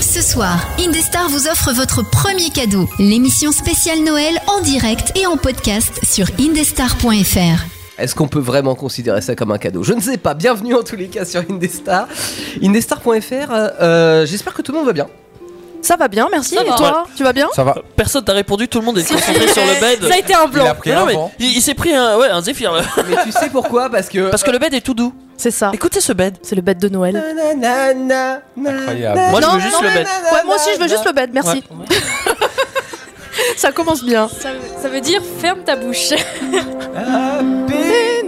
ce soir, Indestar vous offre votre premier cadeau, l'émission spéciale Noël en direct et en podcast sur indestar.fr. Est-ce qu'on peut vraiment considérer ça comme un cadeau Je ne sais pas. Bienvenue en tous les cas sur Indestar. Indestar.fr, euh, j'espère que tout le monde va bien. Ça va bien, merci. Ça et va. toi, tu vas bien Ça va. Personne t'a répondu, tout le monde est concentré sur le bed. Ça a été un Il blanc. a pris Mais non, un mais vent. il, il s'est pris un, ouais, un zéphyr. là. Mais tu sais pourquoi Parce que. Parce que le bed est tout doux. C'est ça. Écoutez ce bed. C'est le bed de Noël. Incroyable. Incroyable. Moi, je Non, veux juste non, le bed. Ouais, moi aussi, je veux juste le bed, merci. Ça commence bien. Ça, ça veut dire ferme ta bouche. Ah non, mais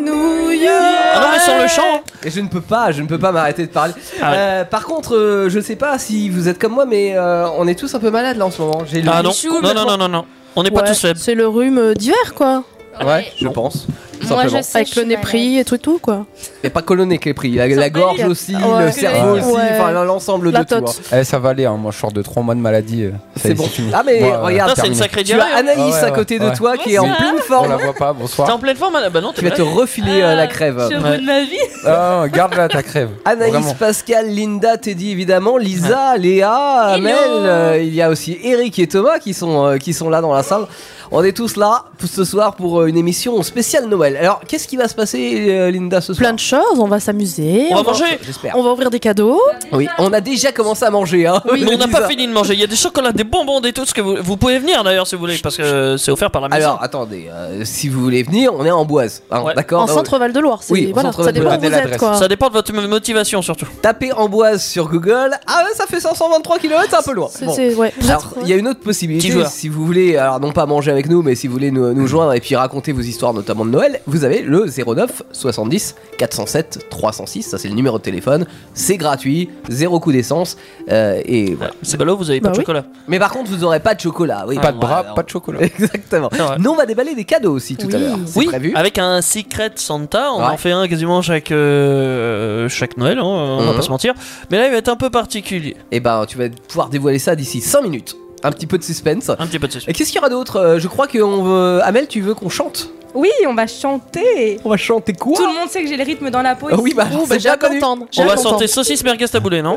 sur le champ. hein. Et je ne peux pas, je ne peux pas m'arrêter de parler. Ah ouais. Euh, par contre, euh, je ne sais pas si vous êtes comme moi, mais euh, on est tous un peu malades là en ce moment. J'ai le Ah non. chou, non, mais non, bon. non, non, non. On n'est pas Ouais, tous faibles. C'est le rhume euh, d'hiver, quoi. Ouais, je pense. Tout Moi, simplement. je sais. Avec je le suis nez malade. pris et tout et tout, quoi. Et pas que le nez qui est pris, la, la gorge aussi, Ouais. le cerveau Ouais. aussi, enfin l'ensemble La de tout. hein. tote. Eh, ça va aller, hein. moi je sors de 3 mois de maladie. euh, ça y C'est est, bon. fini. Ah, mais Moi, euh, regarde, Non, c'est une terminé. sacrée Tu as diarrhée. hein. Anaïs Ah ouais, à côté de ouais. toi qui est en ça pleine On la forme. voit pas, T'es bonsoir. en pleine forme, Anna Bah non, t'es Tu vas te malade. refiler euh, la crève. Je veux de ma vie. Ah, garde-la ta crève. Anaïs, Vraiment. Pascal, Linda, Teddy évidemment, Lisa, Léa, Hello. Amel, euh, il y a aussi Eric et Thomas qui sont, euh, qui sont là dans la salle. On est tous là pour ce soir pour euh, une émission spéciale Noël. Alors qu'est-ce qui va se passer euh, Linda ce soir Plein de choses, on va s'amuser. On va manger. J'espère. On va ouvrir des cadeaux. Oui, on a déjà commencé à manger. Hein, Mais on n'a Lisa. pas fini de manger. Il y a des chocolats, des bonbons, des tout ce que vous, vous pouvez venir d'ailleurs si vous voulez, parce que euh, c'est offert par la maison. Alors attendez, euh, si vous voulez venir, on est en Boise. hein, Ouais. D'accord en Non, centre Val de Loire, c'est Oui, en voilà, ça centre Val de dépend où Loire. vous Donnez êtes l'adresse. quoi. Ça dépend de votre motivation surtout. Tapez Amboise sur Google. Ah, ouais, ça fait 523 km, c'est un peu loin. C'est- Bon. c'est- ouais. Alors, il y a une autre possibilité, Petit joueur. si vous voulez, alors non pas manger avec nous, mais si vous voulez nous, nous joindre et puis raconter vos histoires, notamment de Noël, vous avez le 09 70 407 306, ça c'est le numéro de téléphone, c'est gratuit, zéro coût d'essence, euh, et voilà. Ah, C'est ballot, vous avez pas Bah de oui. chocolat. Ah, Mais par contre, vous aurez pas de chocolat, oui. Pas de bras, Voilà, pas de chocolat. Exactement. C'est vrai. Nous, on va déballer des cadeaux aussi tout à Oui. l'heure, c'est Oui, prévu. avec un Secret Santa, on Ouais. en fait un quasiment chaque, euh, chaque Noël, hein, on va Mhm. pas se mentir. Mais là, il va être un peu particulier. Et ben, tu vas pouvoir dévoiler ça d'ici 5 minutes. Un petit peu de suspense. Un petit peu de suspense. Et qu'est-ce qu'il y aura d'autre Euh, Je crois que on veut... Amel, tu veux qu'on chante Oui, on va chanter. On va chanter quoi Tout le monde sait que j'ai le rythme dans la peau. Ah oui, ici. bah, Ouh, bah, c'est j'ai hâte bien connu. d'entendre. j'ai On va hâte d'entendre. santé saucisse merguez taboulé, non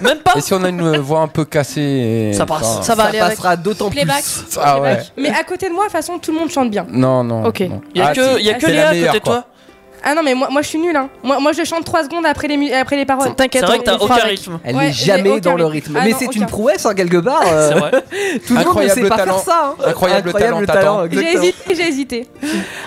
Même pas Et si on a une euh, voix un peu cassée et- Ça passe. enfin, Ça va aller avec. passera d'autant plus. Playback. Ah ouais. Mais à côté de moi, de toute façon, tout le monde chante bien. Non, non. Ok. non. Il y a Ah, que, c'est- il y a que c'est la Léa à meilleure, côté de quoi. toi. Ah non, mais moi, moi je suis nulle. Hein. Moi, moi, je chante 3 secondes après les, mu- après les paroles. C'est T'inquiète, vrai on- que t'as on fera aucun avec. rythme. Elle Ouais, n'est jamais j'ai aucun dans le rythme. rythme. Ah mais non, c'est aucun. une prouesse, hein, quelque part. euh, C'est vrai. Tout le monde ne Incroyable sait pas talent. faire ça. hein. Incroyable talent, exactement. t'attends. Ah J'ai hésité, j'ai hésité.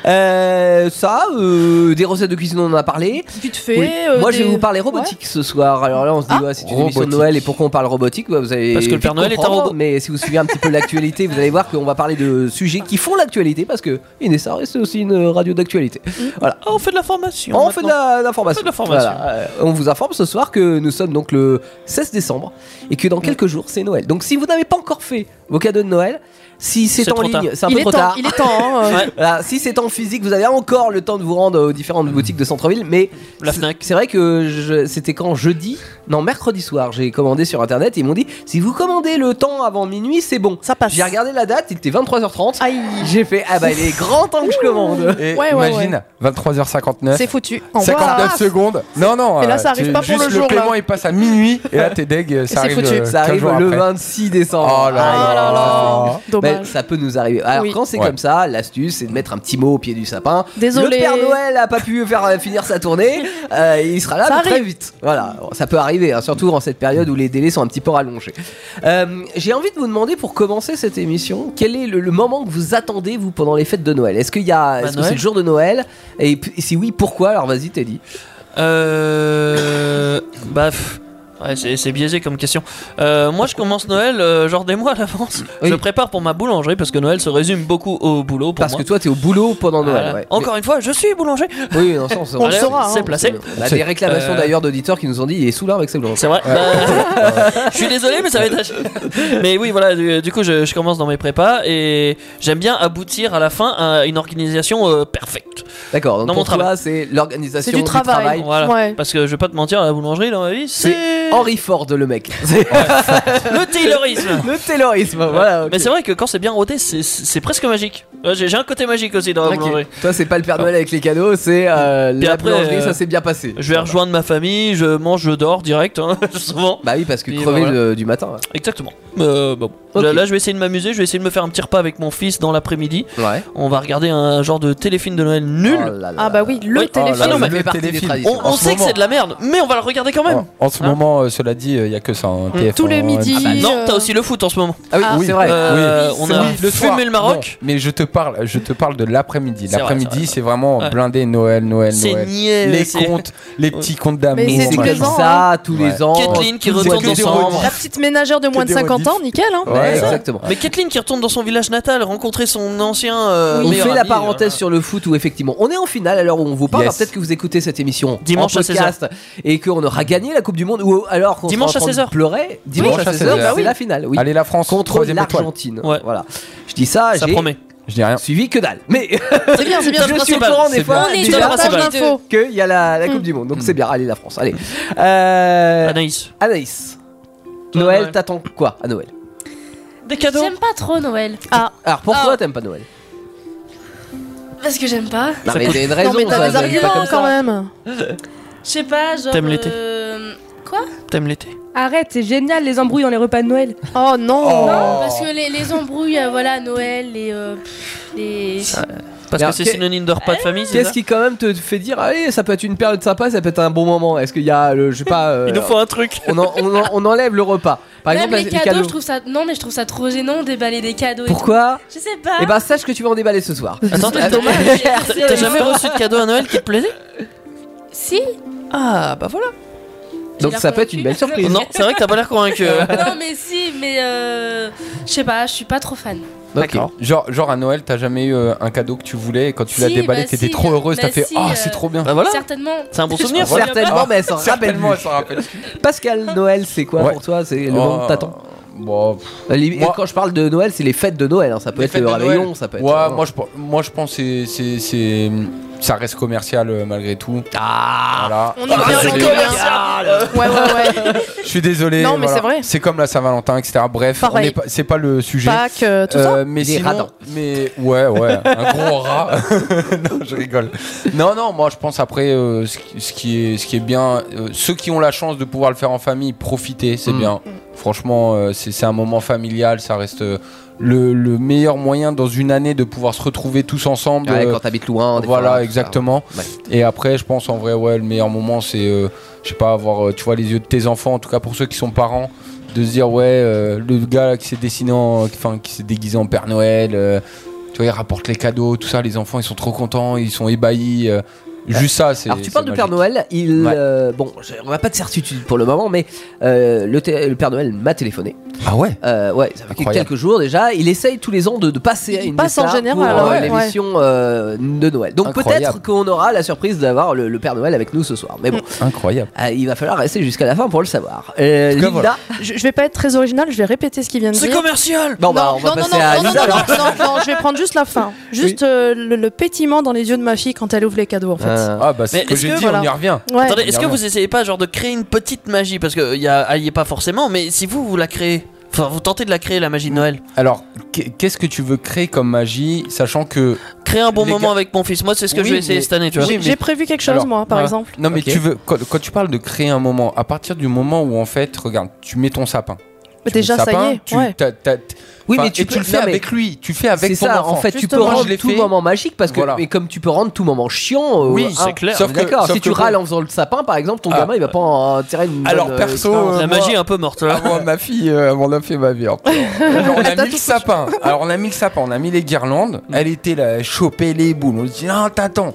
Euh, ça, euh, des recettes de cuisine, on en a parlé. Vite fait. Oui. euh, Moi, je vais des- vous parler robotique ce soir. Alors là, on se dit, Ah. ouais, c'est une émission de Robotique. Noël et pourquoi on parle robotique bah, vous allez Parce que le Père vite Noël est un comprendre, robot. Mais si vous suivez un petit peu l'actualité, vous allez voir qu'on va parler de sujets qui font l'actualité parce que Inessa, c'est aussi une radio d'actualité. Voilà. Ah, on fait de la formation. On fait de maintenant. la- de l'information. On fait de l'information. Voilà, euh, on vous informe ce soir que nous sommes donc le 16 décembre et que dans quelques jours c'est Noël. Donc si vous n'avez pas encore fait vos cadeaux de Noël, si c'est C'est en trop tard. ligne, c'est un il peu est trop temps, tard. il est temps. hein, euh, Ouais. Voilà, si c'est en physique, vous avez encore le temps de vous rendre aux différentes boutiques de centre-ville, mais Mm. La c'est- Fnac. c'est vrai que je- c'était quand jeudi, non mercredi soir, j'ai commandé sur internet et ils m'ont dit si vous commandez le temps avant minuit, c'est bon. Ça passe. J'ai regardé la date, il était 23h30. Aïe. J'ai fait ah bah il est grand temps que je commande. Et Ouais, ouais, imagine, 23h59. C'est foutu. Au revoir. 59 secondes. Non, non. Et là, euh, ça arrive tu- pas pour juste le jour, là. paiement, il passe à minuit. Et là, t'es deg. euh, Ça C'est arrive, foutu. euh, Ça 15 arrive jours le après. 26 décembre. Oh là là. Ah là là. Mais Dommage. ça peut nous arriver. Alors Oui. quand c'est Ouais. comme ça, l'astuce c'est de mettre un petit mot au pied du sapin. Désolé. Le Père Noël a pas pu faire euh, finir sa tournée. Euh, il sera là Ça mais très arrive. vite. Voilà, Bon, ça peut arriver, hein, surtout en cette période où les délais sont un petit peu rallongés. Euh, J'ai envie de vous demander pour commencer cette émission, quel est le, le moment que vous attendez vous pendant les fêtes de Noël Est-ce qu'il y a, Bah, est-ce que Noël. c'est le jour de Noël et, p- si oui, pourquoi Alors vas-y, Teddy. Euh. Bah. pff, Ouais, c'est c'est biaisé comme question. Euh, moi, je commence Noël euh, genre des mois à l'avance. Oui. Je prépare pour ma boulangerie parce que Noël se résume beaucoup au boulot pour Parce moi. que toi, t'es au boulot Ah, pendant Noël. Voilà. ouais. Encore une fois, je suis boulanger. Mais- oui, dans le sens, On le Allez, saura, hein. C'est placé. On a des réclamations Euh, d'ailleurs d'auditeurs qui nous ont dit il est sous l'arbre avec Euh, sa blanche. C'est vrai. Bah, je suis désolé, mais ça va être. mais oui, voilà. Du, du coup, je, je commence dans mes prépas et j'aime bien aboutir à la fin à une organisation euh, parfaite. D'accord, donc Dans pour mon toi, c'est l'organisation C'est du travail. Voilà. Ouais. Parce que je vais pas te mentir, la boulangerie dans ma vie, c'est C'est Henry Ford le mec. C'est le taylorisme. le taylorisme, voilà. ok. Mais c'est vrai que quand c'est bien rodé, c'est- c'est c'est presque magique. Ouais, j'ai j'ai un côté magique aussi dans la Ok. boulangerie. Toi, c'est pas le Père Noël avec les cadeaux, c'est euh, Puis la après, boulangerie, euh, ça s'est bien passé. Je vais rejoindre ma famille, je mange, je dors direct, hein, souvent. Bah oui, parce que Et crever voilà. le- du matin. Exactement. Euh, bon. Ok. là, là, je vais essayer de m'amuser, je vais essayer de me faire un petit repas avec mon fils dans l'après-midi. Ouais. On va regarder un genre de téléfilm de Noël nul. Oh là là. Ah bah oui, le Oui. téléphone. Ah non, mais Ça fait le partie des téléfilm. traditions. On, on En ce sait que moment. c'est de la merde, mais on va le regarder quand même. En, en ce Hein moment, euh, cela dit, il n'y a que ça. hein, TF1, Tous les euh, midis. ah bah, Non, euh, t'as aussi le foot en ce moment. Ah oui, Ah. c'est vrai. Euh, oui, on c'est a vrai. le fumé soir. le Maroc. Non, mais je te parle, je te parle de l'après-midi. C'est vrai, c'est vrai, L'après-midi, c'est c'est vraiment Ouais. blindé Noël, Noël, C'est Noël. niais. Les c'est- contes, les petits contes d'amour. Mais c'est hein. tous machin. les ans, ça tous Ouais. les ans. Kathleen qui retourne que dans des son rediffs. La petite ménagère de moins de Que des 50 ans, rediffs. nickel. Hein. Ouais, Ouais, ouais. exactement. Mais Kathleen qui retourne dans son village natal, rencontrer son ancien. euh, On meilleur fait la ami, parenthèse euh, sur le foot où effectivement on est en finale à l'heure où on vous parle. Yes. Alors, Peut-être que vous écoutez cette émission Dimanche en à podcast et qu'on aura gagné la Coupe du Monde ou alors qu'on Dimanche sera en à train de 16h. pleurer. Dimanche, Dimanche à à 16h, 16h. c'est la finale. Oui. Allez la France, Contre troisième étoile. l'Argentine. Ah Ouais. Voilà. Je dis ça, Ça j'ai promet. Je dis rien. suivi que dalle. Mais C'est bien, c'est bien. Je je suis au principal, courant des c'est fois bien. On est déjà dans le Partage principal. l'info. qu'il y a la, la Coupe du Monde. Donc c'est bien. Allez la France. Allez. Euh, Anaïs. Anaïs. Toi, Noël, Noël. t'attends quoi à Noël Des cadeaux. J'aime pas trop Noël. Alors pourquoi Ah. t'aimes pas Noël Parce que j'aime pas. Non Ça mais coûte- t'as une Non, raison. mais t'as ça, des ça, c'est pas arguments comme ça. quand même. Je sais pas, genre. T'aimes l'été. euh, Quoi T'aimes l'été. Arrête, c'est génial les embrouilles dans les repas de Noël. Oh non. Parce que les, les embrouilles, euh, voilà, Noël, les. euh, pff, les... Parce Alors, que c'est qu'est- synonyme de repas de famille, c'est Qu'est-ce ça qui quand même te fait dire allez ça peut être une période sympa ça peut être un bon moment est-ce qu'il y a le je sais pas euh, Il nous faut un truc. on, en- on en- on enlève le repas par Même exemple les, la- cadeaux, je trouve ça. Non, mais je trouve ça trop gênant de déballer des cadeaux. et pourquoi tout. Je sais pas. Eh ben sache que tu vas en déballer ce soir Euh, Attends, t'as T'as- t'as jamais reçu de cadeau à Noël qui te plaisait Si Ah, bah voilà. donc l'air ça peut être une convaincu. belle surprise Non, c'est vrai que t'as pas l'air convaincu. euh. Non, mais si, mais. euh, Je sais pas, je suis pas trop fan. d'accord Genre, genre à Noël, t'as jamais eu euh, un cadeau que tu voulais et quand tu l'as Si, déballé, bah t'étais si, trop heureuse, bah t'as fait si, Ah, euh, c'est trop bien. Bah voilà. Certainement. C'est un bon souvenir. Je me souviens certainement mais elle s'en rappelle Certainement, elle plus. s'en rappelle. Pascal Noël c'est quoi Ouais. pour toi c'est le moment que t'attends Bon, pff, Les- Moi- quand je parle de Noël c'est les fêtes de Noël hein. ça peut Les être fêtes le de réveillon Noël. ça hein. peut être euh, ouais, moi je, pe- moi je pense que c'est- c'est- c'est- ça reste commercial euh, malgré tout. ah Voilà. On y Ah, vient, c'est on y désolé. vient. Euh, Ouais, ouais, ouais. Je suis désolé. Non, mais voilà. c'est vrai. comme la Saint-Valentin, etc. Bref, on Pareil. est pas- c'est pas le sujet. Pâques, euh, tout ça. Euh, mais Des sinon- radins. mais ouais, ouais, un gros rat. non, je rigole. Non, non, moi je pense après euh, ce, qui- ce qui est, ce qui est bien, euh, ceux qui ont la chance de pouvoir le faire en famille, profiter, c'est Mm. bien. Franchement, euh, c'est c'est un moment familial, ça reste euh, le, le meilleur moyen dans une année de pouvoir se retrouver tous ensemble. Ouais, euh, quand t'habites loin des voilà, fois, exactement. Ouais. Et après, je pense en vrai, ouais, le meilleur moment, c'est, euh, je sais pas, avoir, euh, tu vois, les yeux de tes enfants, en tout cas pour ceux qui sont parents, de se dire, ouais, euh, le gars là, qui s'est dessiné, en- enfin, qui s'est déguisé en Père Noël, euh, tu vois, il rapporte les cadeaux, tout ça, les enfants, ils sont trop contents, ils sont ébahis. euh, juste ça, c'est. Alors tu c'est parles de magique. Père Noël, il Ouais. euh, bon, je- on n'a pas de certitude pour le moment, mais euh, le, té- le Père Noël m'a téléphoné. Ah ouais Euh, ouais, ça fait Incroyable. quelques jours déjà. Il essaye tous les ans de, de passer à Il une passe en Indestar général, hein, pour, euh, ouais. l'émission euh, de Noël. Donc Incroyable. peut-être qu'on aura la surprise d'avoir le, le Père Noël avec nous ce soir. Mais bon, Incroyable. euh, il va falloir rester jusqu'à la fin pour le savoir. Euh, tout cas, Linda, voilà. Je, je vais pas être très original, je vais répéter ce qu'il vient de C'est dire. commercial. bon bah non, on va non, passer non, à non, non, Linda. non, alors. non, non, non, je vais prendre juste la fin. Juste euh, le, le pétiment dans les yeux de ma fille quand elle ouvre les cadeaux, en fait. Euh, Ah bah, c'est Mais ce que est-ce j'ai que, dit, voilà. on y revient. Ouais. Attendez, Ouais. est-ce que vous essayez pas genre de créer une petite magie Parce que y a, elle y est pas forcément, mais si vous, vous la créez. Enfin, vous tentez de la créer, la Mm. magie de Noël. Alors, qu'est- qu'est-ce que tu veux créer comme magie, sachant que. Créer un bon Les moment gars- avec mon fils. Moi, c'est ce que Oui, je vais essayer mais- cette année, tu vois. Oui, J'ai prévu quelque chose, Alors, moi, par voilà. exemple. Non, mais Ok. tu veux. Quand, quand tu parles de créer un moment, à partir du moment où en fait, regarde, tu mets ton sapin. Tu mets Déjà, le ça y sapin, est. tu- ouais. t'as- t'as- Oui, enfin, mais tu, et peux, tu le fais non, mais avec lui, tu le fais C'est avec ton ça, enfant. en fait, tu peux Justement, Moi, je rendre l'ai tout fait. moment magique parce que, Voilà. et comme tu peux rendre tout moment chiant. euh, Oui, un- c'est clair. Sauf que, D'accord, sauf si tu que- râles en faisant le sapin par exemple, ton Ah. gamin il va pas en tirer une. bonne, Alors, euh, perso, expérience. euh, La moi- magie est un peu morte là. Avant ma fille, euh, avant la fille ma vie. encore. Alors, on a mis le sapin. Alors on a mis le sapin, on a mis les guirlandes. Elle était là, choper les boules. On se dit non, t'attends.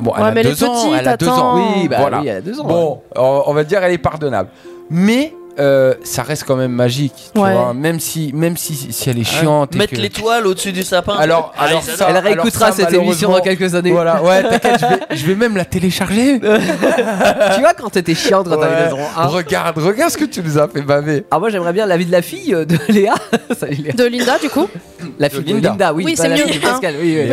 Bon, elle Ouais, a mais elle est deux ans, petite, elle a deux attends. ans. Oui, bah Voilà. oui, elle a deux ans. ouais. Bon, on on va dire elle est pardonnable. Mais euh, ça reste quand même magique, tu Ouais. vois. Même si, même si, si elle est chiante. et Mettre que- l'étoile au-dessus du sapin. Alors, Ah, alors ils ça, adorent. Ah, Elle alors réécoutera ça, cette émission dans malheureusement- quelques années. Voilà, ouais, t'inquiète, je vais, je vais même la télécharger. tu vois quand t'étais chiante quand t'avais Ouais. deux ans. hein. Regarde, regarde ce que tu nous as fait baver. Ah moi j'aimerais bien l'avis de la fille euh, de Léa. Salut Léa. De Linda, du coup. La fille de Linda. Linda, Ah oui. Oui, pas c'est la mieux, fille de hein. Pascal, oui, Ah, oui, oui.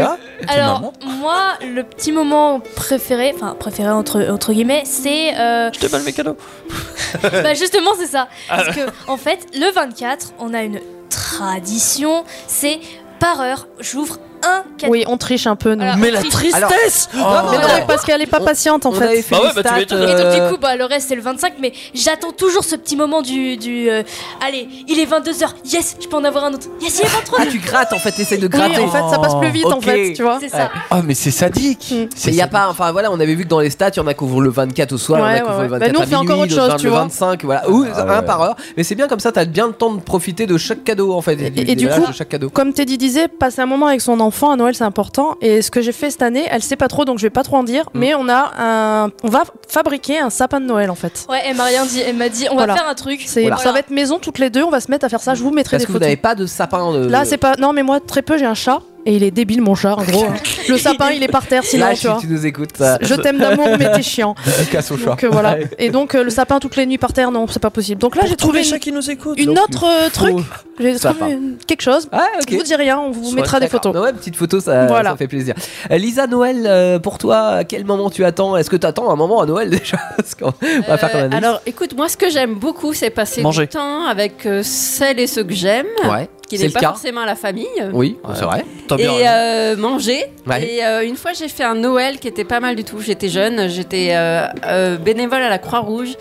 Léa Alors, moi, le petit moment préféré, enfin préféré entre, entre guillemets, c'est. euh, Je te balle mes cadeaux. bah justement, c'est ça. Ah Parce que, en fait, le 24, on a une tradition, c'est par heure, j'ouvre un cadeau. Ah, Oui, on triche un peu, nous. Voilà. Mais la Alors- tristesse Oh, Non, Oh, Mais non, non. mais parce qu'elle est pas On- patiente en On avait fait. fait Bah ouais, les bah tu stats, m'étonnes. Et donc, euh, du coup, bah, le reste, c'est le 25, mais j'attends toujours ce petit moment du. du euh, allez, il est 22h, yes, je peux en avoir un autre. Yes, il est 23 Ah, tu grattes en fait, t'essayes de Oui, gratter. en fait, ça passe plus vite en Ok. fait, tu vois. C'est ça. Ah, mais c'est sadique. Mm. C'est Mais il y a sadique. pas, enfin voilà, on avait vu que dans les stats, il y en a qui ouvrent le 24 au soir, il y en a Ouais, qui ouais, ouvrent le ouais. Bah, 24 nous, on à fait minuit, encore autre chose, d'autres tu le vois. 25, voilà, ou Ah, un ouais. par heure. Mais c'est bien comme ça, t'as bien le temps de profiter de chaque cadeau en fait, Et- et du déballage coup- de chaque cadeau. Comme Teddy disait, passer un moment avec son enfant à Noël, c'est important. Et ce que j'ai fait cette année, elle sait pas trop, donc je vais pas trop en dire. Mm. Mais on a un, on va fabriquer un sapin de Noël en fait. Ouais, elle m'a rien dit, elle m'a dit, on Voilà. va faire un truc. C'est, Voilà. ça va être maison toutes les deux. On va se mettre à faire ça. Je vous mettrai Parce des que vous photos. n'avez pas de sapin. euh, De... Là, c'est pas. Non, mais moi, très peu. J'ai un chat et il est débile, mon chat. En gros, hein. le sapin, il est par terre. Sinon, Là, tu si vois. tu nous écoutes. euh, Je t'aime d'amour, mais t'es chiant. Dédicace au chat. Donc euh, voilà. Et donc euh, le sapin toutes les nuits par terre, non, c'est pas possible. Donc là, j'ai trouvé une, chacun qui nous écoute. une autre euh, truc. J'ai sapin. trouvé une- quelque chose. Ah, Je ok. vous dis rien. On vous Soit mettra des D'accord. photos. Ouais, petite photo, ça, Voilà. ça fait plaisir. Euh, Lisa, Noël, euh, pour toi, à quel moment tu attends Est-ce que tu attends un moment à Noël déjà Parce qu'on- On va faire quand Euh, même. la liste. alors, écoute, moi, ce que j'aime beaucoup, c'est passer Manger. du temps avec euh, celles et ceux que j'aime, ouais, qui c'est n'est le pas cas. forcément la famille. Oui, c'est vrai. T'as bien Et raison. euh, manger. Ouais. Et euh, une fois, j'ai fait un Noël qui était pas mal du tout. J'étais jeune, j'étais euh, euh, bénévole à la Croix-Rouge.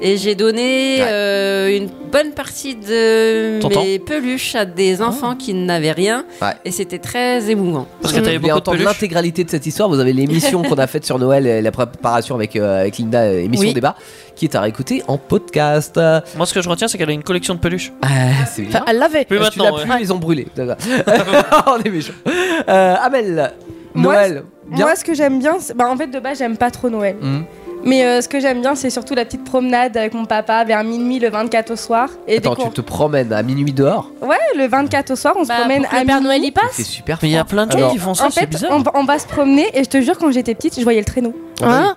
Et j'ai donné Ouais. euh, une bonne partie de Ton mes peluches à des enfants qui n'avaient rien. Ah. Ouais. Mmh. Et c'était très émouvant. Parce que t'avais Vous voulez beaucoup de entendre peluches. l'intégralité de cette histoire, vous avez l'émission qu'on a faite sur Noël et la préparation avec, euh, avec Linda, euh, émission Oui. débat, qui est à réécouter en podcast. Euh, Moi, ce que je retiens, c'est qu'elle a une collection de peluches. ah, c'est bien. Enfin, elle l'avait. Plus Tu l'as maintenant. ouais. plus, ils ont brûlé. On est méchants. Euh, Amel, Moi, Noël, bien. Moi, ce que j'aime bien, c'est- bah, en fait, de base, j'aime pas trop Noël. Mhm. Mais euh, ce que j'aime bien, c'est surtout la petite promenade avec mon papa vers minuit le 24 au soir. Et Attends, dès qu'on- tu te promènes à minuit dehors Ouais, le 24 au soir, on se Bah, promène pour que à le Père minuit. Noël y C'est passe. super. oh, Mais il y a plein de gens Alors, qui font ça, En c'est fait, bizarre. on, va- on va se promener et je te jure, quand j'étais petite, je voyais le traîneau. Hein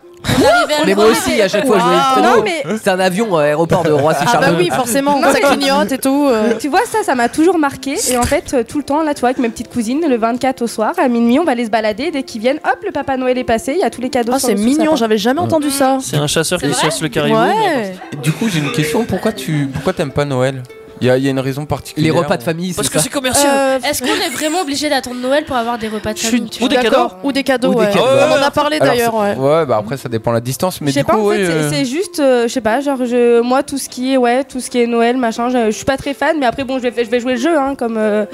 Mais moi aussi, à chaque fois, je voyais le Non, traîneau. mais C'est un avion à aéroport de Roissy ah bah Charles. oui, forcément. ça clignote et tout. euh. tu vois, ça, ça m'a toujours marqué. Et en fait, euh, tout le temps, là, tu vois, avec mes petites cousines, le 24 au soir, à minuit, on va aller se balader. Dès qu'ils viennent, hop, le Papa Noël est passé, il y a tous les cadeaux. Ah, sur c'est le mignon. sous-sapin. J'avais jamais Mmh. entendu ça. C'est un chasseur C'est qui vrai chasse le caribou. mais- Ouais. Du coup, j'ai une question. Pourquoi tu pourquoi t'aimes pas Noël Il y, a- il y a une raison Les particulière. repas de famille, Parce c'est que ça c'est commercial. Euh, Est-ce qu'on est vraiment obligé d'attendre Noël pour avoir des repas de je suis famille tu Ou des vois d'accord. cadeaux. Ou des cadeaux. Ou des ouais. cadeaux. On en a parlé Alors, d'ailleurs. c'est- ouais. Ouais, bah après ça dépend de la distance, mais Je sais du pas, coup, en ouais, fait, c'est- euh, c'est juste, euh, je sais pas, genre, je, moi, tout ce qui est, ouais, tout ce qui est Noël, machin, je, je suis pas très fan, mais après, bon, je vais, je vais jouer le jeu, hein, comme, euh,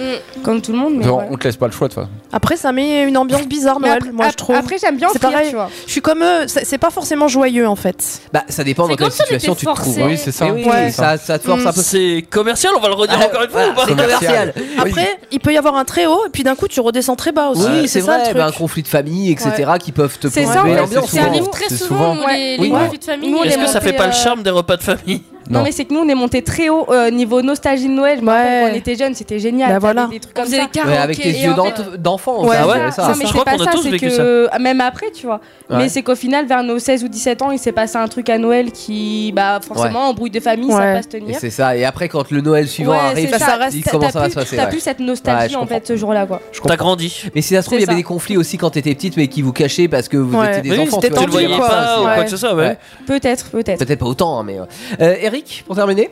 comme tout le monde. Mais genre, voilà. on te laisse pas le choix de toute façon. Après, ça met une ambiance bizarre Mais Noël. après- moi, ap- je trouve. Après, j'aime bien C'est offrir, pareil. tu vois. Je suis comme eux. C'est c'est pas forcément joyeux en fait. Bah, ça dépend C'est dans quelle comme si on situation était tu te trouves. forcé. hein. Oui, c'est ça. Mais oui, Ouais. ça, ça te force Mm. un peu. Hmm. C'est commercial, on va le redire encore une fois ou Voilà, pas c'est commercial. Après, il peut y avoir un très haut et puis d'un coup, tu redescends très bas aussi. Oui, c'est c'est ça vrai, le bah, un truc. conflit de famille, etc., qui peuvent te C'est plomber ça, en fait, l'ambiance. c'est Ça souvent. arrive très C'est souvent, souvent. les, les Oui. conflits de famille. Nous, on Et- Est-ce est que ça monté, fait pas le euh, charme des repas de famille Non, Non. mais c'est que nous on est monté très haut euh, niveau nostalgie de Noël. Je me rappelle Ouais. quand on était jeunes, c'était génial. Bah T'avais voilà. Des trucs On comme faisait ça. les karaokés. Ouais, avec tes et yeux en fait, d'en- d'enfant, Ouais, ça, ouais. c'est ça. Non, Je mais crois c'est pas qu'on ça, a tous c'est vécu que même après, tu vois. Ouais. Mais c'est qu'au final, vers nos 16 ou 17 ans, il s'est passé un truc à Noël qui, bah, forcément, embrouille de famille, ça Ouais. va pas se Et tenir. c'est ça. Et après, quand le Noël suivant Ouais, arrive, c'est ça. tu Ça te dis T'as- comment t'as ça va plus- se passer. T'as ouais. plus cette nostalgie je en comprends. fait ce jour-là, quoi. Je T'as comprends. grandi. Mais si ça se trouve, il y C'est avait ça. des conflits aussi quand t'étais petite, mais qui vous cachaient parce que vous Ouais. étiez des Oui, enfants. c'était tu Tu vois, tendu, le il y voyais quoi. avait pas ou ça aussi. quoi Ouais. que ce soit, ouais. Ouais. Peut-être, peut-être. Peut-être pas autant, hein, mais. euh. Euh, Eric, pour terminer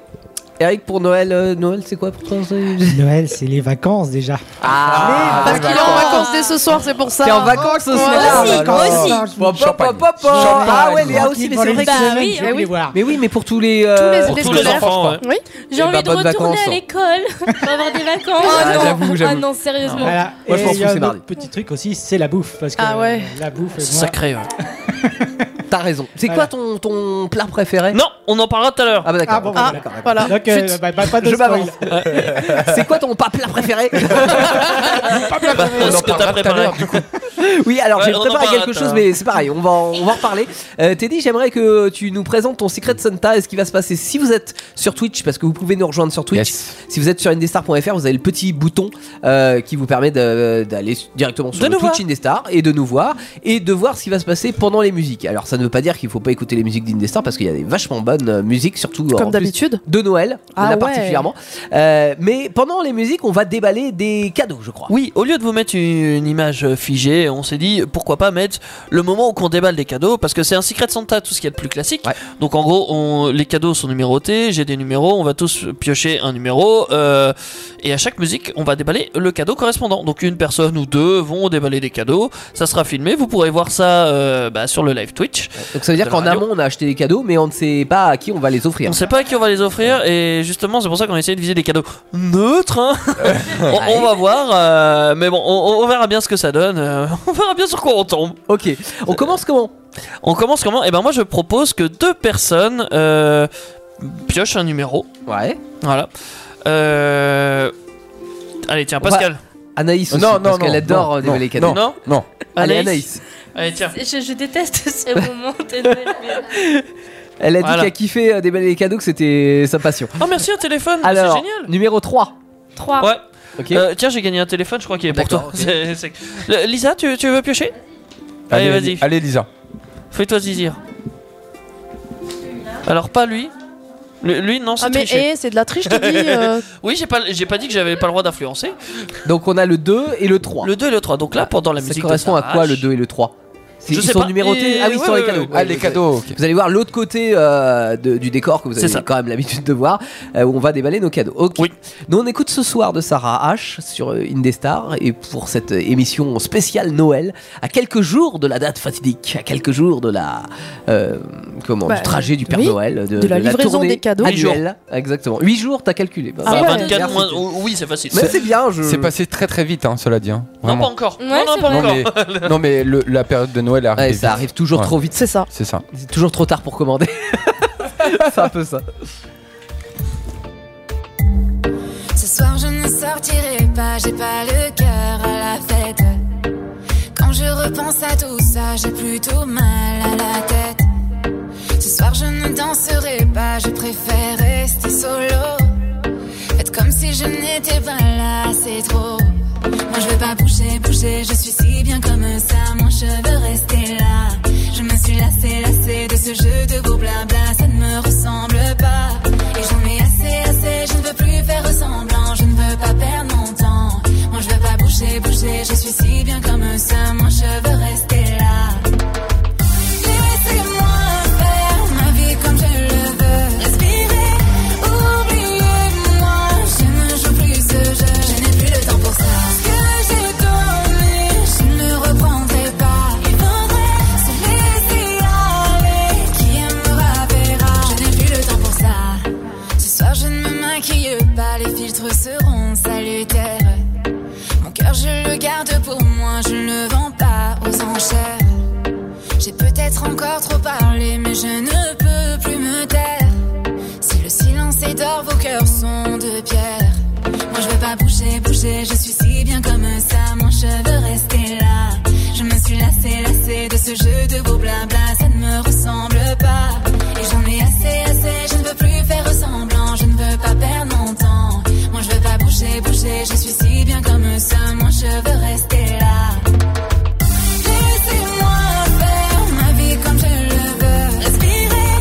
Eric, pour Noël, euh, Noël, c'est quoi pour toi c'est- Noël, c'est les vacances déjà. Ah Parce qu'il est en d'accord. vacances dès ce soir, c'est pour ça. T'es en vacances ce Ouais. soir Aussi, alors. aussi. Hop, hop, hop, hop, hop. Champagne. Ah ouais, mais ah aussi, mais c'est vrai que. Bah oui, je vais oui. les voir. Mais eh oui, mais pour tous les. les- euh, Pour Des tous les scolaires, enfants, ouais. Oui. J'ai Eh bah, envie de bonnes retourner vacances. à l'école pour avoir des vacances. Ah, j'avoue, Ah j'avoue. non, sérieusement. Voilà. Moi, je pense Et que il y a c'est un mardi. autre petit truc aussi, c'est la bouffe. Parce que Ah ouais. euh, la bouffe, C'est moi, Sacré. ouais. T'as raison. C'est quoi Voilà. ton, ton plat préféré Non, on en parlera tout à l'heure. Ah bah d'accord. Ah bon, Ah, d'accord. d'accord. voilà. Donc, euh, Chut. bah, bah, pas de Je spoil. m'avance. C'est quoi ton pas plat préféré Bah, ce que t'as préparé. Oui, alors Ouais, j'ai on en préparé parlera quelque tout à l'heure. chose, mais c'est pareil, on va, en- on va en reparler. Euh, Teddy, j'aimerais que tu nous présentes ton Secret Santa et ce qui va se passer si vous êtes sur Twitch, parce que vous pouvez nous rejoindre sur Twitch. Yes. Si vous êtes sur indestar.fr, vous avez le petit bouton euh, qui vous permet de- d'aller directement sur De le nous Twitch Indestar et de nous voir et de voir ce qui va se passer pendant les musiques. Alors ça ne ne veut pas dire qu'il faut pas écouter les musiques d'Indestar parce qu'il y a des vachement bonnes euh, musiques, surtout en Comme plus, d'habitude. de Noël, Ah là ouais. particulièrement. Euh, mais pendant les musiques, on va déballer des cadeaux, je crois. Oui, au lieu de vous mettre une image figée, on s'est dit pourquoi pas mettre le moment où on déballe des cadeaux parce que c'est un secret Santa tout ce qu'il y a de plus classique. Ouais. Donc en gros, on- les cadeaux sont numérotés, j'ai des numéros, on va tous piocher un numéro euh, et à chaque musique, on va déballer le cadeau correspondant. Donc une personne ou deux vont déballer des cadeaux, ça sera filmé, vous pourrez voir ça euh, bah, sur le live Twitch. Donc ça veut dire De qu'en la radio. amont, on a acheté des cadeaux, mais on ne sait pas à qui on va les offrir. On sait pas à qui on va les offrir et justement c'est pour ça qu'on a essayé de viser des cadeaux neutres. hein. on, on va voir, euh, mais bon, on, on verra bien ce que ça donne. euh, on verra bien sur quoi on tombe. Euh, Ok, on commence comment On commence comment Eh ben moi je propose que deux personnes euh, piochent un numéro. Ouais. Voilà. Euh, Allez tiens On va- Pascal. Anaïs aussi, Euh, Non, non, parce non, qu'elle adore non, euh, déballer les cadeaux. non. Non, Allez, Anaïs. Allez tiens. Je, je déteste ce moment de Noël. mais- Elle a dit Voilà. qu'elle kiffait euh, déballer les cadeaux, que c'était sa passion. Oh merci un téléphone, c'est Alors, génial. numéro 3. 3. Ouais. Ok. Euh, tiens j'ai gagné un téléphone, je crois qu'il est pour toi. D'accord, ok. C'est- c'est- Le- Lisa tu, tu veux piocher Allez, allez, vas-y. Allez, Lisa. Fais-toi zizir. Alors pas lui. Le- lui non c'est Ah, mais triché. eh, c'est de la triche, je te dis. euh, Oui j'ai pas j'ai pas dit que j'avais pas le droit d'influencer. Donc on a le 2 et le 3. Le 2 et le 3. Donc là pendant la ça musique. de correspond à quoi Sarah le H, 2 et le 3 C'est- Je Ils sais sont pas. numérotés. Et- Ah oui, ils ouais, sont les ouais, cadeaux. ouais, Ouais, Ah, ouais, les ouais. cadeaux, ok. Vous allez voir l'autre côté euh, de- du décor que vous C'est avez ça. quand même l'habitude de voir, euh, où on va déballer nos cadeaux. Ok. Oui. Nous on écoute ce soir de Sarah H sur euh, Indestar et pour cette euh, émission spéciale Noël, à quelques jours de la date fatidique, à quelques jours de la euh, comment Bah, du trajet du Père oui, Noël, de la livraison tournée des cadeaux. Huit jours. annuelle. Exactement. 8 jours, t'as calculé. Bah, Ah Bah, bah, ouais. 24 merci. moins- ou- Oui c'est facile. Mais c'est bien. Je... C'est passé très très vite, hein, cela dit. hein. Non, pas Vraiment. encore. Ouais, non, non, c'est pas Non, encore. mais, non, mais le- la période de Noël arrive. Ouais, ça arrive toujours Ouais. trop vite. c'est ça. C'est ça. C'est toujours trop tard pour commander. c'est un peu ça. Ce soir je ne sortirai pas, j'ai pas le cœur à la fête. Quand je repense à tout ça, j'ai plutôt mal à la tête. Ce soir je ne danserai pas, je préfère rester solo. Faites comme si je n'étais pas là, c'est trop. Moi je veux pas bouger, bouger, je suis si bien comme ça. Mon cheveu rester là. Je me suis lassée, lassée de ce jeu de beau blabla, ça ne me ressemble pas. Et j'en ai assez, assez, je ne veux plus faire semblant, je ne veux pas perdre mon temps. Moi je veux pas bouger, bouger, je suis si bien comme ça. Mon cheveu rester là. Laissez-moi faire ma vie comme je le veux. Respirer, oubliez-moi. Je ne joue plus ce jeu. Je n'ai plus le temps pour ça. Ce que j'ai donné, je ne le reprendrai pas. Il faudrait se laisser aller. Qui aimera verra. Je n'ai plus le temps pour ça. Ce soir, je ne me maquille pas. Les filtres seront salutaires. Mon cœur, je le garde pour moi. Je ne le vends pas aux enchères. J'ai peut-être encore trop parlé, mais je ne peux plus me taire. Si le silence est d'or, vos cœurs sont de pierre. Moi je veux pas bouger, bouger, je suis si bien comme ça. Mon cheveu rester là. Je me suis lassée, lassée de ce jeu de beau blabla, ça ne me ressemble pas. Et j'en ai assez, assez, je ne veux plus faire semblant, je ne veux pas perdre mon temps. Moi je veux pas bouger, bouger, je suis si bien comme ça. Mon cheveu rester là. Laissez-moi faire ma vie comme je le veux. Respirer,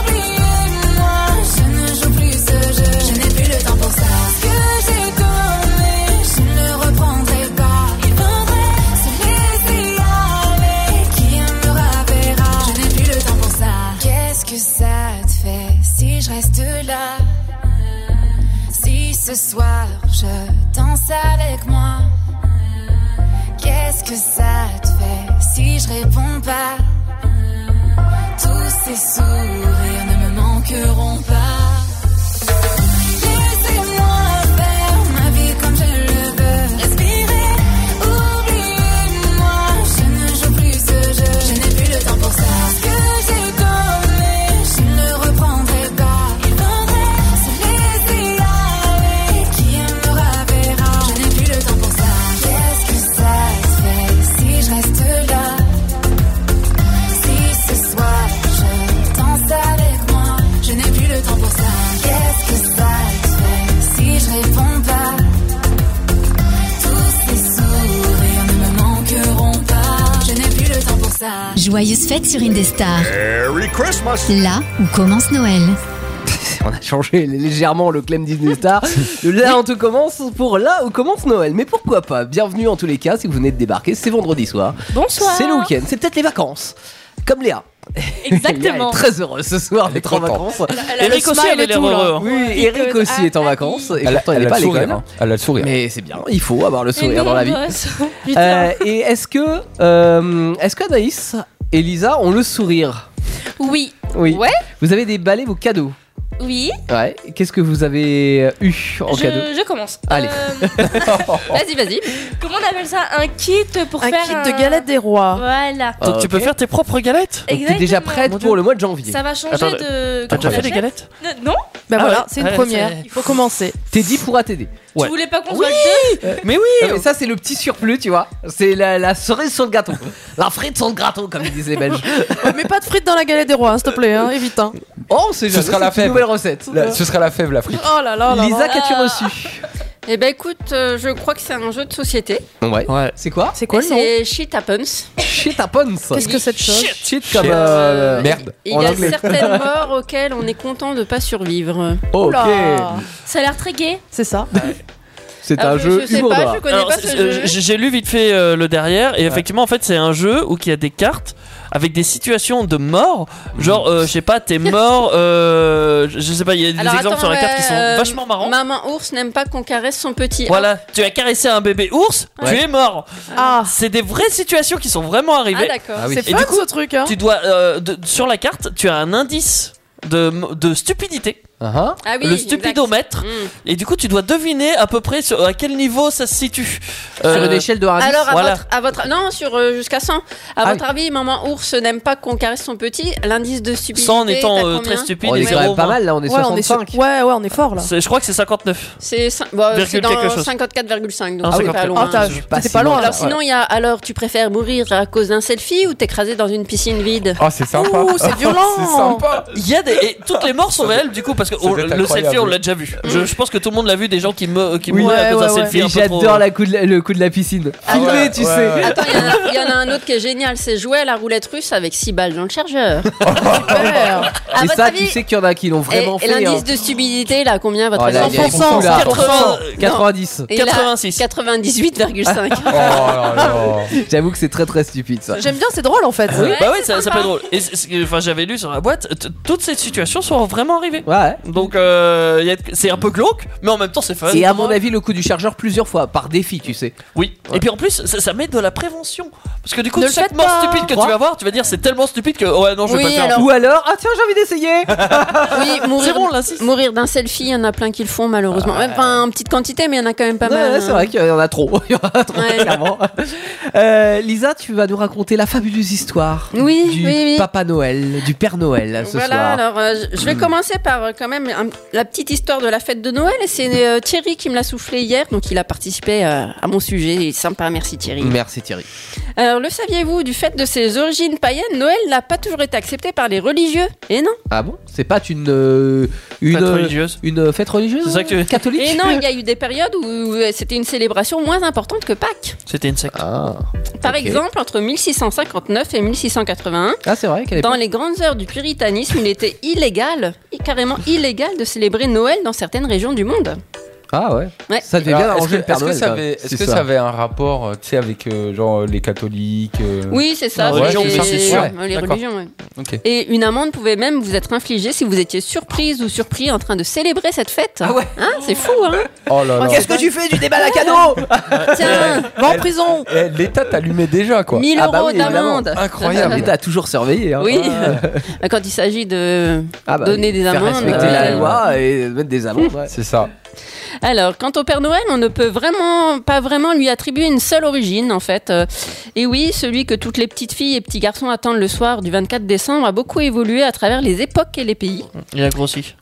oubliez-moi. Je ne joue plus ce jeu. Je n'ai plus le temps pour ça. Ce que j'ai donné, je ne le reprendrai pas. Il faudrait se laisser aller. Qui aimera verra. Je n'ai plus le temps pour ça. Qu'est-ce que ça te fait si je reste là? Si ce soir je danse avec moi. Qu'est-ce que ça te fait si je réponds pas Tous ces sourires ne me manqueront pas. Laissez-moi faire ma vie comme je le veux. Respirer, oubliez-moi. Je ne joue plus ce jeu. Je n'ai plus le temps pour ça. Ce que j'ai donné, je ne le reprendrai pas. Il faudrait se laisser aller. Qui aimera verra. Je n'ai plus le temps pour ça. Qu'est-ce que ça te fait si je reste là Si ce soir je danse avec moi, je n'ai plus le temps pour ça. Joyeuses fêtes sur Indestar. Merry Christmas. Là où commence Noël. On a changé légèrement le claim Disney Star. De là on tout commence pour là où commence Noël. Mais pourquoi pas Bienvenue en tous les cas si vous venez de débarquer. C'est vendredi soir. Bonsoir. C'est le week-end. C'est peut-être les vacances. Comme Léa. Léa Exactement. est très heureuse ce soir d'être en vacances. elle a le Eric aussi smile avait et l'air tout, là. heureux, hein. Oui, Eric aussi ah est en vacances. Et Elle a- pourtant, il elle n'est a pas à le l'école. sourire, hein. Elle a le sourire. Mais c'est bien, il faut avoir le sourire nous, dans la on vie. bosse. Euh, et est-ce que, euh, est-ce que Anaïs et Lisa ont le sourire Oui. Oui. Ouais. Vous avez déballé vos cadeaux. Oui. Ouais. Qu'est-ce que vous avez euh, eu en je, Euh, cadeau je commence. Allez. Vas-y, vas-y. Comment on appelle ça Un kit pour Un faire kit de galettes des rois. Voilà. Donc Ah, tu peux faire tes propres galettes Donc, t'es déjà Exactement. prête pour le mois de janvier. Ben Ça va changer Attends, de. T'as déjà fait des Achète galettes Ne- Non Bah Ah voilà, ouais. c'est une Ouais, première. c'est- Il faut commencer. Teddy pourra t'aider. Tu voulais pas qu'on Oui Euh, soit le deux Mais oui mais Ça, c'est le petit surplus, tu vois. C'est la, la cerise sur le gâteau. la frite sur le gâteau, comme ils disent les Belges. Mais pas de frites dans la galette des rois, hein, s'il te plaît, hein, évite. hein. Oh, c'est Ce sera la une fève. nouvelle recette. La- ce sera la fève, la frite. Oh là là là. Lisa, là. qu'as-tu reçu Eh ben écoute, euh, je crois que c'est un jeu de société. Ouais. C'est quoi C'est quoi Et le nom C'est Shit Happens. Shit happens. Qu'est-ce que cette chose Shit. Shit comme. euh, Merde. Il en y a anglais. certaines morts auxquelles on est content de pas survivre. Ok. Oula. Ça a l'air très gay. C'est ça. C'est Ah, un je- jeu je sais humour pas, noir. je connais Alors, pas c'est- ce euh, jeu. j'ai j'ai lu vite fait euh, le derrière et effectivement en fait c'est un jeu où il y a des cartes avec des situations de mort genre euh, je sais pas t'es mort euh, je je sais pas il y a des Alors, exemples attends, sur la carte qui sont euh, vachement marrants Maman ours n'aime pas qu'on caresse son petit. voilà tu as caressé un bébé ours tu es mort Ah, c'est des vraies situations qui sont vraiment Ah arrivées d'accord. Ah oui. c'est Et fun du coup, ce truc. Hein. tu dois euh, de- sur la carte tu as un indice de, de stupidité Ah, ah. Ah oui, le exact. stupidomètre Hmm. Mm. et du coup tu dois deviner à peu près sur, à quel niveau ça se situe Sur Euh, une échelle de 1 à 10. Alors, à, Voilà. votre, à votre- Non, sur euh, jusqu'à 100. À Ah votre avis, maman ours n'aime pas qu'on caresse son petit. L'indice de stupidité. sans en t'as étant euh, combien très stupide on et est quand zéro même au pas moins. mal là, on est Ouais, on est sur- 65. Ouais, ouais, on est fort là. C'est- Je crois que c'est 59. C'est cin- bon, Virgule c'est dans quelque chose. 54,5. Donc Ah c'est oui. pas Ah, loin. t'as- je- pas t'étais si pas loin, loin là. là. Alors sinon, il y a alors tu préfères mourir à cause d'un selfie ou t'écraser dans une piscine vide Ah, c'est sympa. Ouh, c'est violent. c'est sympa. Il y a des. Et toutes les morts sont réelles du coup, parce que Ça on- doit être le incroyable. selfie, on l'a déjà vu. Je, je pense que tout le monde l'a vu, des gens qui, me, qui Oui. mouraient Ouais, à cause ouais, d'un ouais. selfie. un peu J'adore trop- euh, la coup de la- le coup de la piscine. Ah Filmé, ouais, tu ouais, sais. ouais. Attends, il y, en a- il y en a un autre qui est génial, c'est jouer à la roulette russe avec 6 balles dans le chargeur. Super. À Et votre ça, avis, tu sais qu'il y en a qui l'ont et, vraiment Eh, et fait. l'indice hein. de stupidité, il a combien à votre Oh là, avis il y a des fous, 100%, là. 80, 90. Et là, 86. 98,5. Oh là là. J'avoue que c'est très très stupide ça. J'aime bien, c'est drôle en fait. Ouais, bah ouais, c'est ça, ça sympa. peut être drôle. Et c'est- c'est- enfin, j'avais lu sur la boîte, t- toutes ces situations sont vraiment arrivées. Ouais. Donc euh, il y a- c'est un peu glauque, mais en même temps c'est fun. Et à mon avis, le coup du chargeur plusieurs fois, par défi, tu sais. Oui. Et puis en plus, ça, ça met de la prévention. Parce que du coup, Ne le chaque faites mort pas. stupide que Trois. tu vas voir, tu vas dire c'est tellement stupide que oh, ouais, non, je vais Oui, pas le faire. alors- Ou alors, ah tiens, j'ai envie d'essayer Oui, C'est mourir, bon, là, si. mourir d'un selfie, il y en a plein qui le font malheureusement. Ouais, Enfin, en petite quantité, mais il y en a quand même pas Ah. Ouais, mal. hein. ouais, C'est vrai qu'il y en a trop. Il y en a trop, Ouais. clairement. Euh, Lisa, tu vas nous raconter la fabuleuse histoire Oui, du oui, oui. Papa Noël, du Père Noël ce Voilà, soir. Hmm. alors euh, je je vais commencer par euh, quand même un- la petite histoire de la fête de Noël. Et c'est euh, Thierry qui me l'a soufflé hier, donc il a participé euh, à mon sujet. Il est Sympa, merci Thierry. Merci Thierry. Alors le saviez-vous, du fait de ses origines païennes, Noël n'a pas toujours été accepté par les religieux. Et non Ah bon C'est pas une. euh, une Fête euh, religieuse. Une fête religieuse hein C'est ça que tu veux- Catholique Et Eh non, il y a eu des périodes où euh, c'était une célébration moins importante que Pâques. C'était une secte. Ah, Par Ok. exemple, entre 1659 et 1681, Ah, c'est vrai qu'elle est Dans les grandes heures du puritanisme, il était illégal, et carrément illégal, de célébrer Noël dans certaines régions du monde. Ah ouais. Ouais. Ça devait bien Alors, Est-ce arranger que, le Père est-ce que Noël. ça quand avait, même, est-ce cette que ça histoire. avait un rapport, euh, tu sais, avec euh, genre les catholiques euh, Oui, c'est ça. Ah, c'est ouais, les, c'est ça. ouais, Ouais, les d'accord. religions. ouais. Ok. Et une amende pouvait même vous être infligée si vous étiez surprise ou surpris en train de célébrer cette fête. Ah ouais. Hein, c'est fou, hein Oh là là. Qu'est-ce que tu fais du débat à cadeau Tiens, Va en prison. Eh, L'État t'allumait déjà quoi. 1000 Ah bah euros oui, évidemment. d'amende. Incroyable. L'État a toujours surveillé. hein. Oui, Ah. Bah, quand il s'agit de Ah bah, donner des Faire amendes. respecter euh, la loi et mettre des amendes. ouais. C'est ça. Alors, quant au Père Noël, on ne peut vraiment pas vraiment lui attribuer une seule origine, en fait. Euh, Et oui, celui que toutes les petites filles et petits garçons attendent le soir du 24 décembre a beaucoup évolué à travers les époques et les pays. Il a grossi.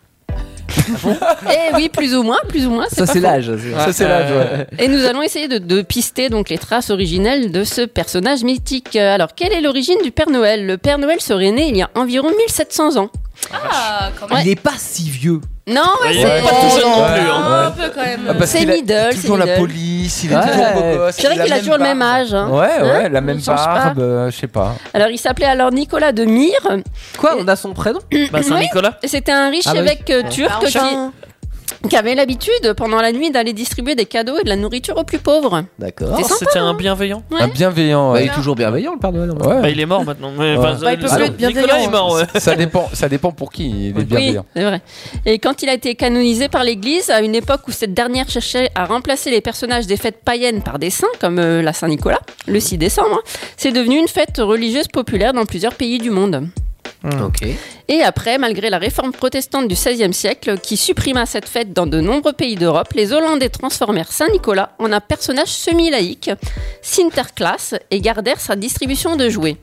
Eh oui, plus ou moins, plus ou moins. Ça, pas c'est faux. l'âge. c'est- Ça c'est l'âge. Euh, ouais. Et nous allons essayer de, de pister donc les traces originelles de ce personnage mythique. Euh, Alors, quelle est l'origine du Père Noël Le Père Noël serait né il y a environ 1700 ans. Ah, quand même. Ouais. Il est pas si vieux. Non, ouais, Il c'est est pas tout jeune non plus, hein. Un peu quand Ah, même. parce C'est qu'il a middle, c'est toujours la middle. police, il est Ouais. toujours beau gosse. C'est vrai a qu'il a toujours le même barbe. âge. hein. Ouais, Hein ouais, la même On change pas. barbe, euh, je sais pas. Alors, il s'appelait alors Nicolas de Mire. Quoi On a son prénom Bah, Oui. Saint-Nicolas. C'était un riche Ah bah oui. évêque euh, turc qui, Enfin. qui avait l'habitude, pendant la nuit, d'aller distribuer des cadeaux et de la nourriture aux plus pauvres. D'accord. Oh, sympa, hein. C'était un bienveillant. Ouais. Un bienveillant. Bah, ouais. il est toujours bienveillant, le Père Noël. en vrai. Ouais. Bah, il est mort maintenant. Mais, Ouais. enfin, Bah, il peut euh, plus alors, être bienveillant, Nicolas est mort, ouais. Ça dépend, ça dépend pour qui il est hein. Oui, bienveillant. c'est vrai. Et quand il a été canonisé par l'Église, à une époque où cette dernière cherchait à remplacer les personnages des fêtes païennes par des saints, comme euh, la Saint-Nicolas, le 6 décembre, hein, c'est devenu une fête religieuse populaire dans plusieurs pays du monde. Ok. Mmh. Et après, malgré la réforme protestante du XVIe siècle, qui supprima cette fête dans de nombreux pays d'Europe, les Hollandais transformèrent Saint-Nicolas en un personnage semi-laïque, Sinterklaas, et gardèrent sa distribution de jouets.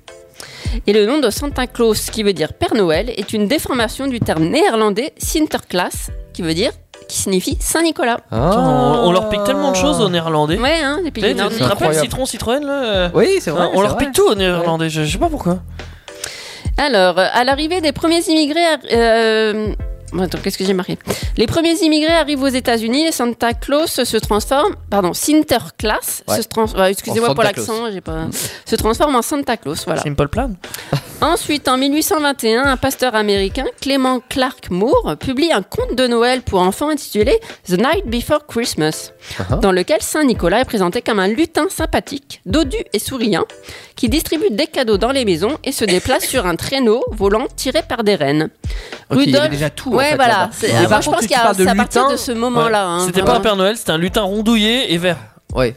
Et le nom de Santa Claus, qui veut dire Père Noël, est une déformation du terme néerlandais Sinterklaas, qui veut dire qui signifie Saint-Nicolas. Ah. Putain, On on leur pique tellement de choses aux néerlandais. Ouais, hein, les Tu pays sais, du tu Nord. te rappelles incroyable. citron, citroën là euh, Oui, c'est vrai. hein, On c'est leur vrai. pique tout aux néerlandais, je je sais pas pourquoi. Alors, euh, à l'arrivée des premiers immigrés. à- euh, bon, Attends, qu'est-ce que j'ai marqué Les premiers immigrés arrivent aux États-Unis et Santa Claus se transforme, pardon, Sinterklaas Ouais. se transforme. En Excusez-moi pour Santa Claus. l'accent, j'ai pas. Se transforme en Santa Claus, voilà. C'est une Paul Plan. Ensuite, en 1821, un pasteur américain, Clément Clark Moore, publie un conte de Noël pour enfants intitulé The Night Before Christmas, Uh-huh. dans lequel Saint Nicolas est présenté comme un lutin sympathique, dodu et souriant, qui distribue des cadeaux dans les maisons et se déplace sur un traîneau volant tiré par des rennes. Ok, il y avait Rudolph- déjà tout, en Ouais, fait, là-bas. voilà. C'est- J'ai alors, pas je pense compris qu'il y que tu a parles de c'est à partir lutin. de ce moment-là. hein, C'était pas vraiment. un Père Noël, c'était un lutin rondouillé et vert. Ouais.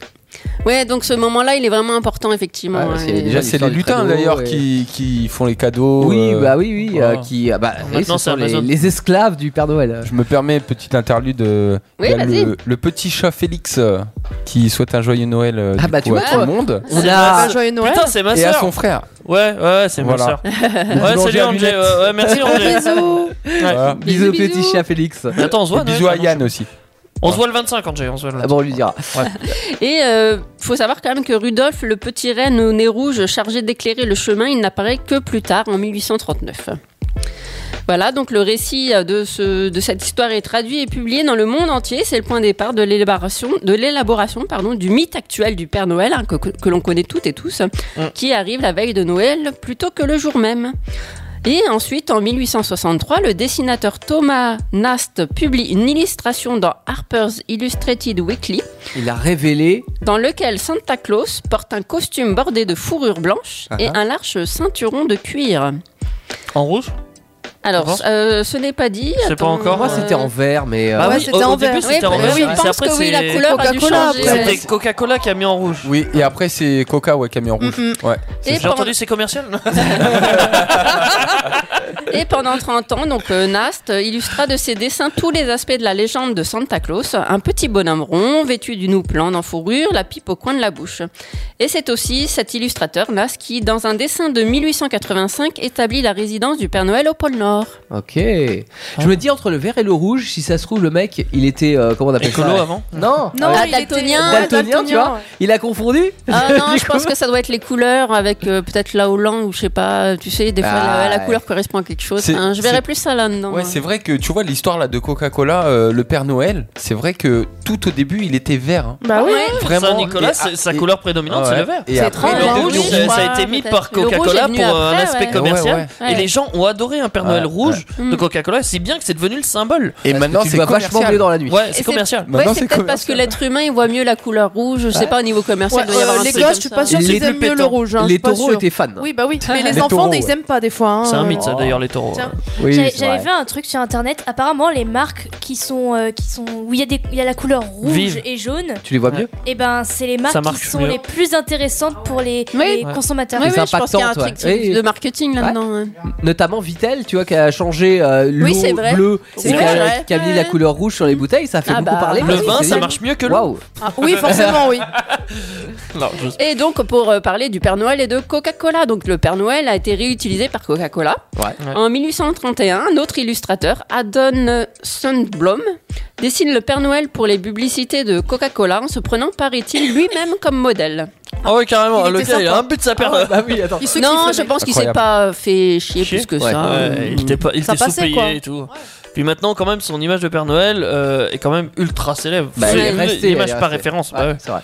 Ouais, donc ce moment-là, il est vraiment important, effectivement. Ouais, parce qu'il y avait Et- déjà Déjà, c'est l'histoire les du lutins cadeau, d'ailleurs et- qui, qui font les cadeaux. Oui, euh, bah oui, oui. voilà. euh, qui, ah, bah, oui, Oh. Maintenant, ce c'est sont les, Amazon. les esclaves du Père Noël. Je me permets, petite interlude. euh, Oui, il y a vas-y. le, le petit chat Félix euh, qui souhaite un joyeux Noël euh, Ah du bah, coup, tu à vois, tout le monde. On Ah, a. joyeux Noël. Putain, c'est ma Et à soeur. son frère. Ouais, ouais, c'est ma Voilà. soeur. Ouais, boulanger salut à Angé. lunettes. Ouais, ouais, merci Angé. Bisous. Voilà. Bisous, Bisous, petit bisous. chat Félix. Mais Attends, on se voit. Et Bisous Noël, à Yann aussi. On se voit le 25, Angé. On se voit le Ah bon, on lui dira. Et euh, faut savoir quand même que Rudolf, le petit renne au nez rouge chargé d'éclairer le chemin, il n'apparaît que plus tard, en 1839. Voilà, donc le récit de, ce- de cette histoire est traduit et publié dans le monde entier. C'est le point de départ de l'élaboration, de l'élaboration pardon, du mythe actuel du Père Noël, hein, que, que- que l'on connaît toutes et tous, qui arrive la veille de Noël plutôt que le jour même. Et ensuite, en 1863, le dessinateur Thomas Nast publie une illustration dans Harper's Illustrated Weekly Il a révélé. dans lequel Santa Claus porte un costume bordé de fourrure blanche Ah et un large ceinturon de cuir. En rouge Alors, Bon. euh, ce n'est pas dit. C'est pas attends, encore. Moi, euh, c'était en vert, mais. euh, Bah Ah Ouais, oui, c'était au- au en début, vert. c'était en Oui, vert. oui, Et je pense après, que oui, la c'est- couleur a dû Coca-Cola, changer. après. C'était Coca-Cola qui a mis en rouge. Oui, et après c'est Coca, ouais, camion rouge. Ouais. Et, J'ai pen- entendu, c'est commercial. et pendant 30 ans, donc euh, Nast illustra de ses dessins tous les aspects de la légende de Santa Claus. Un petit bonhomme rond, vêtu d'une houppelande en fourrure, la pipe au coin de la bouche. Et c'est aussi cet illustrateur, Nast, qui, dans un dessin de 1885, établit la résidence du Père Noël au pôle Nord. Ok. Je me dis entre le vert et le rouge, si ça se trouve, le mec, il était. euh, Comment on appelle Écolo ça avant. Non Non, Ah, il était- daltonien. Ouais, Daltonien, tu vois Il a confondu Ah non, Du je coup- pense que ça doit être les couleurs avec euh, peut-être la Hollande ou je sais pas. Tu sais, des fois Ah, la, la ouais. couleur correspond à quelque chose. C'est- Hein, je c'est- verrais plus ça là-dedans. hein. Ouais, c'est vrai que tu vois l'histoire là de Coca-Cola, euh, le Père Noël, c'est vrai que tout au début il était vert. hein. Bah oui. Ouais. Vraiment. Nicolas, et- c'est- sa et- couleur prédominante, Ah c'est ouais. le vert. Et C'est après, étrange, il est hein, Le devenu rouge, rouge, vert. ça, ouais, ça a été mis peut-être. par Le rouge est Coca-Cola venu pour euh, un après, aspect ouais. commercial. Ouais, ouais. Et les gens ont adoré un Père Ouais, Noël ouais. rouge de Mm. Coca-Cola, si bien que c'est devenu le symbole. Et Parce que maintenant tu le c'est vois vachement commercial. mieux dans la nuit. Ouais, c'est c'est- commercial. Ouais, Maintenant c'est peut-être parce que l'être humain il voit mieux la couleur rouge. Je sais pas au niveau commercial. Ouais, il doit y avoir euh, un les truc gosses, comme je suis ça. pas sûre Les qu'ils deux aiment mieux le pétants. rouge. hein, je Les suis pas taureaux sûre. étaient fans. Oui, bah oui. Mais les, Les enfants, taureaux, ils ouais. aiment pas des fois. hein. C'est un mythe, ça, d'ailleurs, les taureaux. Tiens. Oui, J'ai- c'est J'avais vrai. vu un truc sur internet. Apparemment, les marques qui sont, euh, qui sont où il y, a des- il y a la couleur rouge Vive. et jaune, Tu les vois mieux et ben c'est les marques marche qui sont mieux. les plus intéressantes pour les, Oui. les Ouais. consommateurs. Ouais, Les ouais, je pense qu'il y a un impactantes, truc ouais. Oui, oui. de marketing là-dedans. hein. Notamment Vitel, tu vois, qui a changé euh, l'eau Oui, c'est vrai. bleue, C'est et qui a- vrai. qui a mis la couleur rouge sur les bouteilles, ça fait Ah beaucoup bah, parler. Le parce que vin, c'est ça dit, marche mieux que l'eau. Waouh Ah, oui, forcément, oui. Non, je- Et donc, pour euh, parler du Père Noël et de Coca-Cola, donc le Père Noël a été réutilisé par Coca-Cola. Ouais. En 1831, un autre illustrateur, Adon Sundblom, dessine le Père Noël pour les publicités de Coca-Cola en se prenant, paraît-il, lui-même comme modèle. Ah ouais, carrément. Il Le était gars, il a sympa. un but de sa Ah, paire. bah oui, attends. Ils se non, kiffent, je les pense qu'il s'est Incroyable. pas fait chier, Chier plus que Ouais. ça. Ouais, il était pas, il Ça était passait, sous-payé quoi. et tout. Puis maintenant, quand même, son image de Père Noël euh, est quand même ultra célèbre. Bah, elle est une restée, elle est image par restée. référence. Ouais, bah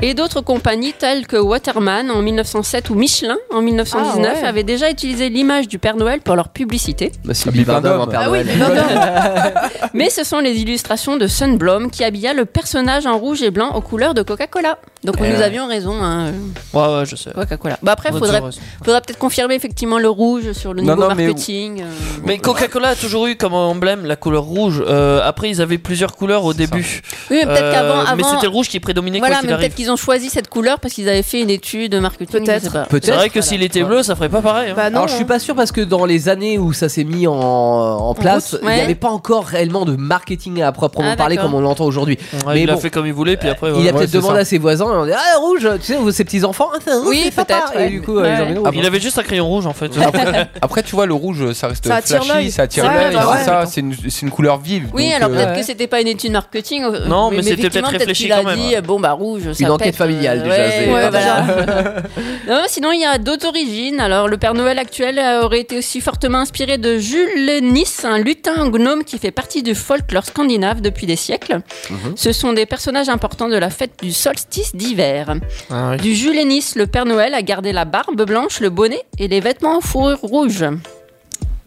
ouais. Et d'autres compagnies telles que Waterman en 1907 ou Michelin en 1919 Ah ouais. avaient déjà utilisé l'image du Père Noël pour leur publicité. Monsieur Bibendum en hein, Père Ah oui, Noël. Mais ce sont les illustrations de Sunblom qui habilla le personnage en rouge et blanc aux couleurs de Coca-Cola. Donc Eh nous ouais. avions raison. hein. Ouais, ouais, je sais. Coca-Cola. Bah après, On a faudrait, toujours raison. faudrait peut-être confirmer effectivement le rouge sur le Non, niveau non, mais- marketing. euh. Mais Coca-Cola a toujours eu comme emblème la couleur rouge. Euh, après, ils avaient plusieurs couleurs au début. Oui, mais peut-être Euh, qu'avant- Mais avant- c'était le rouge qui prédominait Voilà, quoi qu'il mais arrive. peut-être qu'ils ont choisi cette couleur parce qu'ils avaient fait une étude de marketing. Peut-être. C'est vrai que s'il était bleu, ça ferait pas pareil. hein. Bah Alors je suis pas sûr parce que dans les années où ça s'est mis en, en place, route, il n'y ouais. avait pas encore réellement de marketing à proprement Ah, parler d'accord. comme on l'entend aujourd'hui. Ouais, il l'a fait comme il voulait, puis après. Il voilà. a peut-être demandé à ses voisins, on dit, ah rouge, tu sais, vous, ces petits enfants, ah, c'est- Oui, c'est papa. peut-être, ouais. Ah Et du coup, euh, ils ont mis le rouge. Il avait juste un crayon rouge en fait. Après, après, tu vois, le rouge, ça reste Ça attire l'œil. flashy, ça attire Ouais, l'œil, bah ouais. c'est ça, c'est une, c'est une couleur vive. Oui, donc, alors peut-être euh, que c'était pas une étude marketing. euh, Non, mais c'était effectivement, peut-être réfléchi qu'il a quand même, dit, ouais. euh, bon bah rouge, ça Une enquête pète, euh, familiale, déjà, ouais, c'est- ouais, pas voilà. Non, sinon il y a d'autres origines. Alors le Père Noël actuel euh, aurait été aussi fortement inspiré de Jules Nice, un lutin gnome qui fait partie du folklore scandinave depuis des siècles. Mm-hmm. Ce sont des personnages importants de la fête du solstice d'hiver. Ah oui. Du Jules Nice, le Père Noël a gardé la barbe blanche, le bonnet et les vêtements en fourrure rouge.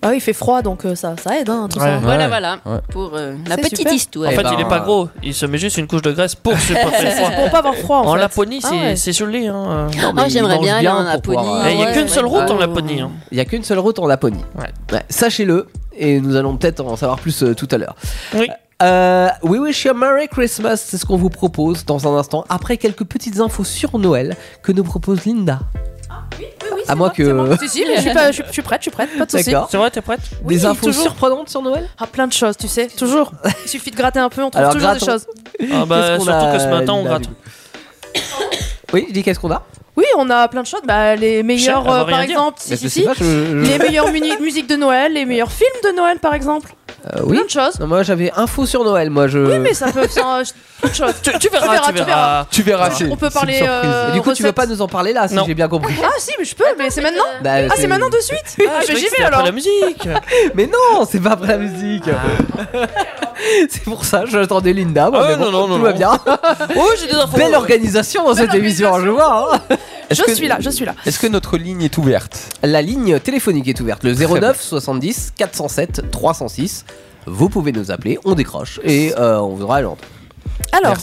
Bah oui, il fait froid donc euh, ça, ça aide, hein, tout Ouais. ça. Voilà, Ouais. Voilà, Ouais. pour euh, la C'est petite super. histoire. En fait, il est pas gros. gros, il se met juste une couche de graisse pour supporter le C'est froid. pour pas avoir froid en, En fait. Laponie, Ah c'est ouais. c'est gelé. Hein. Non, mais Ah, ils j'aimerais mangent bien aller bien en pour pouvoir, euh, Laponie. Eh, Il n'y a ouais, qu'une ouais, seule ouais. route en Laponie. hein. Il n'y a qu'une seule route en Laponie. Ouais, Sachez-le, et nous allons peut-être en savoir plus euh, tout à l'heure. Euh, Oui. We wish you a Merry Christmas, c'est ce qu'on vous propose dans un instant, après quelques petites infos sur Noël que nous propose Linda. Ah, à moi que. Si, si, mais je suis, pas- je suis- je suis prête, je suis prête, pas de soucis. D'accord. C'est vrai, t'es prête Des infos surprenantes sur Noël Ah, plein de choses, tu sais, toujours. Il suffit de gratter un peu, on trouve Alors, toujours grattons. des choses. Ah bah, Qu'est-ce qu'on surtout a, que ce matin, on Linda, gratte. du coup Oui, je dis qu'est-ce qu'on a Oui, on a plein de choses. Bah, les meilleurs, Cher, elle va euh, rien par dire. exemple, Mais si, je si, sais si. pas, je- je- les meilleures muni- musiques de Noël, les meilleurs films de Noël, par exemple. Euh, oui. Non, moi j'avais info sur Noël, moi je. Oui, mais ça peut faire un- plein de choses. Tu, verras, tu verras. Tu verras, On peut parler. euh, Et du coup, tu veux recettes. pas nous en parler là, si j'ai bien compris. Ah, si, mais je peux, mais c'est maintenant. Bah, ah, c'est- c'est maintenant de suite. Ah, Je mais croyais j'y que vais c'était après alors. la musique. Mais non, c'est pas après la musique. Ah. c'est pour ça, j'attendais Linda. Moi, Ah, mais bon, non, non, non, tout va non. bien. Oh, j'ai des infos. Belle organisation dans cette émission, je vois. hein. Je suis là, je suis là. Est-ce que notre ligne est ouverte La ligne téléphonique est ouverte, le 09 70 407 306. Vous pouvez nous appeler, on décroche et euh, on vous aura à l'ordre. Alors,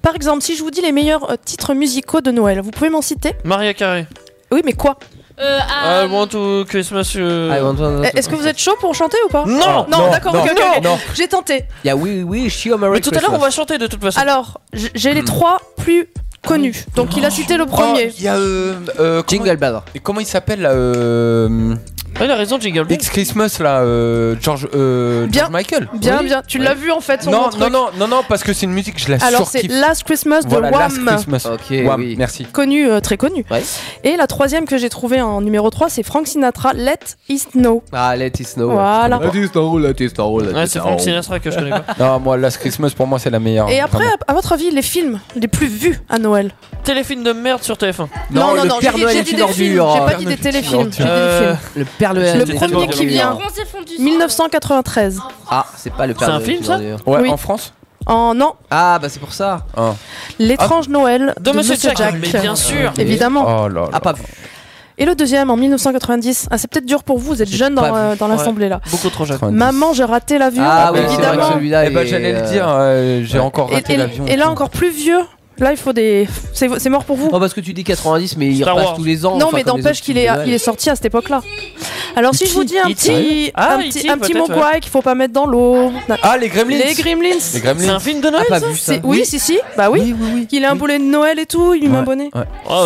par exemple, si je vous dis les meilleurs euh, titres musicaux de Noël, vous pouvez m'en citer Maria Carré. Oui, mais quoi I want to Christmas. Ah, euh, Euh, Est-ce que vous êtes chaud pour chanter ou pas Non, Non, non, d'accord, non, ok, ok, ok. non. J'ai tenté. Il y a oui, oui, Shio Merry Mais tout à l'heure, on va chanter de toute façon. Alors, j- j'ai les trois plus connus. Donc, il a cité le premier. Il y a. Euh, euh, Jingle Bell. Et comment il s'appelle là euh... Il a raison, Jingle Bell. It's Christmas là, euh, George, euh, Bien. George Michael. Bien, Oui. bien. Tu l'as vu en fait, son Non, truc. non, non, non, non, parce que c'est une musique, je la Alors, c'est surkiffe. Last Christmas de voilà, Last Wham. Christmas. Wham, merci. Connu, euh, très connu. Et la troisième que j'ai trouvée en numéro 3, c'est Frank Sinatra, Let It Snow. Ah, Let It Snow. Voilà. Let It Snow, Let It Snow, Let Ouais, It c'est Snow. Frank Sinatra que je connais pas. Non, moi, Last Christmas pour moi, c'est la meilleure. Et après, à, à votre avis, les films les plus vus à Noël Téléfilm de merde sur TF1. Non, Non, non, le non, Père j'ai dit- Noël j'ai est dit une des ordure. films, j'ai pas Père Ah, dit Noël des est une téléfilms, ordure. j'ai dit des Euh, Le Père Noël. Le premier qui vient, 1993. Ah, c'est pas le Père C'est un Noël film, qui ça vient d'ailleurs. Ouais, Oui. en France En non, hein. Ah, bah c'est pour ça. L'étrange Noël de, Monsieur Jack. Évidemment. Oh là là. Ah, pas vu. Et le deuxième en 1990. Ah, c'est peut-être dur pour vous, vous êtes jeune dans, euh, dans l'assemblée là. Beaucoup trop jeune. Maman, j'ai raté l'avion. Ah oui, c'est vrai que évidemment. celui-là. Eh ben, est, j'allais le euh, dire, euh, j'ai encore Et- raté et- l'avion. et là encore plus vieux. Là, il faut des. C'est c'est mort pour vous. Oh, parce que tu dis 90, mais il Star repasse Wars. tous les ans. Non, enfin, mais comme les n'empêche autres qu'il films est, de Noël. il est sorti à cette époque-là. Alors, si je vous dis un E.T. petit, Ah, un E.T., petit, un petit peut-être, mogwai qu'il faut pas mettre dans l'eau. Ah, les Gremlins. Les Gremlins. Les Gremlins. C'est un film de Noël Ah, pas ça vu, ça. C'est- Oui, si, si. Bah oui. Il a un bonnet de Noël et tout. Il lui met un bonnet. Oh,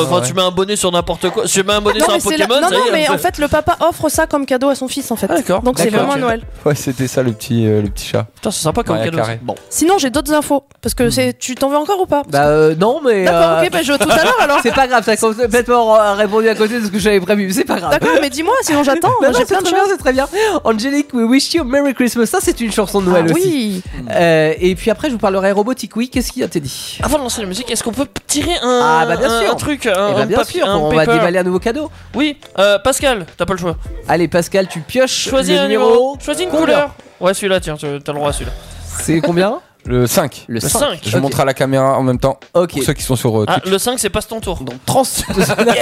quand ouais. tu mets un bonnet sur n'importe quoi, si tu mets un bonnet Non, sur un mais, c'est la- Pokémon, non, ça y non, est, mais on en fait, le papa offre ça comme cadeau à son fils, Ah, en fait. Donc c'est vraiment Noël. Ouais, c'était ça le petit, euh, le petit chat. Putain, c'est sympa comme Maria cadeau. Carré. Bon. Sinon, j'ai d'autres infos. Parce que c'est, tu t'en veux encore ou pas Bah, Euh, non, mais. D'accord, euh, ok, bah, je- tout à l'heure, alors. C'est pas grave, t'as complètement euh, répondu à côté de ce que j'avais prévu, c'est pas grave. D'accord, mais dis-moi, sinon j'attends. Non, non, J'ai c'est plein de très bien, choses. c'est très bien. Angelique, we wish you a Merry Christmas. Ça, c'est une chanson de Noël Ah aussi. oui. Euh, et puis après, je vous parlerai robotique. Oui, qu'est-ce qu'il y a, Teddy Avant de lancer la musique, est-ce qu'on peut tirer un, Ah, bah, bien un- sûr. un truc Eh un, bah, un bien papier, sûr, un on va paper déballer un nouveau cadeau. Oui, euh, Pascal, t'as pas le choix. Allez, Pascal, tu pioches Choisis le un numéro. numéro. Choisis une combien couleur. Ouais, celui-là, tiens, tu- t'as le droit à celui-là. C'est combien Le 5. Le cinq. cinq. Je Ok. montre à la caméra en même temps. Ok. Pour ceux qui sont sur euh, Ah, Twitch. le 5, c'est passe ton tour. Donc, 30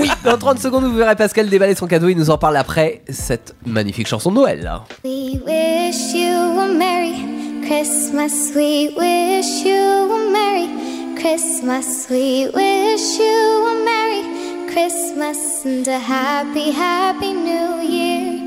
Oui, dans 30 secondes, vous verrez Pascal déballer son cadeau. Il nous en parle après cette magnifique chanson de Noël. We wish you a Merry Christmas. We wish you a Merry Christmas. We wish you a Merry Christmas and a Happy, Happy New Year.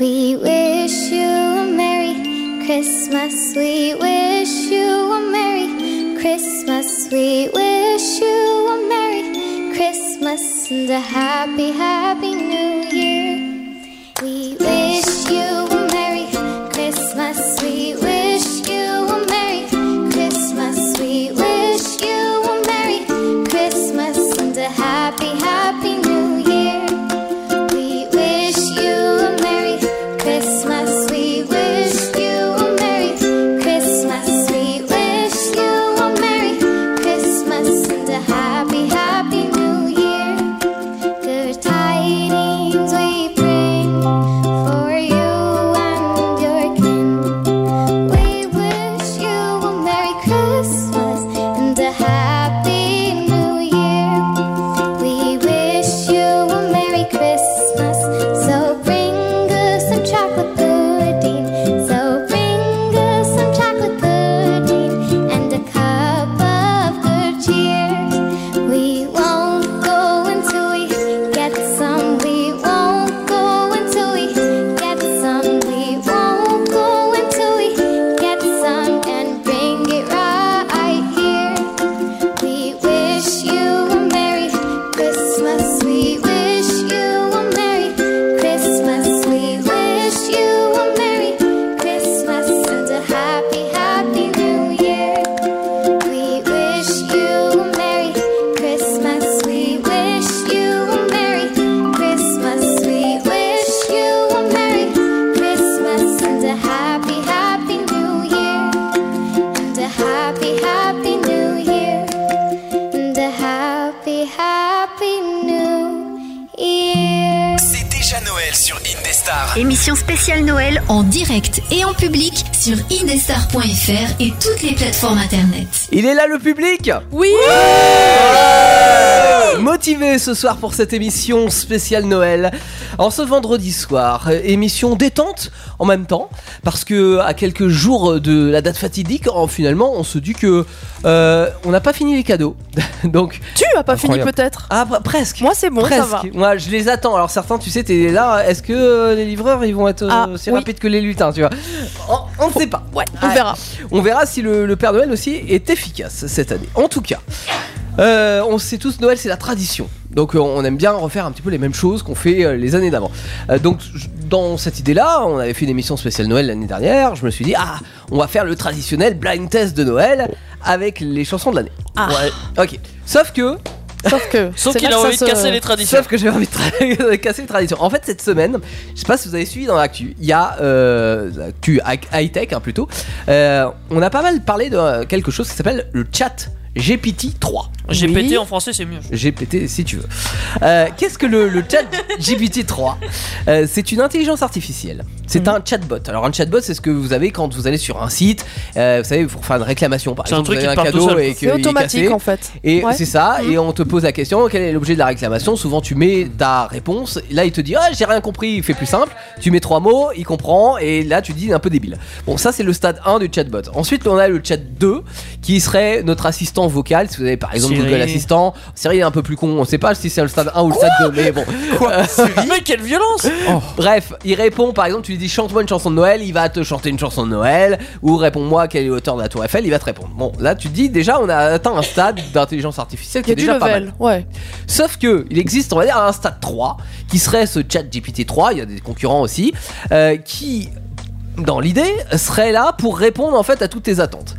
We wish you a Merry Christmas. We wish you a Merry Christmas. We wish you a Merry Christmas and a Happy, Happy New Year. We wish you a Merry Christmas. We wish you a Merry Christmas. We wish you a Merry Christmas and a Happy, Happy New Year. We wish you a Merry Christmas. We wish you a Merry Christmas. We wish you a Merry Christmas and a Happy, Happy New Year. Good tidings we bring for you and your kin. We wish you a Merry Christmas and a Happy New Year. We wish you a Merry Christmas. So bring us some chocolate pudding. So bring us some chocolate pudding and a cup of good cheer. We won't go until we get some. We won't go until we get some. We won't go until we get some and bring it right here. We wish you a Merry Christmas. We wish you a Merry Christmas. We wish you a Merry Christmas and a Happy, Happy New Year. We wish you a Merry Christmas. We wish you a Merry Christmas. We wish you a Merry Christmas and a Happy, Happy New Year. And a Happy, Happy New Year. And a Happy, Happy New Year. C'est déjà Noël sur Indestar. Émission spéciale Noël en direct et en public sur indestar.fr et toutes les plateformes internet. Il est là le public Oui Motivé ce soir pour cette émission spéciale Noël, en ce vendredi soir, euh, émission détente en même temps, parce que à quelques jours de la date fatidique, en- finalement, on se dit que euh, on n'a pas fini les cadeaux, donc Tu as pas fini Incroyable. peut-être Ah, bah, presque. Moi, c'est bon, presque. ça va. Moi, je les attends. Alors certains, tu sais, t'es là. Est-ce que euh, les livreurs, ils vont être euh, Ah, aussi oui. rapides que les lutins, tu vois On ne sait pas. Ouais, on verra. On verra si le, le Père Noël aussi est efficace cette année. En tout cas, euh, on sait tous Noël c'est la tradition. Donc euh, on aime bien refaire un petit peu les mêmes choses qu'on fait euh, les années d'avant. Euh, donc j- dans cette idée-là, on avait fait une émission spéciale Noël l'année dernière. Je me suis dit ah on va faire le traditionnel blind test de Noël avec les chansons de l'année. Ah. Ouais. Ok. Sauf que Sauf que. Sauf qu'il a envie de casser les traditions. Sauf que j'ai envie de tra- casser les traditions. En fait, cette semaine, je sais pas si vous avez suivi dans l'actu, il y a euh, l'actu high tech plutôt. euh, on a pas mal parlé de euh, quelque chose qui s'appelle le chat GPT 3. J'ai pété en français, c'est mieux. GPT si tu veux. Euh, Qu'est-ce que le, le chat GPT-3 Euh, C'est une intelligence artificielle. C'est Hmm. un chatbot. Alors un chatbot, c'est ce que vous avez quand vous allez sur un site. euh, vous savez, pour faire une réclamation, par C'est un exemple, truc vous avez qui un part tout cadeau seul. et C'est qu'il est automatique, cassé. en fait. Et Ouais. c'est ça. Et on te pose la question quel est l'objet de la réclamation Souvent, tu mets ta réponse. Là, il te dit ah j'ai rien compris. Il fait plus simple. Tu mets trois mots, il comprend. Et là, tu dis Il est un peu débile. Bon, ça c'est le stade 1 du chatbot. Ensuite, on a le chat 2 qui serait notre assistant vocal. Si vous avez par exemple Siri. Google Assistant assistant. Cyril est un peu plus con, on sait pas si c'est le stade 1 ou le stade 2, mais bon. Euh, Mais quelle violence Oh. Bref, il répond par exemple, tu lui dis chante-moi une chanson de Noël, il va te chanter une chanson de Noël, ou réponds-moi quel est l'auteur de la Tour Eiffel, il va te répondre. Bon, là tu te dis déjà on a atteint un stade d'intelligence artificielle Il qui y a du est déjà pas mal. level, ouais. Sauf que il existe, on va dire, un stade 3 qui serait ce chat GPT 3, il y a des concurrents aussi, euh, qui dans l'idée, serait là pour répondre en fait à toutes tes attentes.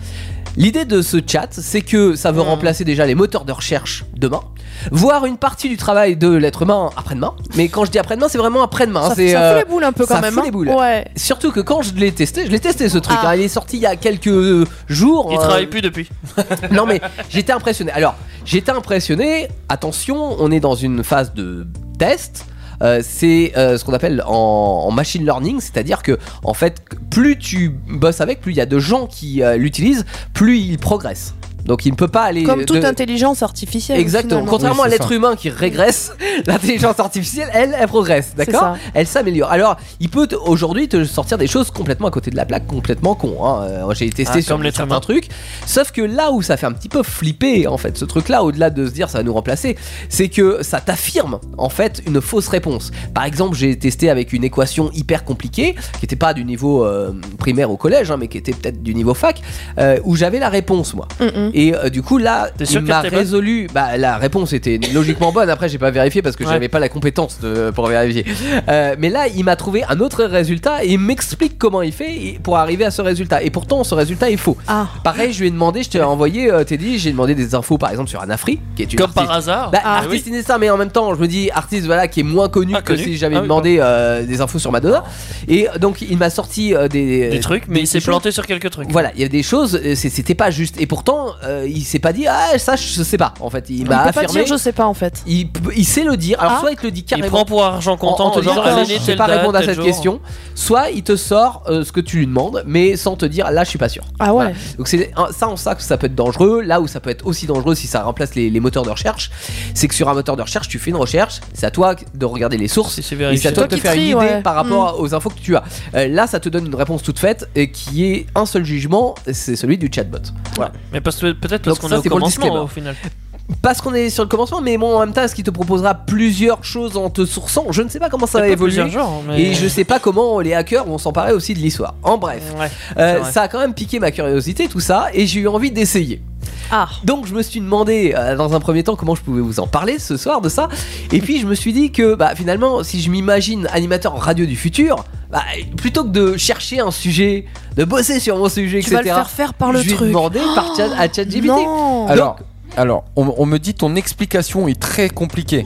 L'idée de ce chat, c'est que ça veut Hmm. remplacer déjà les moteurs de recherche demain, voire une partie du travail de l'être humain après-demain. Mais quand je dis après-demain, c'est vraiment après-demain. Ça- hein, c'est, ça fout les boules un peu quand ça même, fout hein. les boules. Ouais. Surtout que quand je l'ai testé, je l'ai testé ce truc. Ah. hein, il est sorti il y a quelques euh, jours. Il euh, travaille plus depuis. non mais j'étais impressionné. Alors j'étais impressionné. Attention, on est dans une phase de test. Euh, c'est euh, ce qu'on appelle en, en machine learning, c'est-à-dire que en fait, plus tu bosses avec, plus il y a de gens qui euh, l'utilisent, plus il progresse. Donc il ne peut pas aller Comme toute de- intelligence artificielle. hein. Exactement. finalement. Contrairement à l'être humain qui régresse, l'intelligence artificielle, elle, elle progresse, d'accord ça. Elle s'améliore. Alors, il peut te- aujourd'hui te sortir des choses complètement à côté de la plaque, complètement con. hein. Euh, moi, J'ai testé Ah, sur comme l'être certains humain. trucs. Sauf que là où ça fait un petit peu flipper, en fait, ce truc-là, au-delà de se dire ça va nous remplacer, c'est que ça t'affirme, en fait, une fausse réponse. Par exemple, j'ai testé avec une équation hyper compliquée, qui n'était pas du niveau euh, primaire au collège, hein, mais qui était peut-être du niveau fac, euh, où j'avais la réponse, moi. Mm-mm. Et euh, du coup, là, T'es sûr il qu'elle m'a était bonne résolu. Bah, la réponse était logiquement bonne. Après, j'ai pas vérifié parce que j'avais pas la compétence de- pour vérifier. Euh, mais là, il m'a trouvé un autre résultat et il m'explique comment il fait et- pour arriver à ce résultat. Et pourtant, ce résultat est faux. Ah. Pareil, je lui ai demandé, je t'ai envoyé, euh, t'es dit, j'ai demandé des infos par exemple sur Anafri, qui est une Comme artiste- par hasard. Bah, Ah, artiste oui. indécent, mais en même temps, je me dis artiste voilà qui est moins connu que connu. si j'avais Ah oui, demandé euh, des infos sur Madonna. Et donc, il m'a sorti euh, des, Des trucs, mais il s'est des choses- planté sur quelques trucs. voilà, il y a des choses, euh, c'est- c'était pas juste. Et pourtant, euh, il s'est pas dit, ah, ça, je sais pas. En fait, il Il m'a peut pas dire affirmé. je sais pas en fait. il, peut- il sait le dire. Alors, Ah. soit il te le dit carrément. prend pour argent comptant, en, en te genre, disant, ah, allez, je sais telle pas date, répondre à tel cette jour. question. Soit il te sort euh, ce que tu lui demandes, mais sans te dire, là, je suis pas sûr. Ah ouais. Donc, c'est un- ça en ça que ça peut être dangereux. Là où ça peut être aussi dangereux si ça remplace les, les moteurs de recherche, c'est que sur un moteur de recherche, tu fais une recherche, c'est à toi de regarder les c'est sources, et c'est à toi de te faire une idée par rapport Mm. à- aux infos que tu as. Euh, là, ça te donne une réponse toute faite et qui est un seul jugement, c'est celui du chatbot. Voilà. Mais parce que- peut-être parce Donc qu'on ça, est au c'est pour le commencement disclaimer. au final. Parce qu'on est sur le commencement, mais bon, en même temps, est-ce qu'il te proposera plusieurs choses en te sourçant Je ne sais pas comment ça Il y a va pas évoluer. plusieurs genres, mais- Et je sais pas comment les hackers vont s'emparer aussi de l'histoire. En bref, euh, c'est vrai. ça a quand même piqué ma curiosité, tout ça, et j'ai eu envie d'essayer. Ah. Donc je me suis demandé euh, dans un premier temps comment je pouvais vous en parler ce soir de ça. Et puis je me suis dit que bah, finalement si je m'imagine animateur radio du futur, bah, plutôt que de chercher un sujet, de bosser sur mon sujet, Tu etc. vas le faire faire par le je vais truc. Oh, demander par chat, à ChatGPT. non. Alors, alors on, on me dit ton explication est très compliquée.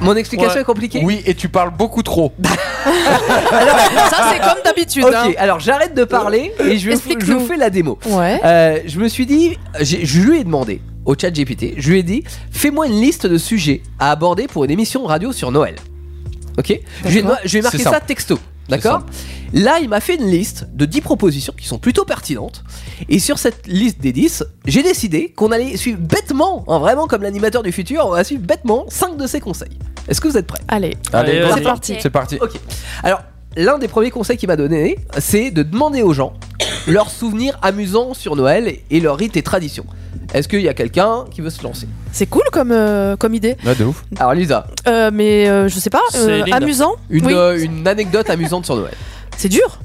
Mon explication est compliquée Oui, et tu parles beaucoup trop. ça c'est comme d'habitude. Ok, hein. Euh, alors j'arrête de parler et je, vous- je vous fais la démo. Ouais. Euh, je me suis dit, j'ai- je lui ai demandé au chat GPT, je lui ai dit, fais-moi une liste de sujets à aborder pour une émission radio sur Noël. Ok Je lui ai, D'accord. je lui ai marqué C'est ça simple. texto. D'accord Là, il m'a fait une liste de 10 propositions qui sont plutôt pertinentes. Et sur cette liste des 10, j'ai décidé qu'on allait suivre bêtement, hein, vraiment comme l'animateur du futur, on va suivre bêtement 5 de ses conseils. Est-ce que vous êtes prêts Allez. Allez, Allez, vas-y. c'est parti. C'est parti. Ok. Alors, l'un des premiers conseils qu'il m'a donné, c'est de demander aux gens leurs souvenirs amusants sur Noël et leurs rites et traditions. Est-ce qu'il y a quelqu'un qui veut se lancer C'est cool comme euh, comme idée. Ouais, de ouf. Alors, Lisa, Euh, mais euh, je sais pas. C'est euh, Linda. amusant. une, oui. euh, une anecdote amusante sur Noël. C'est dur.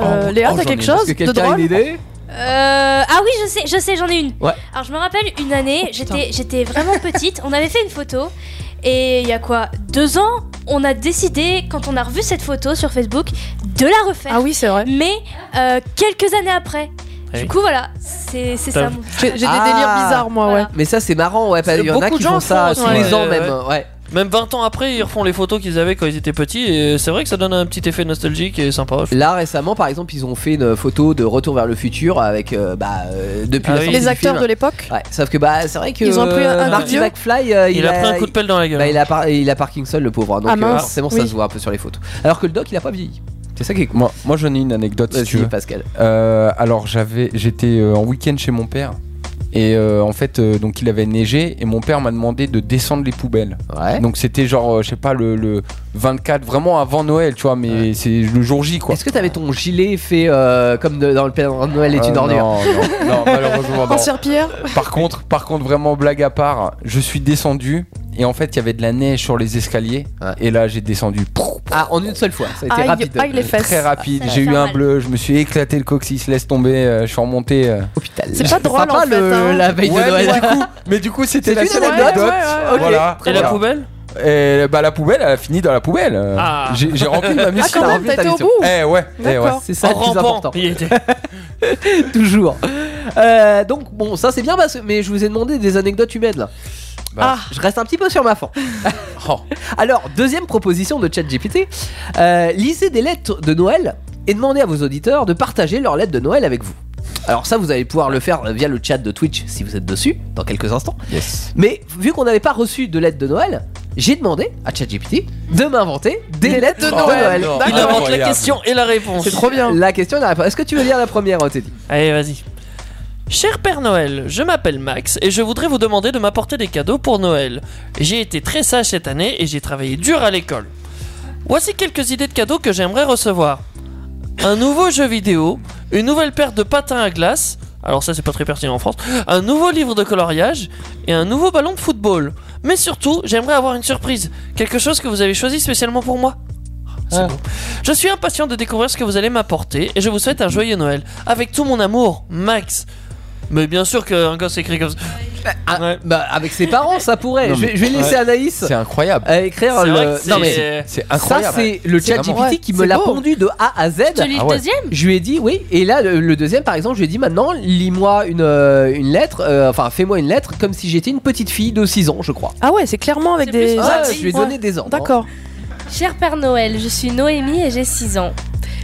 Euh, Léa, oh, t'as j'en quelque ai- Est-ce chose que de quelqu'un a une drôle idée Euh, ah oui, je sais, je sais, j'en ai une. Ouais. Alors je me rappelle une Oh, année, j'étais, j'étais vraiment petite. On avait fait une photo et il y a quoi, deux ans, on a décidé quand on a revu cette photo sur Facebook de la refaire. Ah oui, c'est vrai. Mais euh, quelques années après. Ah oui. Du coup voilà, c'est, c'est T'as- ça. mon- J'ai j'ai des Ah. délires bizarres moi, ouais. Voilà. Mais ça, c'est marrant, ouais. parce qu'il y en a Beaucoup qui de gens font ça font tous ça, les ouais, ans ouais, même. ouais. ouais. Même 20 ans après, ils refont les photos qu'ils avaient quand ils étaient petits et c'est vrai que ça donne un petit effet nostalgique et sympa. je- Là, récemment, par exemple, ils ont fait une photo de Retour vers le futur avec. euh, bah, euh, depuis Ah la oui. sortie Les du acteurs film. de l'époque. Ouais, sauf que bah, c'est vrai que. Ils ont pris un euh, coup de Marty vieux. McFly, euh, Il, a pris un coup de pelle dans la gueule. Bah, il, a par- il a Parkinson le pauvre, hein, donc Ah, euh, mince. forcément ça Oui. se voit un peu sur les photos. Alors que le doc il a pas vieilli. C'est ça qui est cool. Moi, moi j'en ai une anecdote si tu Vas-y veux. Pascal. Euh, alors j'avais, j'étais euh, en week-end chez mon père et euh, en fait euh, donc il avait neigé et mon père m'a demandé de descendre les poubelles. Ouais. Donc c'était genre euh, je sais pas le, le 24 vraiment avant Noël tu vois mais c'est le jour J quoi. Est-ce que t'avais ton gilet fait euh, comme de- dans le Père Noël est une Euh, ordure non, non, non, malheureusement non. En serpillère. Par contre, par contre, vraiment blague à part, je suis descendu et en fait il y avait de la neige sur les escaliers Ouais. et là j'ai descendu prou, prou, Ah, en une seule fois, ça a été Aïe, rapide. aïe les ah, fesses. Ah, très rapide, Ça va Ah, j'ai faire eu un mal. bleu, je me suis éclaté le coccyx, laisse tomber, euh, je suis remonté. euh. Hôpital. C'est pas drôle, en fait, le- hein. la veille Ouais, de mais Noël. du coup, mais du coup, c'était C'est la une seule anecdote. anecdote. Ouais, ouais, ouais, ouais. Voilà. Et la Voilà. poubelle Et bah la poubelle, elle a fini dans la poubelle. Euh, Ah. J'ai j'ai rempli ma Ah, mission. quand même, t'as été au bout. Eh ouais, eh ouais. D'accord. C'est ça le En plus rampant, important. il y était. Toujours. Euh, donc bon, ça c'est bien, parce- mais je vous ai demandé des anecdotes humaines là. Bah. Je reste un petit peu sur ma fin. Oh. Alors, deuxième proposition de ChatGPT euh, lisez des lettres de Noël et demandez à vos auditeurs de partager leurs lettres de Noël avec vous. Alors ça, vous allez pouvoir le faire euh, via le chat de Twitch si vous êtes dessus dans quelques instants. Mais vu qu'on n'avait pas reçu de lettres de Noël, j'ai demandé à ChatGPT de m'inventer des, lettres de Oh, Noël. non. Il invente la question et la réponse. C'est trop bien. La question, la réponse. Est-ce que tu veux lire la première, Teddy Allez, vas-y. Cher Père Noël, je m'appelle Max et je voudrais vous demander de m'apporter des cadeaux pour Noël. J'ai été très sage cette année et j'ai travaillé dur à l'école. Voici quelques idées de cadeaux que j'aimerais recevoir. Un nouveau jeu vidéo, une nouvelle paire de patins à glace, alors ça c'est pas très pertinent en France, un nouveau livre de coloriage et un nouveau ballon de football. Mais surtout, j'aimerais avoir une surprise, quelque chose que vous avez choisi spécialement pour moi. C'est beau. Je suis impatient de découvrir ce que vous allez m'apporter et je vous souhaite un joyeux Noël. Avec tout mon amour, Max. Mais bien sûr qu'un gosse écrit comme ça. Ouais. Bah, avec ses parents, ça pourrait. Non, je, vais, mais- je vais laisser Ouais. Anaïs. C'est incroyable. écrire C'est le. vrai que non, c'est- mais c'est incroyable. Ça, c'est le C'est chat vraiment- GPT Ouais, qui c'est me l'a beau. pondu de A à Z. Je te lis le Ah ouais. deuxième Je lui ai dit oui. Et là, le, le deuxième, par exemple, je lui ai dit maintenant, lis-moi une, euh, une lettre. euh, enfin, fais-moi une lettre comme si j'étais une petite fille de 6 ans, je crois. Ah ouais, c'est clairement avec des. plus ordres. pratique. Je lui ai donné des hein. ordres, D'accord. Cher Père Noël, je suis Noémie et j'ai 6 ans.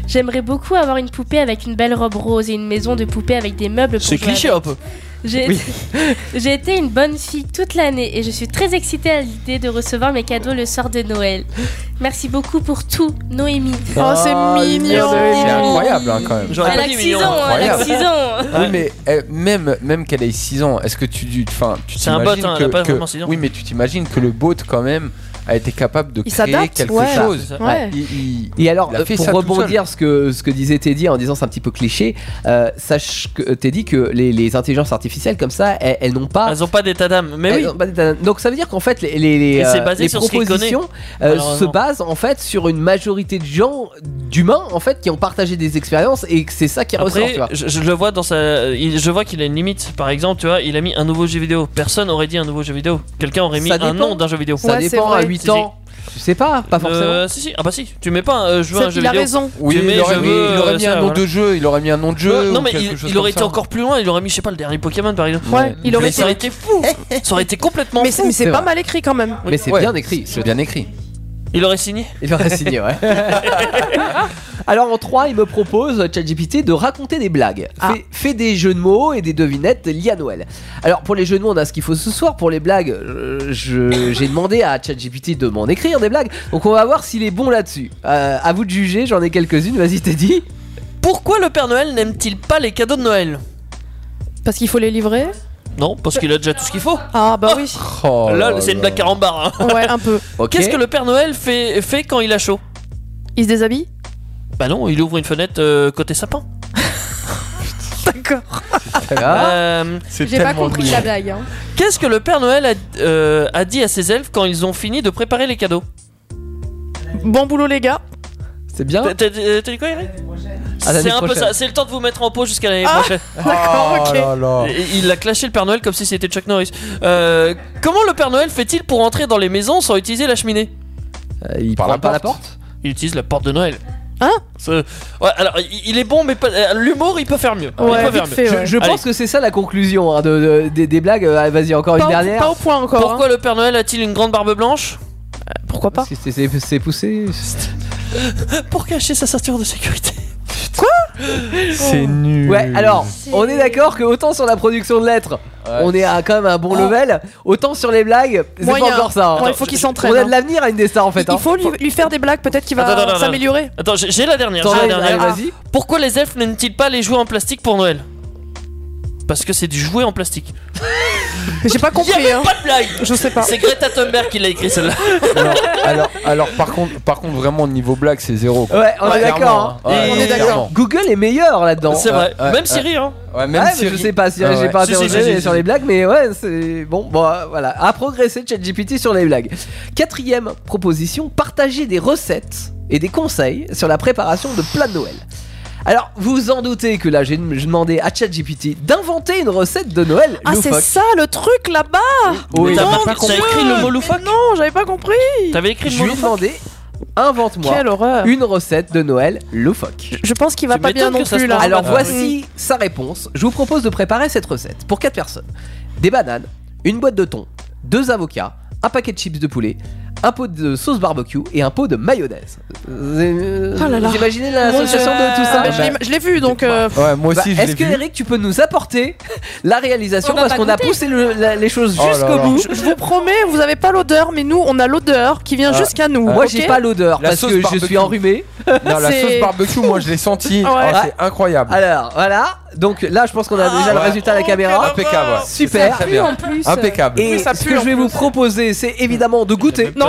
J'aimerais beaucoup avoir une poupée avec une belle robe rose et une maison de poupée avec des meubles pour C'est jouer cliché avec. un peu. J'ai Oui. j'ai été une bonne fille toute l'année et je suis très excitée à l'idée de recevoir mes cadeaux le soir de Noël. Merci beaucoup pour tout, Noémie. Oh, c'est Ah, mignon. C'est incroyable, hein, quand même. J'aurais Elle pas a dit 6 mignon. ans, hein, elle a 6 Incroyable. ans. Oui, mais eh, même, même qu'elle ait 6 ans, est-ce que tu dis. Enfin, tu C'est un bot, t'imagines hein, que, elle a pas que- vraiment six ans. Oui, mais tu t'imagines que le bot, quand même, a été capable de Il créer s'adapte, quelque ouais. chose. Ouais. Il- il- Et alors, il a fait pour ça tout seul. rebondir ce que, ce que disait Teddy en disant c'est un petit peu cliché, euh, sache que Teddy que les, les intelligences artificielles comme ça, elles, elles n'ont pas. Elles ont pas d'état d'âme. Mais Elles oui. ont pas d'état d'âme. Eh, Donc ça veut dire qu'en fait, les, les, les, Et c'est euh, basé les sur ce qu'il propositions connaît, euh, se malheureusement. basent en fait sur une majorité de gens, d'humains en fait, qui ont partagé des expériences et que c'est ça qui ressort. Après, tu vois. je, je le vois dans sa. il- je vois qu'il a une limite. Par exemple, tu vois, il a mis un nouveau jeu vidéo. Personne aurait dit un nouveau jeu vidéo. Quelqu'un aurait mis Ça un dépend. nom d'un jeu vidéo. Ça dépend à 8 Si, si. ans. Je sais pas, pas forcément. Euh, si, si. Ah bah si. Tu mets pas. un, euh, je veux Ça, un jeu il a vidéo. raison. Tu Oui, mets, il aurait, je mis, veux, il aurait euh, mis ça, un nom voilà. de jeu, il aurait mis un nom de jeu. non ou mais quelque il, chose il comme aurait été ça. encore plus loin, il aurait mis je sais pas le dernier Pokémon par exemple. Ouais, il Mais aurait ça aurait été fou. ça aurait été complètement Mais fou. c'est mais c'est pas mal écrit quand même. Mais c'est Ouais. bien écrit. C'est bien écrit. Il aurait signé Il aurait signé, ouais. Alors en 3, il me propose, ChatGPT, de raconter des blagues. Fais, fais des jeux de mots et des devinettes liées à Noël. Alors pour les jeux de mots, on a ce qu'il faut ce soir. Pour les blagues, euh, je- j'ai demandé à ChatGPT de m'en écrire des blagues. Donc on va voir s'il est bon là-dessus. Euh, à vous de juger, j'en ai quelques-unes. Vas-y, Teddy. Pourquoi le Père Noël n'aime-t-il pas les cadeaux de Noël Parce qu'il faut les livrer. Non, parce qu'il a déjà tout ce qu'il faut. Ah bah oui. Oh là, c'est une blague carambar. hein. Ouais, un peu. Ok. Qu'est-ce que le Père Noël fait, fait quand il a chaud Il se déshabille Bah non, il ouvre une fenêtre euh, côté sapin. D'accord. Ah. Euh, J'ai pas compris la blague. hein. Qu'est-ce que le Père Noël a, euh, a dit à ses elfes quand ils ont fini de préparer les cadeaux Bon boulot les gars. C'est bien. T'as euh, t'as- t'as dit quoi, Eric À l'année C'est un peu prochaine. ça, c'est le temps de vous mettre en pause jusqu'à l'année Ah, prochaine. d'accord, Oh ok. là là. Et Il a clashé le Père Noël comme si c'était Chuck Norris. Euh, comment le Père Noël fait-il pour entrer dans les maisons sans utiliser la cheminée Euh, Il Par prend pas la porte Il utilise la porte de Noël. Hein Ouais, alors il il est bon, mais pas- euh, l'humour il peut faire mieux. Il peut faire mieux. Je, je pense Allez. que c'est ça la conclusion hein, de- de- des, des blagues. Euh, Vas-y, Oh, encore hein. une dernière. point encore. Pourquoi le Père Noël a-t-il une grande barbe blanche Pourquoi pas C'est- C'est c'est poussé. Pour cacher sa ceinture de sécurité. C'est nul. Oh. Ouais, alors, on est d'accord que autant sur la production de lettres, on est à quand même un bon level, autant sur les blagues, c'est pas Ah. Moyen. encore ça. hein. Attends, il faut qu'il s'entraîne, On a hein. de l'avenir à une des stars en fait. hein. Il faut lui, lui faire des blagues, peut-être qu'il Attends, attends, va attends. s'améliorer. Attends, j'ai j'ai la dernière. T'en j'ai la as une, dernière. allez, vas-y. Pourquoi les elfes n'aiment-ils pas les jouets en plastique pour Noël Parce que c'est du jouet en plastique. J'ai pas Il y compris. avait hein. pas de blague. Je sais pas. C'est Greta Thunberg qui l'a écrit celle-là. Alors, alors, alors, par contre, par contre, vraiment niveau blague, c'est zéro. quoi. Ouais, on est Clairement, d'accord. hein. hein. Ouais, on est d'accord. clairement. Google est meilleur là-dedans. C'est vrai. Ouais, Même ouais. Siri, hein. Ouais, même mais Siri. Je sais pas si Ah j'ai ouais. pas Si, si, interrogé si, si, sur si. les blagues, mais ouais, c'est bon. Bon, euh, voilà. À progresser, ChatGPT sur les blagues. Quatrième proposition partager des recettes et des conseils sur la préparation de plats de Noël. Alors, vous vous en doutez que là, j'ai j'ai demandé à ChatGPT d'inventer une recette de Noël Ah, c'est loufoque. ça le truc là-bas Oui. Mon T'as pas Dieu compris le mot Mais Non, j'avais pas compris T'avais écrit Je lui ai demandé, invente-moi Quelle horreur. une recette de Noël loufoque. Je pense qu'il va Tu pas bien m'étonnes non que ça plus se là. passe Alors voici sa réponse. Je vous propose de préparer cette recette pour 4 personnes. Des bananes, une boîte de thon, deux avocats, un paquet de chips de poulet, un pot de sauce barbecue et un pot de mayonnaise. Euh, Oh là là. Vous imaginez l'association Mon de tout ça Bah, Dieu. Ah, Je l'ai- Je l'ai vu donc. euh, Ouais, moi aussi, je Est-ce l'ai que vu. Eric, tu peux nous apporter la réalisation On n'a parce pas qu'on a goûté. poussé le- la- les choses Oh là jusqu'au là. bout. Je, je vous promets, vous avez pas l'odeur, mais nous on a l'odeur qui vient Ah, jusqu'à nous. Moi, ok j'ai pas l'odeur La parce sauce que je barbecue. suis enrhumé. Non, la C'est- sauce barbecue, moi je l'ai senti. Oh, Ouais. c'est incroyable. Ah. Alors voilà, donc là je pense qu'on a déjà le ouais. résultat à la caméra. Impeccable. ouais. Super. Très bien. plus. Impeccable. Et Oui, ça ce pue, que en je vais vous proposer, c'est évidemment de goûter. Non,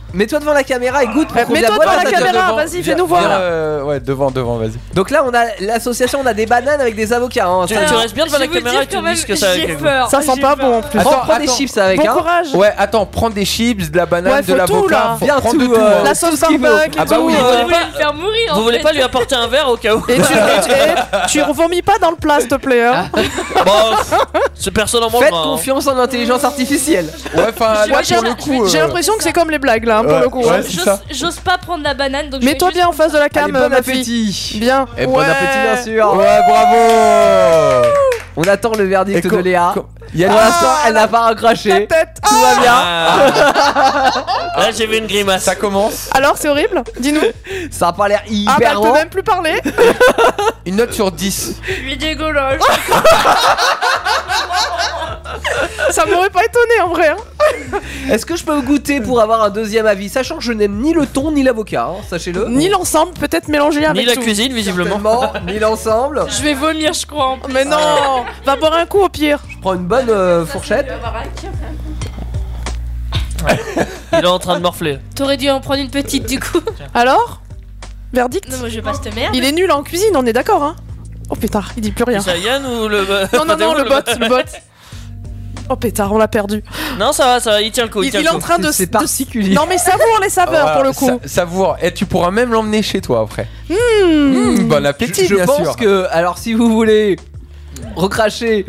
Mets-toi devant la caméra et goûte. pour qu'on mets-toi la devant voit la dans caméra, devant. vas-y, fais-nous Viens, voir. viens. Euh, ouais, devant, devant, vas-y. Donc là, on a l'association, on a des bananes avec des avocats. hein, Tu, ça- tu restes bien devant Je la vais vous caméra dire et tu quand me dis même, ce que ça a j'ai avec vous. peur. Ça sent j'ai pas peur. bon en plus. Prends, Attends, prends des attends. chips avec, Bon hein. courage. Ouais, attends, prends des chips, de la banane, Ouais, de faut tout, l'avocat. là. faut Viens prendre de tout, tout. euh, hein. La sauce ce qui vaut. barbecue Ah et bah tout. oui. Vous euh, voulez me faire mourir en Vous voulez fait. pas lui apporter un verre au cas où Et tu, et- et tu revomis pas dans le plat, s'il te plaît. Ah. hein. Bon, pff, ce personne en Faites mangera. hein. confiance en l'intelligence artificielle. Ouais, enfin, Je là, vais pour faire- le coup. J'ai euh, l'impression que c'est comme les blagues là, hein, pour ouais, le coup. ouais, hein. c'est ça. J'ose- J'ose pas prendre la banane donc je vais Mets-toi juste- bien en face de la Allez, cam, euh, bon ma fille. appétit. Bien. Et bon Ouais. appétit, bien sûr. Ouais, bravo. On attend le verdict Et de co- Léa. co- Il y a Ah. Pour l'instant, elle n'a pas Ta recraché. tête. Tout va bien. Ah. Là, j'ai vu une grimace. Ça commence. Alors, c'est horrible Dis-nous. Ça a pas l'air Ah, bah, hyper elle bon. peut même plus parler. Une note sur 10. Il est dégueulasse. Ça m'aurait pas étonné en vrai. hein. Est-ce que je peux goûter pour avoir un deuxième avis Sachant que je n'aime ni le thon ni l'avocat, hein, sachez-le. Ni l'ensemble, peut-être mélangé avec Ni la tout. cuisine, visiblement. Certainement, ni l'ensemble. Je vais vomir je crois. en plus. Mais non Va boire un coup au pire. Je prends une bonne euh, fourchette. Il est en train de morfler. T'aurais dû en prendre une petite du coup. Alors Verdict Non moi je vais pas cette merde. Il est nul en cuisine, on est d'accord, hein Oh pétard, il dit plus rien. C'est à Yann ou le. Non, non, Enfin, non, Théo, le bot, le bot. Oh pétard, on l'a perdu. Non, ça va, ça va, il tient le coup. Il, Il, tient il est le en coup. train de. C'est de- particulier. Non, mais savoure les saveurs pour le coup. Ah, Sa- Savoure. Et tu pourras même l'emmener chez toi après. Mm. Mmh. Bon Je, appétit, je bien pense sûr. que, Euh, alors si vous voulez recracher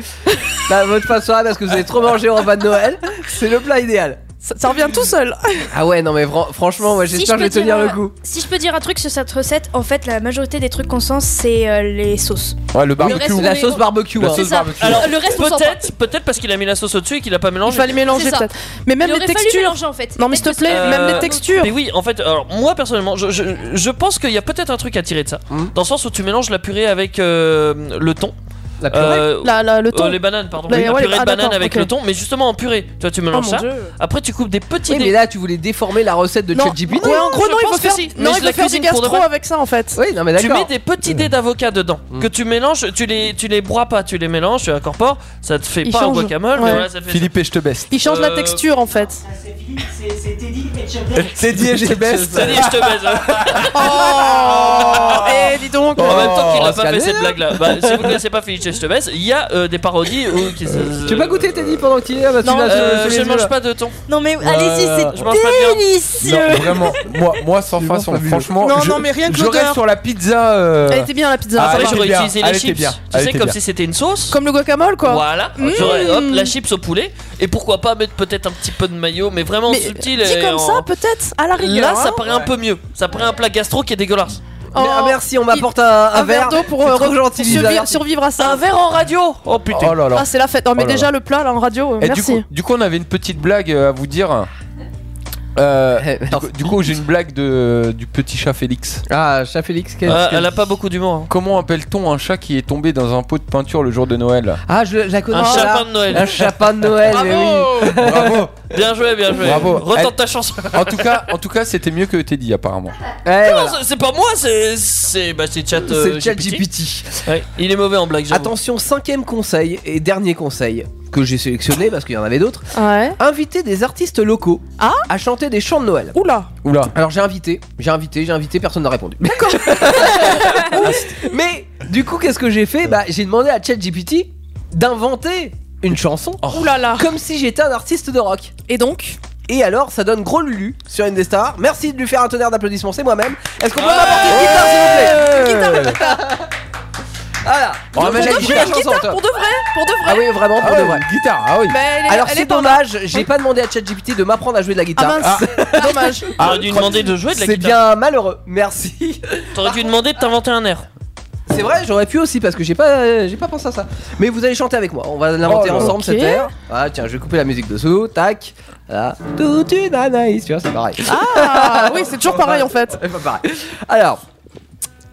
la- votre fin de soirée parce que vous avez trop mangé en repas de Noël, c'est le plat idéal. Ça, ça revient tout seul. Ah ouais, non mais fran- franchement, moi Si j'espère je que je vais peux tenir dire, le euh, coup. Si je peux dire un truc sur cette recette, en fait la majorité des trucs qu'on sent c'est euh, les sauces. Ouais, le reste, barbecue. on La est- sauce barbecue. La hein. sauce ça. barbecue. Alors, le reste on s'en fout. Peut-être peut parce qu'il a mis la sauce au-dessus et qu'il a pas Il mélangé. fallait mélanger C'est ça. peut-être. Mais Il même les aurait fallu textures. mélanger, en fait. Non, mais s'il te Peut-être que plaît, ça- même Euh, les textures. Mais oui, en fait, alors moi personnellement, je, je, je pense qu'il y a peut-être un truc à tirer de ça. Mhm. Dans le sens où tu mélanges la purée avec euh, le thon. La purée. Euh, Là, là, le euh, thon. les bananes, pardon. Mais la ouais, purée ah, de banane d'accord, avec ok. le thon, mais justement en purée. Tu vois, tu Oh mélanges mon ça. dieu. Après, tu coupes des petits Oui, mais dés. là tu voulais déformer la recette de Non, ChatGPT. ouais, en gros, Je non, il pense faut que faire, si. Mais non, je il la faut faire du cuisine pour de gastro vrai. avec ça en fait. Oui, non mais Tu mets d'accord. des petits dés d'avocat dedans Mm. que tu mélanges, tu les, tu les broies pas, tu les mélanges, tu les incorpores. Ça te fait Ils pas changent. un guacamole, Ouais. mais voilà, ça te fait. Philippe et je te baisse. Il change la Euh, texture en fait. C'est dit et je te baisse. Ça dit, je te baise. Oh Eh, dis donc en même temps qu'il on a se pas calme, fait cette là. blague là. Bah, si vous connaissez pas Philippe, je te baise, il y a euh, des parodies où. qui se- hein. Tu veux pas goûter Teddy pendant qu'il est là bah, Euh, tu Non, l'as sur- euh, sur les je yeux, ne mange là. pas de thon. Non mais allez-y, c'est Je mange pas de viande. Non, vraiment, moi, moi sans C'est façon, fabuleux. franchement, Non, je, non, mais rien que je reste l'odeur. sur la pizza. euh, Elle était bien la pizza. Ah, ça Après, elle va. était j'aurais bien, utilisé les elle était chips. bien, Tu elle sais, était comme bien. si c'était une sauce. Comme le guacamole quoi. Voilà, Mm. j'aurais hop, la chips au poulet. Et pourquoi pas mettre peut-être un petit peu de mayo, mais vraiment Mais subtil. dit et comme en- ça peut-être à la rigueur. Là, ça hein. paraît un peu mieux. Ça paraît un plat gastro qui est dégueulasse. Mais- ah, Oh, merci, on m'apporte un, un verre d'eau pour C'est euh, trop re- gentil, Lisa. survivre, survivre à ça. Un verre en radio. Oh putain. Oh là là. Ah c'est la fête. Non mais Oh là déjà le plat là en radio. euh, Et du merci. coup, du coup, on avait une petite blague euh, à vous dire. Euh, du coup- du coup, j'ai une blague de, du petit chat Félix. Ah, chat Félix, qu'est-ce Euh, que- elle a pas beaucoup d'humour. hein. Comment appelle-t-on un chat qui est tombé dans un pot de peinture le jour de Noël Ah, je la connais. Un celle-là. chapin de Noël. Un chapin de Noël, mais oui. Bravo Bien joué, bien joué. Bravo. Retente Elle- ta chance. En tout cas, en tout cas, c'était mieux que Teddy apparemment. Eh, voilà. Non, c'est- C'est pas moi, c'est c'est bah, c'est chat. euh, C'est chat GPT. GPT. Ouais, il est mauvais en blague. j'avoue. Attention, cinquième conseil et dernier conseil. que j'ai sélectionné parce qu'il y en avait d'autres. Ouais. Ah. Inviter des artistes locaux à chanter des chants de Noël. Oula. Oula. Alors j'ai invité, j'ai invité, j'ai invité, personne n'a répondu. Ah, Mais du coup, qu'est-ce que j'ai fait Bah, j'ai demandé à ChatGPT d'inventer une chanson. Comme si j'étais un artiste de rock. Oh. Et donc et alors, ça donne gros Lulu sur une des stars. Merci de lui faire un tonnerre d'applaudissements, c'est moi-même. Est-ce qu'on peut m'apporter une guitare, s'il vous plaît Une guitare Ah, Voilà. Pour Donc, de j'ai vrai, écrit la une chanson, guitare, toi. pour de vrai, pour de vrai. Ah oui, vraiment, pour Ah de ouais, vrai. une guitare, ah oui. Mais Bah, elle est- Alors elle c'est est pas dommage, j'ai pas demandé à ChatGPT de m'apprendre à jouer de la guitare. Ah, Ah mince, dommage. Ah, T'aurais dû lui demander de jouer de la C'est guitare. bien malheureux, merci. T'aurais dû demander de t'inventer un air. C'est vrai, j'aurais pu aussi parce que j'ai pas, euh, j'ai pas pensé à ça. Mais vous allez chanter avec moi, on va Oh l'inventer là, ensemble ok. cet air. Ah tiens, je vais couper la musique dessous, tac. Voilà. Toute une Anaïs, tu vois, c'est pareil. Ah oui, c'est toujours pareil en fait. C'est pas pareil. Alors,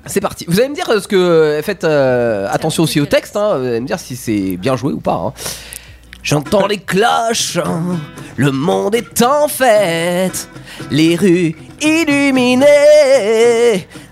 c'est parti. Vous allez me dire euh, ce que. euh, Faites euh, attention aussi au texte, hein. vous allez me dire si c'est bien joué ou pas. hein. J'entends les cloches, hein, le monde est en fête, les rues illuminées,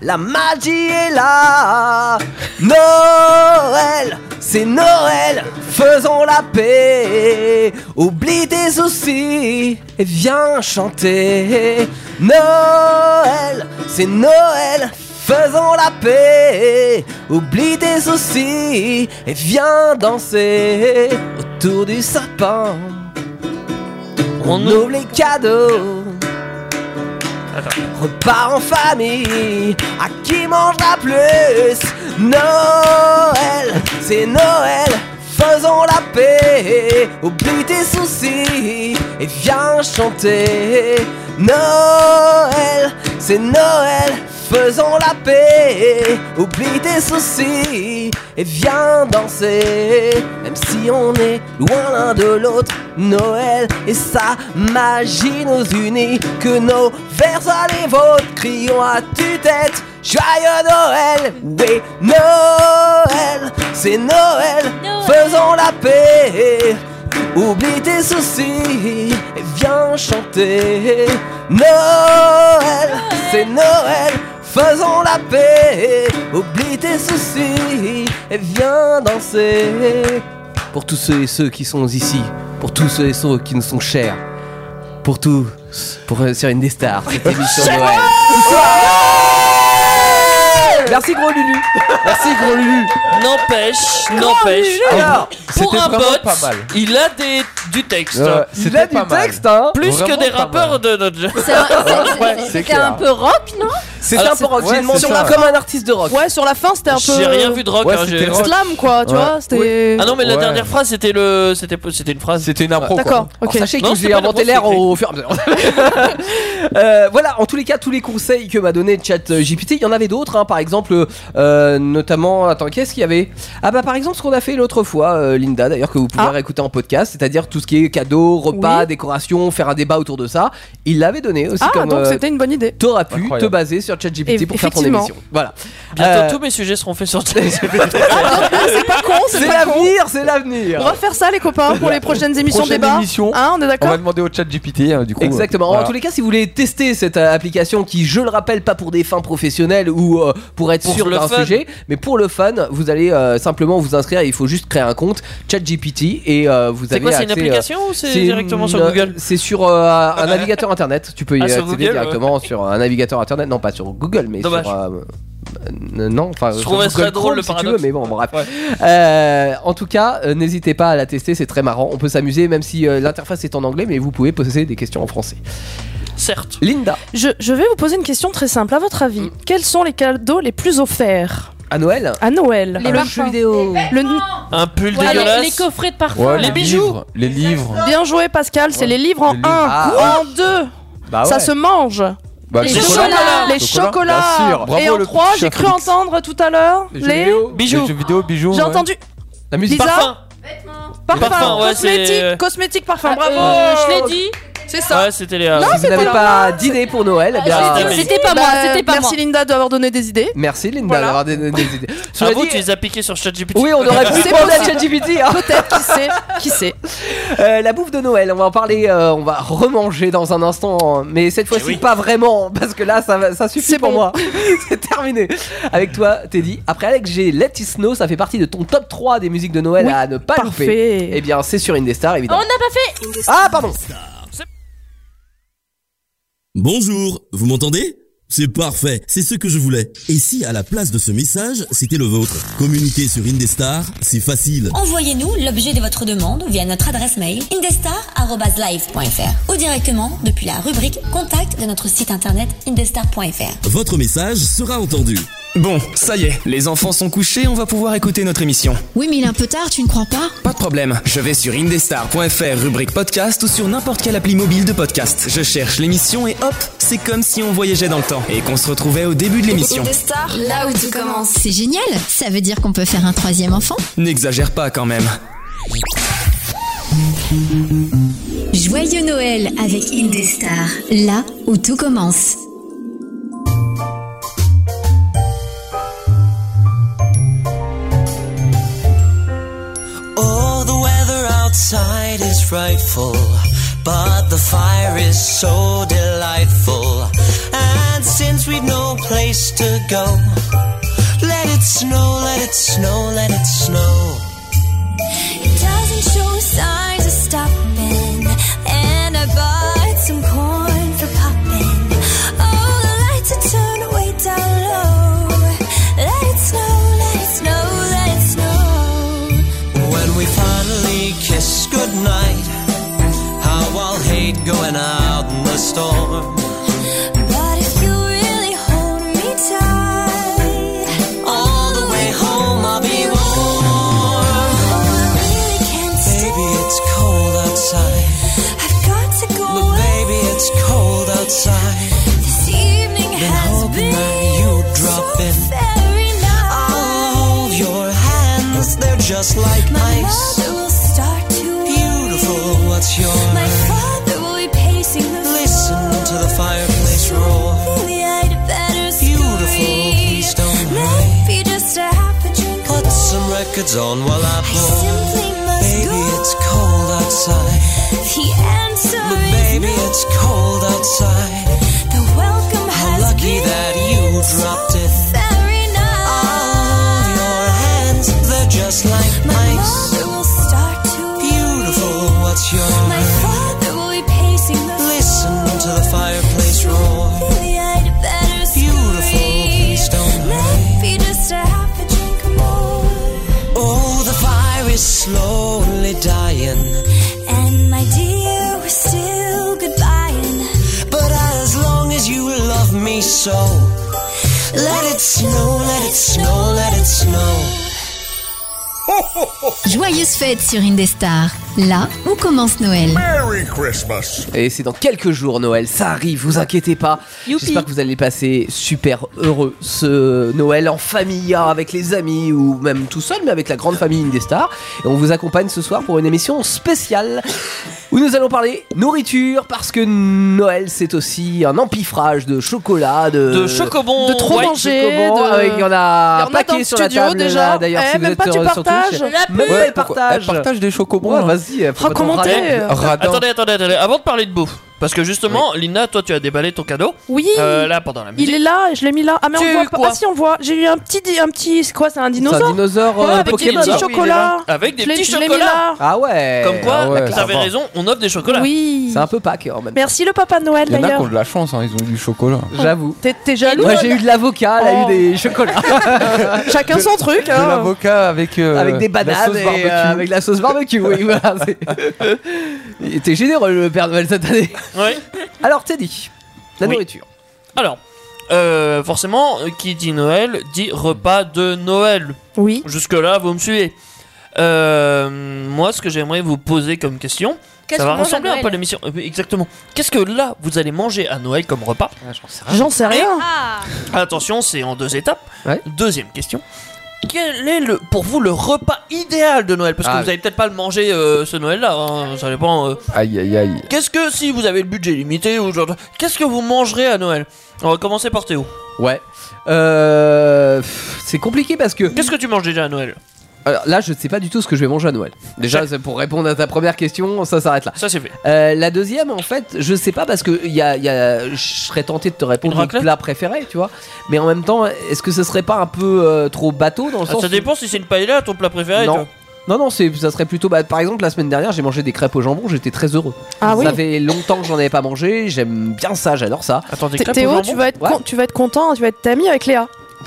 la magie est là. Noël, c'est Noël, faisons la paix, oublie tes soucis et viens chanter. Noël, c'est Noël, faisons la paix, oublie tes soucis et viens danser autour du sapin. On ouvre les cadeaux. Repart en famille, à qui mangera plus Noël, c'est Noël, faisons la paix, oublie tes soucis et viens chanter. Noël, c'est Noël, faisons la paix, oublie tes soucis et viens danser. Même si on est loin l'un de l'autre, Noël et sa magie nous unit, que nos vers soient les vôtres, crions à tue-tête. Joyeux Noël, oui, Noël, c'est Noël, faisons la paix. Oublie tes soucis et viens chanter. Noël, c'est Noël, faisons la paix. Oublie tes soucis et viens danser. Pour tous ceux et ceux qui sont ici, pour tous ceux et ceux qui nous sont chers, pour tous, pour euh, sur une des stars, cette émission de Noël. Merci gros Lulu. Merci gros Lulu. N'empêche, n'empêche. Lulu. Alors, pour c'était un vraiment bot, pas mal. il a des, du texte. Ouais, Il a du texte, hein. Plus Vraiment que des pas mal. rappeurs de notre C'est un- Ouais, c'est- c'est C'était un clair. peu rock, non C'est Alors, un peu rock. ouais, J'ai demandé c'est sur la- ça. comme un artiste de rock. Ouais, sur la fin, c'était un peu J'ai rien vu de rock. Ouais, hein, c'était j'ai- rock. slam quoi, tu Ouais. vois, c'était Ah non, mais la Ouais. dernière phrase, c'était le, c'était, c'était une phrase. C'était une impro. quoi. D'accord, Alors, OK. sachez Non, que c'est j'ai pas la inventé grosse l'air technique. au fur et à mesure. Euh, voilà, en tous les cas, tous les conseils que m'a donné ChatGPT, il y en avait d'autres, hein, par exemple, euh, notamment, attends, qu'est-ce qu'il y avait Ah bah par exemple, ce qu'on a fait l'autre fois, euh, Linda, d'ailleurs, que vous pouvez Ah. réécouter en podcast, c'est-à-dire tout ce qui est cadeaux, repas, Oui. décoration, faire un débat autour de ça, il l'avait donné aussi Ah, comme... donc euh, c'était une bonne idée. T'auras pu Incroyable. te baser sur ChatGPT Et- pour faire ton effectivement. émission. Voilà. Bientôt, Euh, tous mes sujets seront faits sur Ah, C'est pas con, C'est c'est pas con. l'avenir, c'est On l'avenir. va faire ça les copains pour les prochaines émissions Prochaine débat. émission. Hein, on est On d'accord va demander au chat GPT euh, du coup. Exactement. euh, voilà. En tous les cas, si vous voulez tester cette euh, application qui, je le rappelle, pas pour des fins professionnelles ou euh, pour être Pour sûr le d'un fun. sujet, mais pour le fun, vous allez euh, simplement vous inscrire. Il faut juste créer un compte ChatGPT et euh, vous C'est avez quoi, c'est accès. une euh, application ou c'est c'est directement sur une- Google C'est sur euh, un navigateur internet. Tu peux y Ah, sur accéder Google, directement sur un navigateur internet. Non, pas sur Google, mais Dommage. sur. euh, euh, non, enfin, Je sur trouvais ça Google drôle, Chrome, le si tu veux, paradoxe. mais bon, bref. Euh, en tout cas, euh, n'hésitez pas à la tester, c'est très marrant. On peut s'amuser, même si euh, l'interface est en anglais, mais vous pouvez poser des questions en français. Certes. Linda, Je, je vais vous poser une question très simple. À votre avis, quels sont les cadeaux les plus offerts à Noël, à Noël Les le parfums. jeu vidéo. Le- Un pull Ouais, les, les dégueulasse. coffrets de parfum. Ouais, là. les, bijoux. livres, les livres. Bien joué Pascal, c'est Ouais. les livres en 1 Les livres. Ah, en 2 Bah Ça ouais. se mange. Bah, les le Les chocolats. chocolat. Les Chocolat, chocolats. bien sûr. Bravo, Et en le 3, j'ai petit chat cru Félix. entendre tout à l'heure jeux les. vidéo. Bijoux. Les jeux vidéo, bijoux. J'ai ouais. entendu La musique. Lisa Parfum. parfum, Parfum, ouais, c'est- cosmétique, cosmétique, parfum, Ah, bravo. Eh ben, euh, je l'ai dit. C'est ça. Ouais, Ah, c'était Léa. Non, oui. Si vous n'avez pas d'idée pour Noël, Ah, eh bien, C'était pas moi, c'était pas moi. bah, Merci Linda d'avoir donné des idées. Merci Linda d'avoir des, des- des idées. Cela Bravo, dit, tu les as piqués sur ChatGPT. Oui, on aurait pu demander à ChatGPT. hein. Peut-être, qui sait, qui sait. Euh, la bouffe de Noël, on va en parler, euh, on va remanger dans un instant, mais cette fois-ci pas vraiment, parce que là ça, va- ça suffit pour moi. C'est terminé. Avec toi, Teddy. Après, Alex, j'ai Let It Snow, ça fait partie de ton top 3 des musiques de Noël à ne pas parfait. louper. Eh bien, c'est sur Indestar, On n'a évidemment. pas fait. Ah, pardon. Bonjour, vous m'entendez C'est parfait, c'est ce que je voulais. Et si à la place de ce message, c'était le vôtre Communiquer sur Indestar, c'est facile. Envoyez-nous l'objet de votre demande via notre adresse mail indestar.live.fr ou directement depuis la rubrique Contact de notre site internet indestar.fr. Votre message sera entendu. Bon, ça y est, les enfants sont couchés, on va pouvoir écouter notre émission. Oui, mais il est un peu tard, tu ne crois pas Pas de problème, je vais sur indestar.fr rubrique podcast ou sur n'importe quelle appli mobile de podcast. Je cherche l'émission et hop, c'est comme si on voyageait dans le temps et qu'on se retrouvait au début de l'émission. Indestar, là où tu commences. C'est génial, ça veut dire qu'on peut faire un troisième enfant N'exagère pas quand même. Joyeux Noël avec Indestar, là où tout commence. Oh, the weather outside is frightful, but the fire is so delightful. And since we've no place to go, let it snow, let it snow, let it snow. It doesn't show signs of stopping. And I bought some corn for popping. All the lights are turned way down low. Let it snow, let it snow, let it snow. When we finally kiss goodnight, how I'll hate going out in the storm. But if you really hold me tight, all the way home I'll be warm. Oh, I really can't Baby, it's cold outside. I've got to go But baby, it's cold outside. This evening Been has hoping been that you'd drop in. very nice. I'll hold your hands, they're just like My ice. mother will start to Beautiful, what's your My father will be pacing the Listen to the fireplace roar. Maybe I'd better Beautiful, please don't hurry. Be just a half a drink. Put some records on while I pour. simply must Baby, it's cold outside. The answer But is baby, it's cold outside. the welcome How has lucky been that you dropped in. very nice. All your hands, they're just like My ice. mother will start to Beautiful, what's your My father will be pacing the Listen to the fireplace roar. Maybe I'd better Beautiful, please don't hurry. Be just a half a drink more. Oh, the fire is slowly dying. And my dear, we're still goodbying. But as long as you love me so, let it snow, let it snow, let it snow. Joyeuses fêtes sur Indestar, là où commence Noël. Et c'est dans quelques jours Noël, ça arrive, vous inquiétez pas. J'espère que vous allez passer super heureux ce Noël en famille, avec les amis ou même tout seul, mais avec la grande famille Indestar. Et on vous accompagne ce soir pour une émission spéciale où nous allons parler nourriture parce que Noël c'est aussi un empiffrage de chocolat, de, De chocobons, De trop Ouais, manger, chocobons, de- avec- Ah il euh, Il y en a y en a un dans paquet le sur studio, la table déjà. là, D'ailleurs, Eh, si vous même êtes pas, tu sur, sur partages. Twitch. Je la Même peux. pas, Ouais, elle pourquoi- partage. elle partage des chocobons. Ouais, vas-y. faut pas t'en Racommenter, râler. euh. Radin. Attendez, attendez, attendez. Avant de parler de bouffe, parce que justement, Lina, toi, tu as déballé ton cadeau. Oui. Euh, là, pendant la musique. Il est là, je l'ai mis là. Ah mais Tu as on voit eu pas. quoi Ah si on voit. J'ai eu un petit di- un petit c'est quoi c'est un dinosaure. C'est un dinosaure, Ouais, euh, avec Ah Pokémon, des là. petits chocolats. Avec des Je l'ai- petits je l'ai mis chocolats. là. Ah ouais. Comme quoi, Ah ouais, vous avez clairement. raison, on offre des chocolats. Oui. C'est un peu Pâques en même temps. Merci le papa Noël Il y en a qui d'ailleurs. ont de la chance, hein, ils ont eu du chocolat. J'avoue. T'es- T'es jaloux Moi j'ai eu de l'avocat, elle a eu des chocolats. Chacun son truc. De hein. l'avocat avec, euh, avec des la bananes sauce et, euh, barbecue. avec la sauce barbecue. Oui, voilà. c'est- Il était généreux le Père Noël cette année. Ouais. Alors Teddy, la Oui. nourriture. Alors, euh, forcément, euh, qui dit Noël dit repas de Noël. Oui. Jusque-là, vous me suivez. Euh, moi, ce que j'aimerais vous poser comme question, Qu'est-ce ça va qu'on mange à ressembler un Noël peu à l'émission. euh, Exactement. Qu'est-ce que là, vous allez manger à Noël comme repas Ah, ah, J'en sais J'en sais rien. Attention, c'est en deux étapes. Deuxième question. quel est le, pour vous le repas idéal de Noël Parce que Ah. vous allez peut-être pas le manger euh, ce Noël-là, hein, ça dépend. euh. Aïe aïe aïe. Qu'est-ce que, si vous avez le budget limité ou genre, qu'est-ce que vous mangerez à Noël On va commencer par Théo. Ouais. Euh, pff, c'est compliqué parce que. Qu'est-ce que tu manges déjà à Noël Alors là, je ne sais pas du tout ce que je vais manger à Noël. Déjà, c'est pour répondre à ta première question, ça s'arrête là. Ça, c'est fait. Euh, la deuxième, en fait, je sais pas parce que y a, y a- je serais tenté de te répondre mon plat préféré, tu vois. Mais en même temps, est-ce que ce serait pas un peu euh, trop bateau dans le Ah, sens ça où- dépend si c'est une paella ton plat préféré. non. toi. Non, non, c'est- ça serait plutôt. bah, par exemple, la semaine dernière, j'ai mangé des crêpes au jambon, j'étais très heureux. Ah oui. Ça fait longtemps que j'en avais pas mangé, j'aime bien ça, j'adore ça. Attends, Thé- Théo, tu vas, être con- tu vas être content, tu vas être ami avec Léa.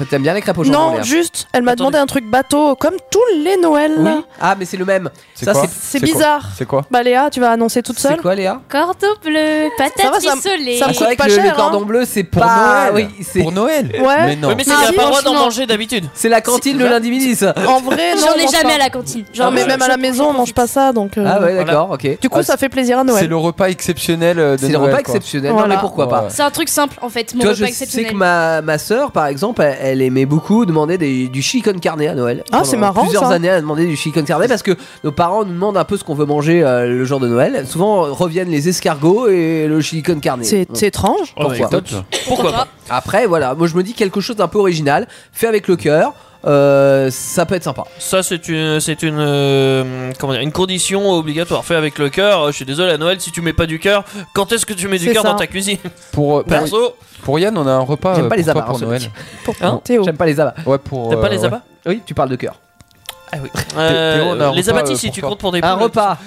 T'aimes bien les crêpes au jambon Non, Léa juste, elle m'a demandé un truc bateau, comme tous les Noëls. Oui. Ah, mais c'est le même. Ça, quoi C'est C'est quoi bizarre. C'est quoi Bah Léa, tu vas annoncer toute seule. C'est quoi Léa Cordon bleu, Ça va, patate ça me- isolée. ça me coûte pas le, le cher, cordon hein. bleu, c'est Pour pas. Noël. oui, c'est- Pour Noël Ouais. Mais non. Oui, mais c'est Ah, qu'il a si, pas le droit d'en franchement. manger d'habitude. C'est la cantine le lundi midi, ça. En vrai, non, J'en on ai mange jamais pas. à la cantine. Genre, Non, mais je- même à la maison, on mange pas ça, donc. euh, Ah ouais, d'accord, ok. Du coup, Ah, ça fait plaisir à Noël. C'est le repas exceptionnel euh, de C'est le Noël, repas quoi. exceptionnel, non, Voilà. mais pourquoi pas. C'est un truc simple en fait, mon Toi, je repas sais exceptionnel. que ma, ma soeur, par exemple, elle, elle aimait beaucoup demander des- du chicken carnet à Noël. Ah, c'est Pendant marrant, Plusieurs ça. années, elle demandait du chicken carnet parce que nos parents nous demandent un peu ce qu'on veut manger euh, le jour de Noël. Souvent euh, reviennent les escargots et le chicken carnet. C'est- c'est étrange. Pourquoi, Ouais, écoute, pourquoi pas Après, voilà, moi je me dis quelque chose d'un peu original, fait avec le cœur, euh, ça peut être sympa. Ça, c'est une, c'est une, euh, comment dire, une condition obligatoire. Fait avec le cœur. Je suis désolé à Noël si tu mets pas du cœur. Quand est-ce que tu mets du C'est cœur ça. dans ta cuisine Pour, euh, pour- Perso. pour Yann, on a un repas. J'aime euh, pas les pour toi abats, hein, pour ce Noël. mec. Hein Théo. J'aime pas les abats. Ouais, pour. T'aimes euh, pas les ouais. abats Oui, tu parles de cœur. Ah oui. Théo, on a un les repas, abattis, euh, si tu pour comptes pour des Un poules. repas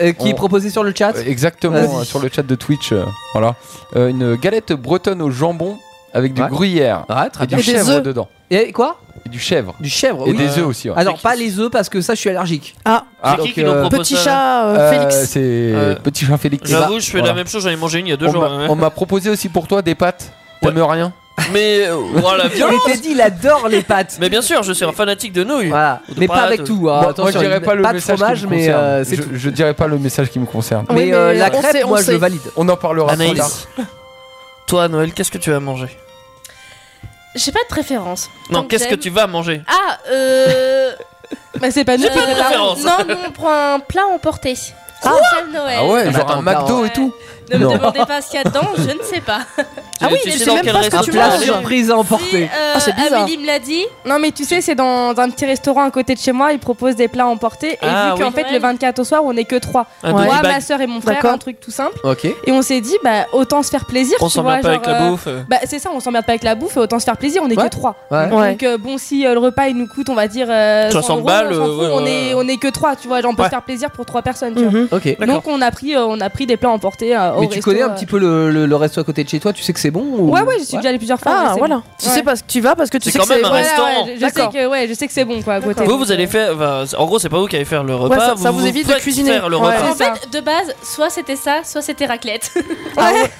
euh, qui est On- proposé sur le chat. Euh, Exactement, Vas-y. euh, sur le chat de Twitch. euh, voilà. Euh, une galette bretonne au jambon avec du Ouais. Ah, gruyère. très et bien. du Et des chèvre œufs. dedans. Et quoi Et du chèvre. Du chèvre, Et oui. des œufs aussi. ouais. Alors, pas les œufs parce que ça, je suis allergique. Ah, Ah, qui donc, qui nous euh, propose Petit ça, chat, euh, Euh, Félix. C'est Euh, petit chat Félix. J'avoue, je fais la bah, Voilà. même chose. J'en ai mangé une il y a deux On jours. m'a- hein. On m'a proposé aussi pour toi des pâtes. T'aimes rien Mais euh, voilà, Il violence. était dit, il adore les pâtes. Mais bien sûr, je suis un fanatique de nouilles. Ou de mais pas pâtes, avec ou- tout, hein. Moi- Attention, moi, je dirais une- pas le pas de message fromage, qui me mais, concerne. euh, c'est je, tout. je dirais pas le message qui me concerne. Mais, Oui, euh, mais la on crêpe, sait, on moi, je sait. le valide. On en parlera. plus tard. Anaïs, toi, à Noël, qu'est-ce que tu vas manger J'ai pas de préférence. Non, Donc, qu'est-ce que j'aime- tu vas manger Ah, euh. Mais c'est pas nous J'ai qui pas de préparons. préférence. Non, nous on prend un plat emporté. C'est ça le Noël. Ah ouais, genre attends, un McDo attends. et tout. Ne me Non. demandez pas ce qu'il y a dedans, je ne sais pas. Ah oui, Tu sais c'est dans même quel pas ce que Un tu plat manges. surprise à emporter. Ah, c'est bizarre. Euh, Amélie me l'a dit. Non, mais tu sais, c'est dans, dans un petit restaurant à côté de chez moi, ils proposent des plats emportés. Et Ah, vu qu'en oui. fait, le 24 au soir, on est que trois. Un Moi, goodie bag. ma soeur et mon frère, D'accord. un truc tout simple. Ok. Et on s'est dit, bah, autant se faire plaisir. On tu vois, s'emmerde pas genre, avec la euh, bouffe, euh. Bah, c'est ça, on s'emmerde pas avec la bouffe et autant se faire plaisir, on est que trois. Ouais. Donc, euh, bon, si euh, le repas il nous coûte, on va dire euh, 60 100 euros, balles, on s'en euh, fout, ouais, on, ouais, est, ouais. on est que trois, tu vois. Genre, on peut Ouais. se faire plaisir pour trois personnes, Mhm. tu vois. Ok. Donc, on a, pris, euh, on a pris des plats emportés euh, au Mais tu resto, connais un euh. petit peu le, le, le resto à côté de chez toi, tu sais que c'est bon ou... Ouais, ouais, je suis déjà allée plusieurs fois. Ah, ouais, c'est voilà. bon. Tu sais parce que tu vas parce que tu C'est sais quand que même un Ouais, restaurant. ouais, je- je, sais que, ouais, je sais que c'est bon, quoi, à côté. Vous, vous allez faire. enfin, en gros, c'est pas vous qui allez faire le repas. Ouais, ça- ça vous évite de faites cuisiner. Faire le Ouais. repas. En fait, de base, soit c'était ça, soit c'était raclette. ouais,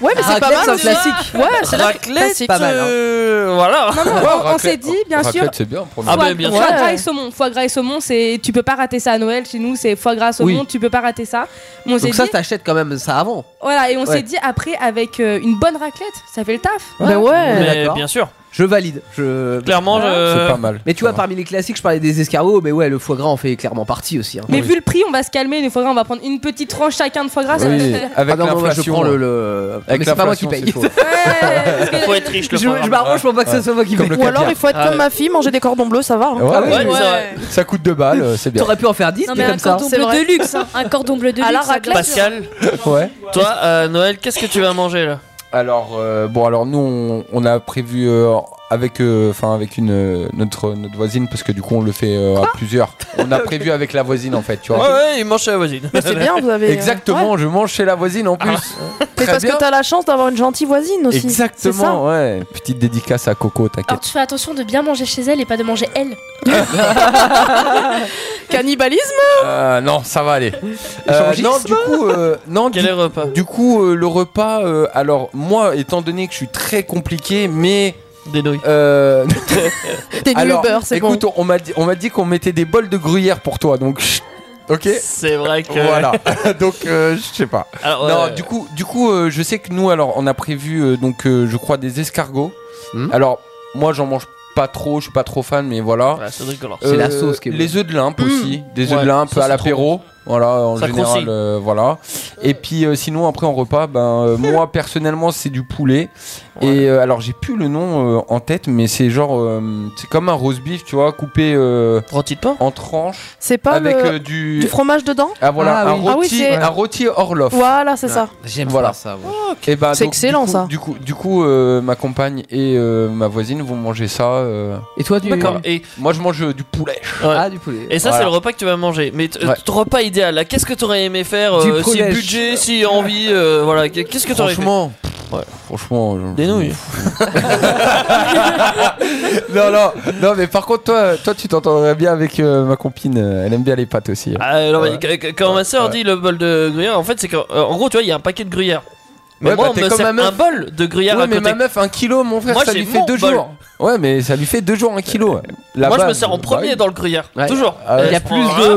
ouais, mais c'est pas Raclette, mal. c'est un tu vois. classique. Ouais, c'est la Raclette, Pas mal, hein. euh, voilà. Non, non, Ouais, on- on, raclette. s'est dit, bien sûr. Raclette, c'est bien, pour Ah, foie, ben bien foie sûr. gras et saumon. Foie gras et saumon, c'est tu peux pas rater ça à Noël. Chez nous, c'est foie gras saumon, Oui. tu peux pas rater ça. Mais on s'est Donc ça, dit, t'achètes quand même ça avant. voilà, et on s'est Ouais. dit après avec euh, une bonne raclette, ça fait le taf. Ben Mais D'accord. bien sûr. Je valide. Je... Clairement, je- C'est pas mal. Mais tu vois, parmi les classiques, je parlais des escargots, mais ouais, le foie gras en fait clairement partie aussi. hein. Mais vu le prix, on va se calmer. Une foie gras, on va prendre une petite tranche chacun de foie gras. ça va Oui, le faire. avec Ah non, non, moi, je l'inflation, prends le- ouais. le- Avec mais c'est pas moi qui l'inflation, paye. c'est chaud. Faut être riche le Je- je m'arrange pour pas que ce soit moi qui paye. Ou alors il faut être Ah comme ouais. ma fille, manger des cordons bleus, ça va. hein. Ah Ouais, ouais, ouais, ça- Ça coûte 2 balles, euh, c'est bien. T'aurais pu en faire 10, Non, mais mais un comme ça. cordon C'est bleu vrai. de luxe. hein. Un cordon bleu de À luxe. la ça, raclette. bien sûr. Pascal, Ouais. toi, euh, Noël, qu'est-ce que tu vas manger là Alors euh, bon alors nous on, on a prévu euh, avec euh, enfin avec une euh, notre notre voisine parce que du coup on le fait euh, à plusieurs. On a prévu avec la voisine en fait, tu Ouais, vois. ouais, il mange chez la voisine. Mais c'est bien, vous avez. euh, Exactement, je mange chez la voisine en plus. Mais Très parce bien. que t'as la chance d'avoir une gentille voisine aussi. C'est ça. Exactement, ouais. Petite dédicace à Coco, Alors t'inquiète. tu fais attention de bien manger chez elle et pas de manger elle. Cannibalisme Euh, non, ça va aller. Euh, Échangisme. non, du coup, euh, non, Quel du, est le repas du coup, euh, le repas. euh, alors, moi, étant donné que je suis très compliqué, mais Des nouilles. euh, Des alors, Uber, c'est bon. écoute, on- on m'a dit, on m'a dit qu'on mettait des bols de gruyère pour toi, donc. chut, Ok. C'est vrai que. Voilà. donc, euh, je sais pas. Alors, non, euh, du coup, du coup, euh, je sais que nous, alors, on a prévu, euh, donc, euh, je crois, des escargots. Alors, moi, j'en mange pas trop, je suis pas trop fan, mais voilà. c'est rigolo. C'est la sauce qui est Euh, Les œufs de limpe Mmh. aussi, des œufs Ouais, de limpe ça, à c'est trop l'apéro. Voilà, en Ça général, grossit. euh, voilà. Et puis euh, sinon, après en repas, ben euh, moi personnellement, c'est du poulet. Et euh, alors, j'ai plus le nom euh, en tête, mais c'est genre, euh, c'est comme un roast beef, tu vois, coupé euh, en tranches. C'est pas avec le- euh, du... du fromage dedans Ah voilà, Ah un, oui. Ah oui, rôti, c'est- un rôti hors loaf. Voilà, c'est ça. Ah, J'aime voilà. ça. Et ben, C'est donc, excellent, du coup- ça. Du coup, du coup euh, ma compagne et euh, ma voisine vont manger ça. euh. Et toi, tu- D'accord, et- Moi, je mange euh, du poulet. Ah, du poulet. Et ça, c'est le repas que tu vas manger. Mais t- Ouais. ton repas idéal, là, qu'est-ce que t'aurais aimé faire Du euh, Si poulet. budget, si envie, euh, voilà, qu- qu'est-ce que t'aurais fait Franchement, franchement, des nouilles. non, non, non, mais par contre, toi, toi tu t'entendrais bien avec euh, ma compine. euh, Elle aime bien les pâtes aussi. Ah, non, mais qu- qu- quand ma soeur dit le bol de gruyère, en fait, c'est qu'en en gros, tu vois, il y a un paquet de gruyère. Mais Ouais, moi, bah, on t'es me comme sert ma meuf. un bol de gruyère Ouais, à mais côté. ma meuf, un kilo, mon frère, Moi, ça j'ai lui fait mon deux bol. jours. Ouais, mais ça lui fait deux jours un kilo. Bah Moi, je me sers en premier dans le gruyère. Toujours. Euh, Euh, je je prends prends un.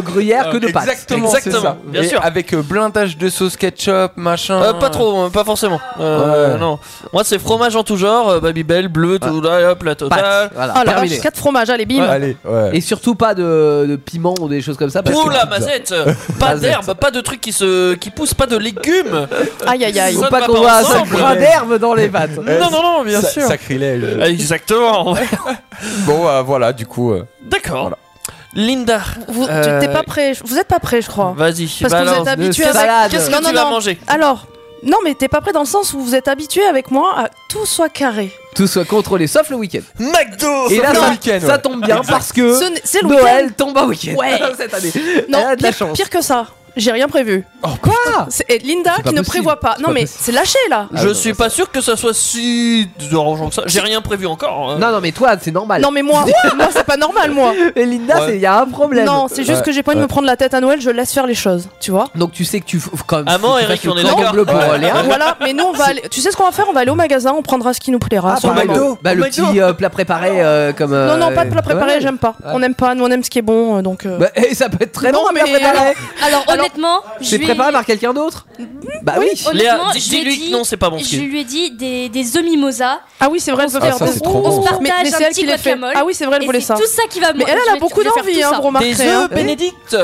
un. Exactement, c'est Exactement. ça. Bien Et sûr. Avec euh, blindage de sauce ketchup, machin. Euh, pas trop, euh, pas forcément. Euh, Ouais. Non. Moi, c'est fromage en tout genre, euh, Babybel, bleu, tout là, hop, la totale. Pâtes, voilà, Ah la terminé. vache, 4 fromages, allez, bim. Ouais. Allez, Et surtout pas de, de piment ou des choses comme ça. parce Pour que- la mazette, euh, pas Mazette. d'herbe, pas de trucs qui se, qui poussent, pas de légumes. Aïe, aïe, aïe. Ça ne Faut va pas qu'on voit pas un seul ensemble. grain d'herbe dans les pattes. Non, non, non, bien Sa- sûr. Ah, Sacrilège. Exactement. bon, euh, voilà, du coup. euh, Ah, D'accord. Linda, Vous, tu- Euh, t'es pas prêt, je- vous êtes pas prêt, je crois. Vas-y, Parce que vous balance êtes de habitué cette avec. salade. Qu'est-ce que tu vas manger Alors, non, mais t'es pas prêt dans le sens où vous êtes habitué avec moi à tout soit carré. Tout soit contrôlé, sauf le week-end. McDo Et là, Sauf le ça, week-end, ça ouais. tombe bien Exact. parce que Ce n'est- c'est le Noël week-end. tombe un week-end Ouais. cette année. Non, Elle a de pire, la chance. Oh, pire que ça. J'ai rien prévu. quoi C'est et Linda qui C'est pas ne possible. prévoit pas. C'est Non pas mais possible. c'est lâché là. Ah, je suis pas sûr que ça soit si dérangeant que ça. J'ai rien prévu encore. hein. Non, non, mais toi, c'est normal. Non mais moi, moi c'est pas normal moi. Et Linda, il y a un problème. Non, c'est juste Ouais, que j'ai pas envie de ouais. me prendre la tête à Noël. Je laisse faire les choses, tu vois. Donc tu sais que tu f- quand même. Maman, faut que tu Eric, fasses le on est triangle d'accord. pour Ouais. euh, Léa. Voilà, mais nous on va aller. Tu sais ce qu'on va faire On va aller au magasin, on prendra ce qui nous plaira. Ah, sur le pareil, moment. le- bah, le petit euh, plat préparé euh, comme. Non, non, euh, pas de plat préparé, ouais. j'aime pas. Ouais. On aime pas, nous on aime ce qui est bon, euh, donc. euh, Bah, eh, ça peut être très Non, bon, un plat mais préparé. Alors, honnêtement, je C'est lui- préparé par quelqu'un d'autre Bah oui. honnêtement, Léa, dis- je lui ai dis-lui dit- que non, c'est pas bon, ce Je qu'il- lui ai dit des, des œufs mimosa. Ah oui, c'est vrai, on peut Ah, faire ça, deux. c'est trop bon. On se Mais- mais partage c'est un elle petit qui l'a fait. guacamole. Ah oui, c'est vrai, elle Et voulait c'est ça. tout ça qui va. Mais elle, elle a beaucoup d'envie, hein, vous remarquez, Des œufs hein. bénédictes.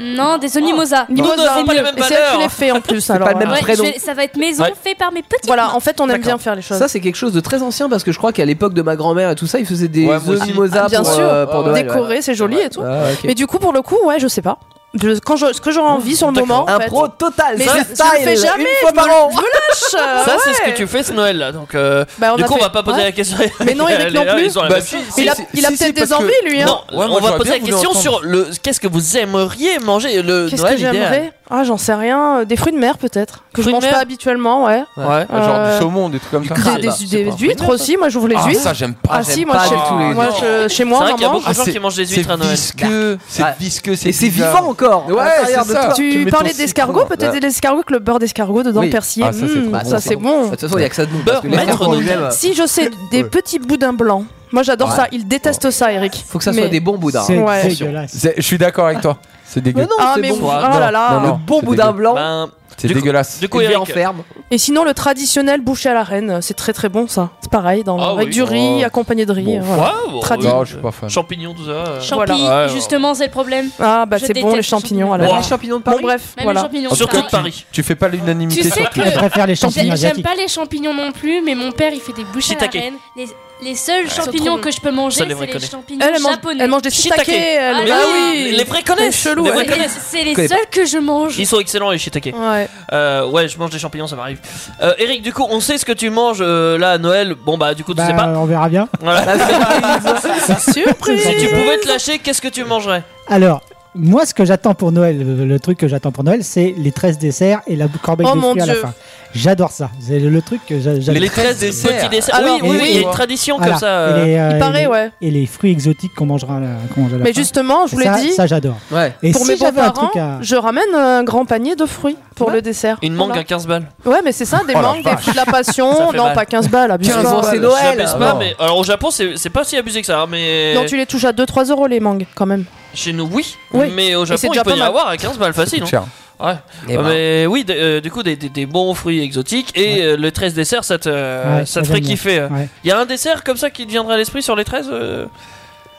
Non, des œufs mimosa. Nous, Mimosa, c'est pas les mêmes Et c'est elle qui valeurs. les fait en plus. alors, pas le même voilà. prénom. Ça va être maison, Ouais. fait par mes petits. Voilà, en fait, on aime bien faire les choses. Ça, c'est quelque chose de très ancien parce que je crois qu'à l'époque de ma grand-mère et tout ça, ils faisaient des Ouais, moi œufs aussi. mimosa Ah, bien pour, sûr, euh, pour Noël, ouais. décoré, c'est joli et tout. Ah, ok. Mais du coup, pour le coup, ouais, je sais pas. Je- quand je- ce que j'aurais envie sur le D'accord. moment. en Un fait. pro total, Mais c'est je, le je le style, fais jamais. une je fois me- par an. je me lâche. Ça, euh, c'est ce ouais. que tu fais ce Noël là. Donc, euh, Bah, on du a coup, on fait- va pas poser ouais. la question. Mais non, Eric Léa, non ils plus. ont la Bah, même si, chose. si, Il a- si, il a si, peut-être si, des parce que- envies, lui, hein. Non, Ouais, moi, on va j'aurais poser bien la voulu question entendre. sur le qu'est-ce que vous aimeriez manger euh, le Qu'est-ce Noël que j'aimerais Ah, j'en sais rien. euh, Des fruits de mer, peut-être. Que je Fruits de mange mer pas habituellement, ouais. idéal. Ouais. Ah, Genre Euh, du saumon, des trucs comme ça. bah, Des, des- des huîtres aussi, moi je voulais les Ah, huîtres. ça, j'aime pas, Ah j'aime si, moi, pas chez, du tout les moi, huîtres. je- chez moi, C'est vrai qu'il y a maman, Bah, beaucoup de gens qui mangent des huîtres à Noël. visqueux, c'est visqueux, c'est Et c'est bizarre. vivant encore. Ouais, à l'intérieur c'est de ça. toi. Tu Tu mets parlais ton citron, d'escargot, peut-être ouais. des escargots avec le beurre d'escargot dedans Oui. persillé. Ah, ça, c'est Mmh, trop bon, ça c'est c'est bon. bon. De toute façon, il y a que ça de nous. parce que les maître carcans de- lui-même, Si je sais, des petits boudins blancs. Moi j'adore Ouais. ça, ils détestent ça, Eric. Faut que ça soit des bons boudins. C'est Ouais. dégueulasse. Je suis d'accord avec toi. C'est dégueu. Ben, Ah, mais vous- oh là là. Le bon boudin blanc. C'est dégueulasse. Du coup, il est Eric, en ferme. Et sinon, le traditionnel bouché à la reine, c'est très très bon ça. C'est pareil, dans, Ah avec oui. du riz, Oh. accompagné de riz. Bon. voilà. Ouais, bon, Tradi- Non, je suis pas fan. champignons tout ça. euh. Champi, Voilà. Ouais, justement, c'est le problème. Ah bah Je c'est bon, les déteste champignons. les alors. champignons. Les champignons de Bon, Paris bref, Même les voilà. champignons. En tout cas, Pareil. tu- Tu fais pas l'unanimité Tu sais sur que tout. J'ai- J'aime pas les champignons non plus, mais mon père il fait des bouchées à la Shiitake. reine. Les, les seuls sont trop champignons bons. que je peux manger, Ça, c'est les les vrais connaissent. champignons Elle, elle mange- japonais. Ah elle mange des shiitake, elle- Mais bah oui, oui. les vrais connaissent. C'est chelou, les ouais. vrais Et connaissent. C'est les seuls que je mange. Ils sont excellents les shiitake. Ouais. Euh, ouais, je mange des champignons, ça m'arrive. Euh, Eric, du coup, on sait ce que tu manges euh, là à Noël. Bon bah, du coup, tu sais pas. on verra bien. Voilà. Surprise Si tu pouvais te lâcher, qu'est-ce que tu mangerais Alors, moi, ce que j'attends pour Noël, euh, le truc que j'attends pour Noël, c'est les 13 desserts et la corbeille Oh de mon fruits à la Dieu. fin. J'adore ça. C'est le, le truc que j'a- j'adore. Les 13 petits desserts. Ah Alors, oui, oui, et- oui, il y a et- une tradition Voilà. comme ça. Et euh. les, euh, Il et paraît, les- ouais. Et les fruits exotiques qu'on mangera, euh, qu'on mange à la Mais fin. justement, je vous l'ai Ça- dit. Ça, j'adore. Et Pour si mes j'avais un beaux-parents, truc à- je ramène un grand panier de fruits pour le dessert. Une mangue Voilà. à 15 balles. Ouais, mais c'est ça, des Oh la mangues, des vache. fruits de la Ça passion. fait Non, mal. pas 15 balles, abuse 15 pas. balles, c'est Je Noël. baisse pas, mais alors au Japon, c'est c'est pas si abusé que ça. hein, Mais Non, tu les touches à 2-3 euros les mangues quand même. Chez nous, oui. Oui. Mais au Et c'est Japon, déjà il peut pas y mal. avoir à 15 balles facile. hein. Ouais. Euh, Eh ben. Mais oui, d- euh, du coup, des, des- des bons fruits exotiques et euh, le 13 dessert, ça te, euh, Ouais, ça ça te ferait donne- kiffer. euh. ouais. Il y a un dessert comme ça qui te viendra à l'esprit sur les 13 euh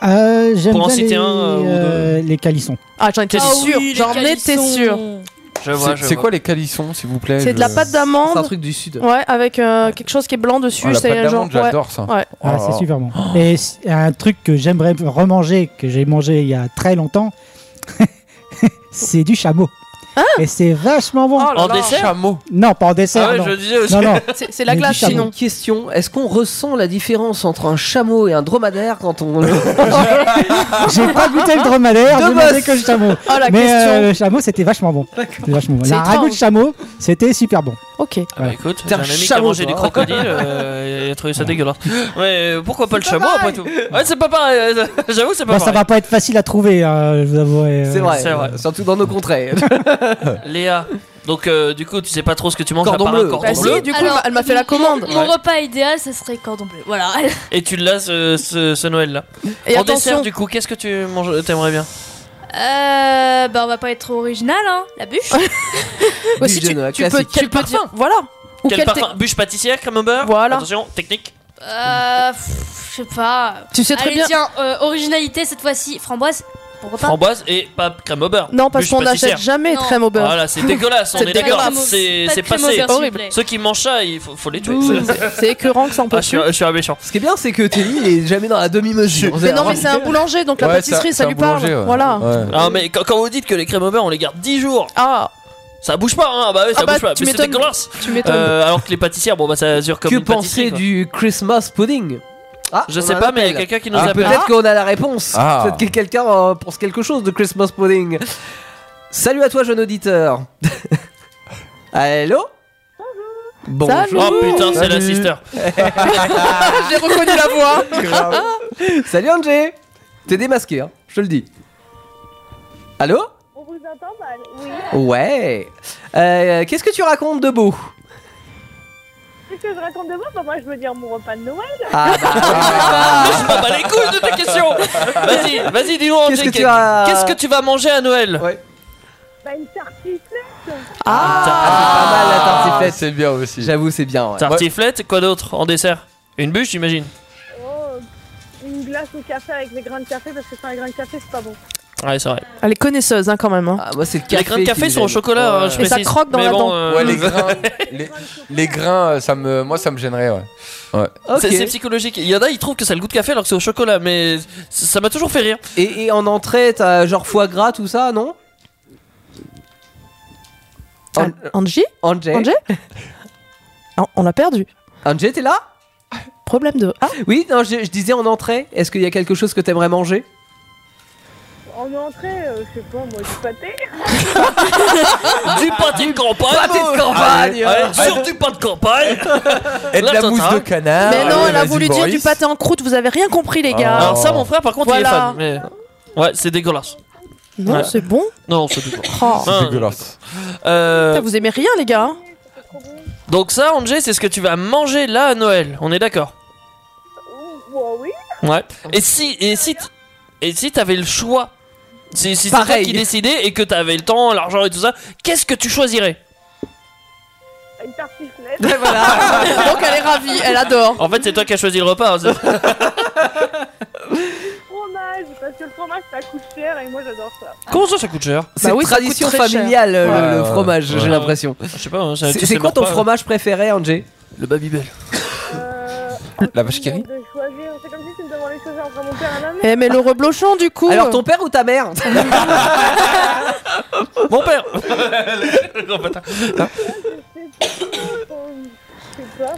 Euh, J'aime Pour en bien citer les, un, euh, ou deux. euh, les calissons. Ah, j'en étais Ah oui, sûr, les j'en étais calissons. sûr. Je vois, C'est- je C'est vois. quoi les calissons, s'il vous plaît C'est de je- la pâte d'amande. C'est un truc du sud. Ouais, avec euh, quelque chose qui est blanc dessus. Ah, la c'est pâte genre- d'amande, j'adore ouais. ça. Ouais. Ah, Oh. c'est super bon. Et c- un truc que j'aimerais remanger, que j'ai mangé il y a très longtemps, c'est du chameau. Ah. Et c'est vachement bon. Oh là En là. dessert Chameau. Non, pas en dessert. Ah ouais, non. je le disais aussi. Non, non. C'est c'est la Mais glace, du chameau. sinon. Question est-ce qu'on ressent la différence entre un chameau et un dromadaire quand on. J'ai pas goûté le dromadaire, Deux j'ai mangé bosses. que le chameau. Oh, Ah, la Mais euh, question. le chameau, c'était vachement bon. C'était Vachement bon. C'est La ragoût de étrange. chameau, c'était super bon. Ok. Bah écoute, T'es j'ai un un ami qui a chameau, mangé toi. du crocodile, euh, il a trouvé ça dégueulasse. Ouais, euh, pourquoi pas le chameau après tout Ouais, c'est pas pareil, euh, j'avoue, c'est Bon, pas Bah, Bah, ça pareil. va pas être facile à trouver, hein, je vous avouerai. euh. C'est vrai, surtout dans nos contrées. Léa, donc euh, du coup, tu sais pas trop ce que tu manges Cordon à part bleu. un cordon Bah si, bleu. du coup, elle m'a fait la commande. Mon Ouais. repas idéal, ça serait cordon bleu. Voilà. Et tu l'as ce, ce, ce Noël là. Et en attention. dessert, du coup, qu'est-ce que tu manges T'aimerais bien Euh, bah on va pas être trop original, hein. La bûche. Aussi, tu, Noël, tu peux, classique. tu peux dire. Voilà. Ou Quel quel parfum Bûche pâtissière, crème au beurre Voilà. Attention, technique. euh, pff, je sais pas. Tu sais très Allez, bien- Tiens, euh, originalité cette fois-ci, framboise. Pourquoi pas Framboise et pas crème au beurre. Non, parce Bûche qu'on pâtissière. n'achète jamais de Non. crème au beurre. Voilà, c'est dégueulasse, on C'est est d'accord. dégueulasse. C'est Pas de c'est crème au passé. beurre, s'il vous plaît. Ceux qui mangent ça, il faut, faut les tuer. Ouh, C'est écœurant que ça en peut Ah, je suis- je suis un méchant. Ah, Ce qui est bien, c'est que Teddy il est jamais dans la demi-mesure. Mais non, mais c'est un boulanger, donc la Ouais, pâtisserie, c'est ça un- lui c'est un parle. boulanger, ouais. Voilà. Ah, mais quand, quand vous dites que les crèmes au beurre, on les garde 10 jours. Ah. Ça bouge pas, hein. Bah oui, ça Ah bah, bouge pas. tu Mais c'est m'étonnes. dégueulasse. Tu m'étonnes. Euh, alors que les pâtissières, bon, bah ça dure comme Que une pâtisserie, penser quoi. du Christmas pudding ah, Je on sais a un pas, mais il y a appel. quelqu'un qui nous Ah, appelle. Peut-être Ah. qu'on a la réponse. Ah. Peut-être que quelqu'un euh, pense quelque chose de Christmas pudding. Salut à toi, jeune auditeur. Allô Bonjour. Oh putain, c'est la sister. J'ai reconnu la voix. Grave. Salut Angé. T'es démasqué, hein, je te le dis. Allô On vous entend mal, oui. Ouais. Euh, Qu'est-ce que tu racontes de beau Qu'est-ce que je raconte de moi Bah, Moi, je veux dire mon repas de Noël. Ah bah. Mais Ah, bah, je m'en bats les couilles de ta question. Ah, Vas-y, vas-y, dis-nous, Qu'est-ce Angé. que tu qu'est- as- Qu'est-ce que tu vas manger à Noël Bah, une tartiflette. Pas mal Ah, la tartiflette. C'est bien aussi. J'avoue, c'est bien. ouais. Tartiflette, quoi d'autre en dessert Une bûche, j'imagine. Oh, une glace au café avec des grains de café parce que sans les grains de café, c'est pas bon. Ouais, c'est vrai. Elle est connaisseuse, hein, quand même. hein. moi, c'est le Les grains de café sont au chocolat, hein, je Et ça précise. croque dans Mais la bon, dent. euh, Ouais, les grains, les, les grains, euh, ça me, moi, ça me gênerait, ouais. ouais. C'est- C'est psychologique. Il y en a, ils trouvent que ça a le goût de café alors que c'est au chocolat, mais c- ça m'a toujours fait rire. Et, et en entrée, t'as Euh, genre foie gras, tout ça, non An- Angie Angé Angé Ah, On l'a perdu. Angé, t'es là Problème de. Ah Oui, non, je, je disais en entrée, est-ce qu'il y a quelque chose que t'aimerais manger En entrée, euh, je sais pas, moi, du pâté. du pâté de campagne Pâté de Allez, campagne. allez, Sur du pain de campagne Et de Là, la ça mousse sera. de Ah canard. Mais non, Allez, elle a vas-y, voulu dire Boris. du pâté en croûte, vous avez rien compris, les gars. Alors, ça, mon frère, par contre, Voilà. il est fan. mais- Ouais, c'est dégueulasse. Non, Ouais. c'est bon. Non, c'est dégueulasse. Oh. Non, non, dégueulasse. Euh, Putain, Vous aimez rien, les gars. hein donc, ça, Angé, c'est ce que tu vas manger là à Noël. On est d'accord Bon, oui. Ouais. Et si, et si, t- et si t'avais le choix Si, si c'est toi Pareil. qui décidais et que t'avais le temps, l'argent et tout ça, qu'est-ce que tu choisirais Une tartiflette. Ah. Donc, elle est ravie, elle adore. En fait, c'est toi qui as choisi le repas. hein, c'est- fromage, parce que le fromage, ça coûte cher et moi, j'adore ça. Comment ça, ça coûte cher C'est Bah oui, une ça coûte tradition très cher. familiale, euh, le, Ouais, le ouais, fromage, ouais. j'ai l'impression. Je sais pas. hein, ça- C'est tu c'est sais quoi leur ton pas, fromage préféré, Angé Le Babybel. La vache qui rit. De choisir, c'est comme si tu me demandais de choisir entre mon père et ma mère. Eh, mais le reblochon, du coup. Alors, ton père ou ta mère Mon père Le grand bâtard.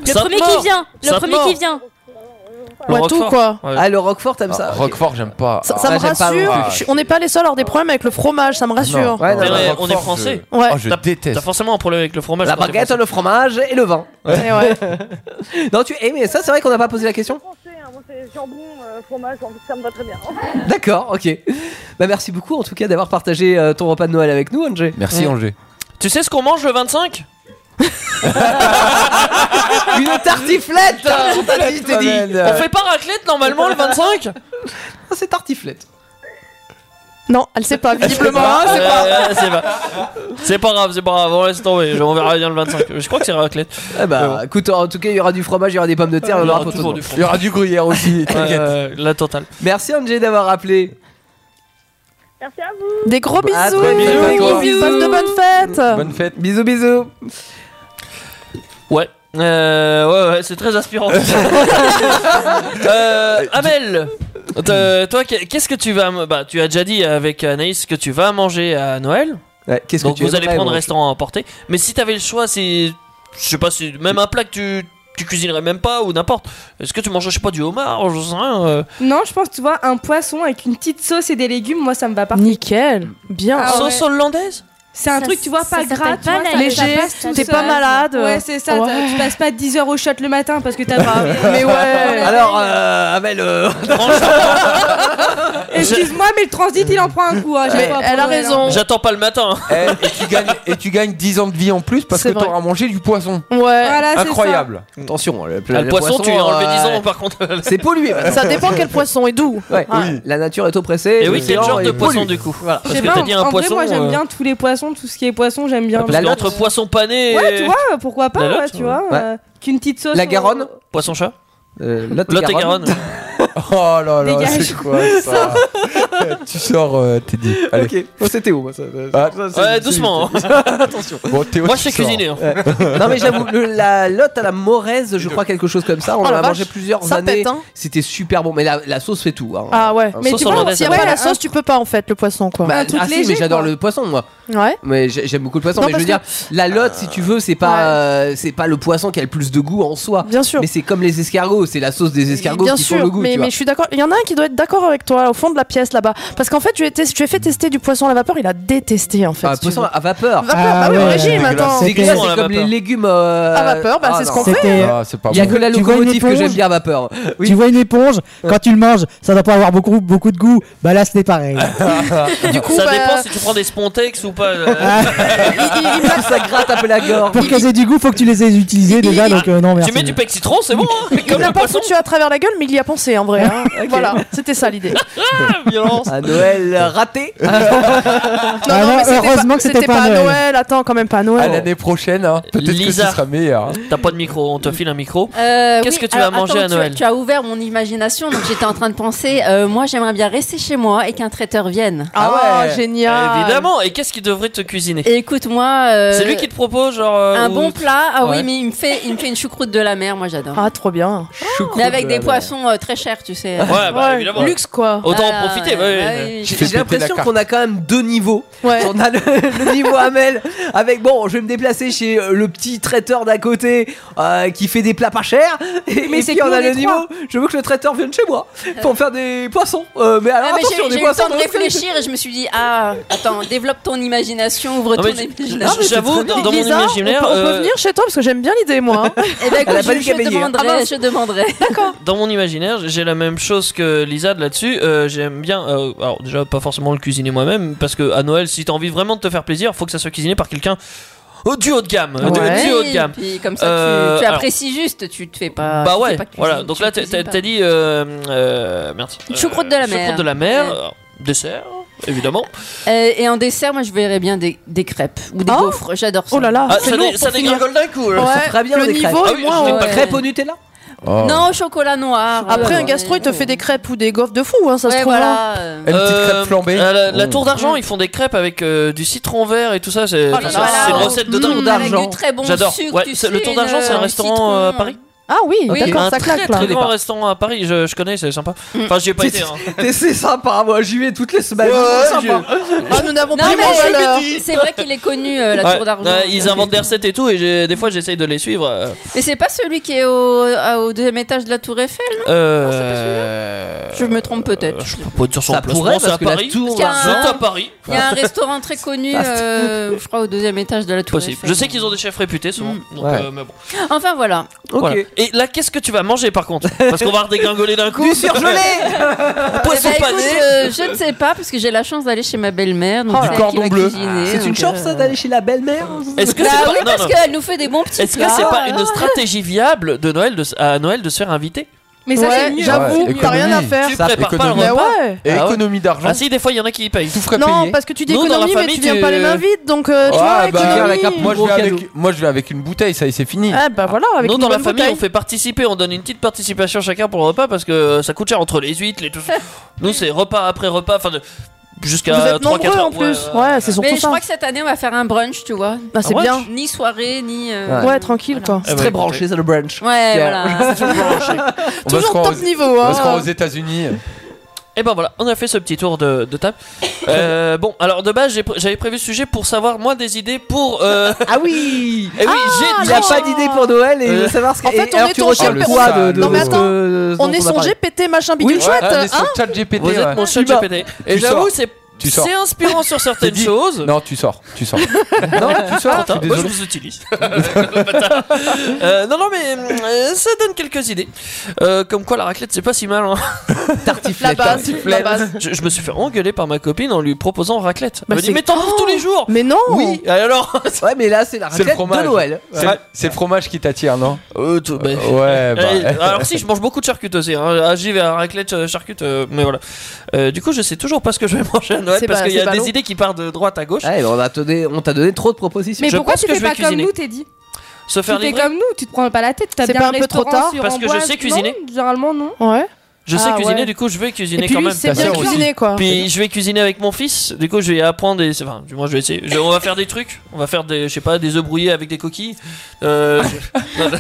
Le premier qui Sainte-Maure. vient. Le premier Sainte-Maure. qui vient. Le Ouais, tout, Roquefort. quoi. Ouais. Ah, le Roquefort, t'aimes Ah, ça Roquefort, j'aime pas. Ça, Ah, ça me j'aime pas rassure. non plus. Je suis- on n'est pas les seuls à avoir des problèmes avec le fromage, ça me rassure. non. Ouais, non, Mais non, ouais, Roquefort, on est français. je- Ouais. oh, je T'as- déteste. T'as forcément un problème avec le fromage. La quand t'es baguette, français. le fromage et le vin. Eh ouais. Non, tu eh, mais ça, c'est vrai qu'on n'a pas posé la question. Français, hein, moi, c'est jambon, euh, fromage, ça me va très bien. D'accord, ok. Bah, merci beaucoup en tout cas d'avoir partagé euh, ton repas de Noël avec nous, Angé. Merci, Mm. Angers. Tu sais ce qu'on mange le 25 Une tartiflette On t'a dit, t'es dit. Madeleine. On fait pas raclette normalement le 25 Ah, C'est tartiflette. Non, elle sait pas, visiblement. hein, c'est pas. c'est pas. C'est pas grave, c'est pas grave, on laisse tomber, on verra bien le 25. Je crois que c'est raclette. Eh bah, écoute, en tout cas, il y aura du fromage, il y aura des pommes de terre, il y aura pour tout le monde. Il y aura du gruyère aussi, t'inquiète. la totale. Merci Angie d'avoir appelé. Merci à vous. Des gros Oh, bisous. À Ah, très bientôt, à toi. Passe de bonnes fêtes. fête. Bisous, bisous. Ouais. Euh, ouais, ouais, c'est très inspirant. Euh, Amel, te- toi, qu'e- qu'est-ce que tu vas. m- Bah, tu as déjà dit avec Anaïs que tu vas manger à Noël. qu'est-ce que Donc tu vous allez aimerais prendre manger restaurant à emporter. Mais si t'avais le choix, c'est. Je sais pas, si même un plat que tu, tu cuisinerais même pas ou n'importe. Est-ce que tu manges, je sais pas, du homard Je sais rien. euh, Non, je pense, tu vois, un poisson avec une petite sauce et des légumes, moi ça me va pas. Nickel, bien. Sauce hollandaise C'est un Ça truc, tu vois, s- ça pas s'appelle gras, tu pas vois, la- ça- ça Léger, passe tout t'es seul. pas malade. Ouais, c'est ça, Ouais. t'as- tu passes pas 10 heures au shot le matin parce que t'as pas. Mais ouais. Alors, euh, Amel, euh, Excuse-moi, mais le transit il en prend un coup. hein, j'ai pas pour Noël, hein. J'attends pas le matin. Eh, Et, et tu gagnes, et tu gagnes 10 ans de vie en plus parce que t'auras mangé du poisson. Ouais. Incroyable. hein. Attention, le, Ah, le poisson, tu lui as enlevé 10 ans, par contre. C'est pollué. maintenant. Ça dépend quel poisson et d'où. Ouais. Ah. La nature est oppressée. Et oui, quel l'océan genre de est poisson pollué. du coup Voilà. Je Parce sais que pas, t'as dit un en poisson. vrai, moi j'aime euh, bien tous les poissons, tout ce qui est poisson, j'aime bien. Parce qu'entre poisson pané et. Ouais, tu vois, pourquoi pas, La ouais, lotte, tu vois, ouais. euh, qu'une petite sauce. au- Poisson chat Lotte Euh, et Garonne. Oh là là, Dégage. c'est quoi ça Tu sors, euh, Teddy. Allez. Ok, Bon, c'est Théo. moi, ça- Ah. ça, c'est- Ouais, c'est- doucement, c'est- hein. Attention. Bon, Théo, Moi, tu je sais sors. cuisiner, hein. Ouais. non mais j'avoue, le- la lotte à la moraise, je crois quelque chose comme ça. On Oh, en la a mangé vache. plusieurs Ça années. pète, hein. C'était super bon, mais la, la sauce fait tout. hein. Ah ouais. Hein, Mais sauce tu vois, hollandaise, s'il n'y a ça pas va. la sauce, tu peux pas en fait le poisson quoi. Bah, ah si, mais j'adore le poisson moi. Ouais. Mais j'ai- j'aime beaucoup le poisson. Non, mais je veux dire, parce la lotte, si tu veux, c'est pas euh, c'est pas le poisson qui a le plus de goût en soi. Bien sûr. Mais c'est comme les escargots, c'est la sauce des escargots Bien qui sûr, font le goût. mais, tu mais vois. je suis d'accord. Il y en a un qui doit être d'accord avec toi au fond de la pièce là-bas. Parce qu'en fait, je lui ai, tes- je lui ai fait tester du poisson à la vapeur, il a détésté en fait. Ah, si tu poisson veux. à vapeur. Vapeur, Ah bah oui, au ouais, régime, c'est attends. dégueulasse. C'est dégueulasse, C'était- c'est à comme vapeur. les légumes euh, À vapeur, bah, c'est ce non. qu'on fait. C'était- Ah, c'est pas Il y a bon. que la Tu vois une locomotive que éponge j'aime bien à vapeur. Tu vois une éponge, quand tu le manges, ça doit pas avoir beaucoup, beaucoup de goût. Bah là, c'était pareil. Du coup, ça bah- dépend si tu prends des spontex ou pas. euh. Ah. ça gratte un peu la gorge. Pour qu'elles aient du goût, faut que tu les aies utilisées déjà, donc euh, non, merci. Tu mets du pexitron, c'est bon. hein Il l'a pas foutu à travers la gueule, mais il y a pensé en vrai. hein. Voilà, c'était ça l'idée. Violence. À Noël euh, raté. Non, Ah non, non, mais c'était heureusement pas, que c'était c'était pas pas à Noël. Noël, attends, quand même pas à À Ah, Noël. l'année prochaine, hein. peut-être que ce Lisa. sera meilleur. hein. T'as pas de micro, on te file un micro. Euh, Qu'est-ce oui, que tu vas alors, manger attends, à tu- Noël tu, as ouvert mon imagination, donc j'étais en train de penser, euh, moi j'aimerais bien rester chez moi et qu'un traiteur vienne. Ah Ah Ah Évidemment, et qu'est-ce qu'il devrait te cuisiner Et écoute, moi. euh, C'est lui qui te propose, genre. euh, Un ou- bon plat, ah Ouais. oui, mais il me fait, il me fait une choucroute de la mer, moi j'adore. Ah, trop bien. Mais avec de des la mer. poissons euh, très chers, tu sais. Ouais, bah, évidemment. Autant Ah, en profiter, ouais, ouais, ouais, ouais. oui. J'ai j'ai l'impression qu'on a quand même deux niveaux. On a le, le niveau Amel avec bon, je vais me déplacer chez euh, le petit traiteur d'à côté euh, qui fait des plats pas chers. Et, Mais et c'est puis que on nous, a on le est niveau, je veux que le traiteur vienne chez moi pour faire des poissons. Euh, mais alors Ah, mais j'ai- attention, des j'ai eu le poissons. temps de réfléchir et je me suis dit, ah, attends, développe ton imagination, ouvre Non, ton mais j- imagination. eh ben, j- j'avoue, dans, dans mon Lisa, imaginaire, on peut, on peut euh, venir chez toi parce que j'aime bien l'idée moi. hein. Eh ben, écoute, Elle a pas je, dit je qu'elle payait, hein. demanderai, Ah, mince. je demanderai. dans mon imaginaire, j'ai la même chose que Lisa de là-dessus. Euh, J'aime bien, euh, alors déjà pas forcément le cuisiner moi-même, parce que à Noël, si t'as envie vraiment de te faire plaisir, faut que ça soit cuisiné par quelqu'un au du haut de gamme, euh, du- du haut de gamme. Puis comme ça, tu- Euh, tu, alors- apprécies juste, tu te fais pas. Bah tu ouais, fais pas cuisiner, voilà. Donc tu là, te t'as cuisines t'as pas. dit. Euh, euh, merci. Une choucroute de la mer. Choucroute de la mer, euh, dessert, évidemment. Euh, et en dessert, moi, je verrais bien des, des crêpes ou des gaufres. J'adore ça. Oh là là, Ah, c'est ça lourd dé- pour ça finir. dégringole d'un coup, là. Ouais, Très bien, le des niveau crêpes. est Ah oui, moins, je l'ai pas ouais. Crêpes au Nutella Ah, Oh, Non, au chocolat noir. Après euh, un gastro, il te fait des crêpes ou des gaufres de fou, hein, ça se Ouais, trouve. voilà. hein. Une petite crêpe flambée. à Euh, la, la Oh. Tour d'Argent, ils font des crêpes avec euh, du citron vert et tout ça. C'est Oh là c'est- là. c'est une Voilà. recette de Mmh, dingue. Tour avec d'Argent. du très bon J'adore. sucre, Ouais, tu c'est- le sais, Tour d'Argent, une, c'est un euh, restaurant euh, à Paris. Ah oui, Oui, d'accord, un ça claque très, là. très grand restaurant à Paris. Je, je connais, c'est sympa. Mm. Enfin, j'y ai pas été. hein. Et C'est sympa, moi j'y vais toutes les semaines. C'est sympa. Ah, nous n'avons Non, plus mais mon c'est- valeur. C'est vrai qu'il est connu, euh, la Ouais, tour d'argent. Ah, ouais, ils inventent des recettes et tout, et j'ai- des fois j'essaye de les suivre. euh, Mais c'est pas celui qui est au, à- au deuxième étage de la tour Eiffel, non Euh... Je me trompe peut-être. Je peux pas dire son Ça emplacement, pourrait, c'est à parce que la Paris. tour Parce qu'il y a d'argent- un- C'est à Paris. Il y a un restaurant très connu, euh, je crois, au deuxième étage de la tour Possible. Eiffel. Je sais qu'ils ont des chefs réputés souvent. Mm. donc, Ouais. euh, mais bon. Enfin voilà. Voilà. Et là, qu'est-ce que tu vas manger par contre Parce qu'on va redégringoler d'un coup. Du surgelé Poisson Eh ben, pané écoute, euh, je ne sais pas parce que j'ai la chance d'aller chez ma belle-mère. donc Oh c'est là. elle Du qui cordon va bleu. cuisiner, C'est une donc, chance ça euh, d'aller chez la belle-mère Est-ce que bah c'est pas- oui, non, parce non. qu'elle nous fait des bons petits Est-ce que plats. c'est pas une stratégie viable de Noël de, à Noël de se faire inviter Mais ça, c'est mieux. j'avoue, t'as rien à faire. Tu Ça, prépares économie. pas le repas. Mais ouais. Et Ah ouais. économie d'argent. Ah si, des fois, il y en a qui payent. Tout frais Bah Non, parce que tu dis Non, dans la économie, mais famille, tu viens tu- pas les mains vides, donc euh, tu vois, Ah, bah, économie. moi, je vais avec, moi je vais avec une bouteille, ça y est, c'est fini. Ah bah voilà, avec Nous, une dans la bonne famille, bouteille. on fait participer, on donne une petite participation chacun pour le repas parce que ça coûte cher entre les huîtres, les tout. Nous, c'est repas après repas, enfin, de- Vous jusqu'à êtes 3-4 nombreux heures. en plus. Ouais, c'est surtout Mais je ça. crois que cette année, on va faire un brunch, tu vois. Bah, c'est Un brunch bien. Ni soirée, ni. euh, Ouais, tranquille quoi. C'est très branché, ça le brunch. Ouais, C'est- voilà. On va se Toujours croire top aux- niveau, On va hein. se croire aux États-Unis. Et ben voilà, on a fait ce petit tour de, de table. Euh, bon, alors de base, j'ai pr- j'avais prévu ce sujet pour savoir, moi, des idées pour. Ah oui Et oui, Ah, j'ai Il a pas d'idée pour Noël et il veut savoir ce En fait, et on alors est tu ton retiens chef quoi de, de Non, mais de ce attends, que- ce On dont est a son parlé GPT machin Oui, bidule chouette, on est sur hein chat GPT. Vous êtes mon chat Tu sors. GPT. Et Bah, Tu j'avoue, sors. c'est Tu sors. c'est inspirant sur certaines choses. Non, tu sors, tu sors. Non, tu moi sors, je suis je désolé. vous utilise. Bâtard. Euh, non, non, mais euh, ça donne quelques idées. Euh, comme quoi, la raclette, c'est pas si mal. Hein. La base, la base. Je, je me suis fait engueuler par ma copine en lui proposant raclette. Bah, Elle me dit, c'est- mais t'en bouffes tous les jours Mais non Oui, et alors Ouais, mais là, c'est la C'est le raclette fromage. de Noël. C'est le- C'est le fromage qui t'attire, non Euh, Eh, Ouais, bah. alors si je mange beaucoup de charcuterie, hein. Ah, j'y vais à raclette euh, charcute, euh, mais voilà. Euh, du coup, je sais toujours pas ce que je vais manger à Noël C'est parce pas- qu'il y c'est a pas des long. idées qui partent de droite à gauche. Ouais, mais Ah, eh, on a donné- on t'a donné trop de propositions. Mais Je pourquoi pense tu que fais je vais pas comme cuisiner. nous, Teddy Se faire Tu fais livrer. comme nous, tu te prends pas la tête. T'as C'est bien pas un peu restaurant trop tard sur Parce que je Amboise, sais non cuisiner. Généralement, non. Ouais. Je sais Ah, cuisiner, ouais. du coup, je vais cuisiner Et puis quand lui, même. c'est bien sœur aussi. cuisiné quoi. Puis je vais cuisiner avec mon fils. Du coup, je vais apprendre des. Enfin, du moins, je vais essayer. Je- On va faire des trucs. On va faire des, je sais pas, des œufs brouillés avec des coquilles. Euh, je- non, Bah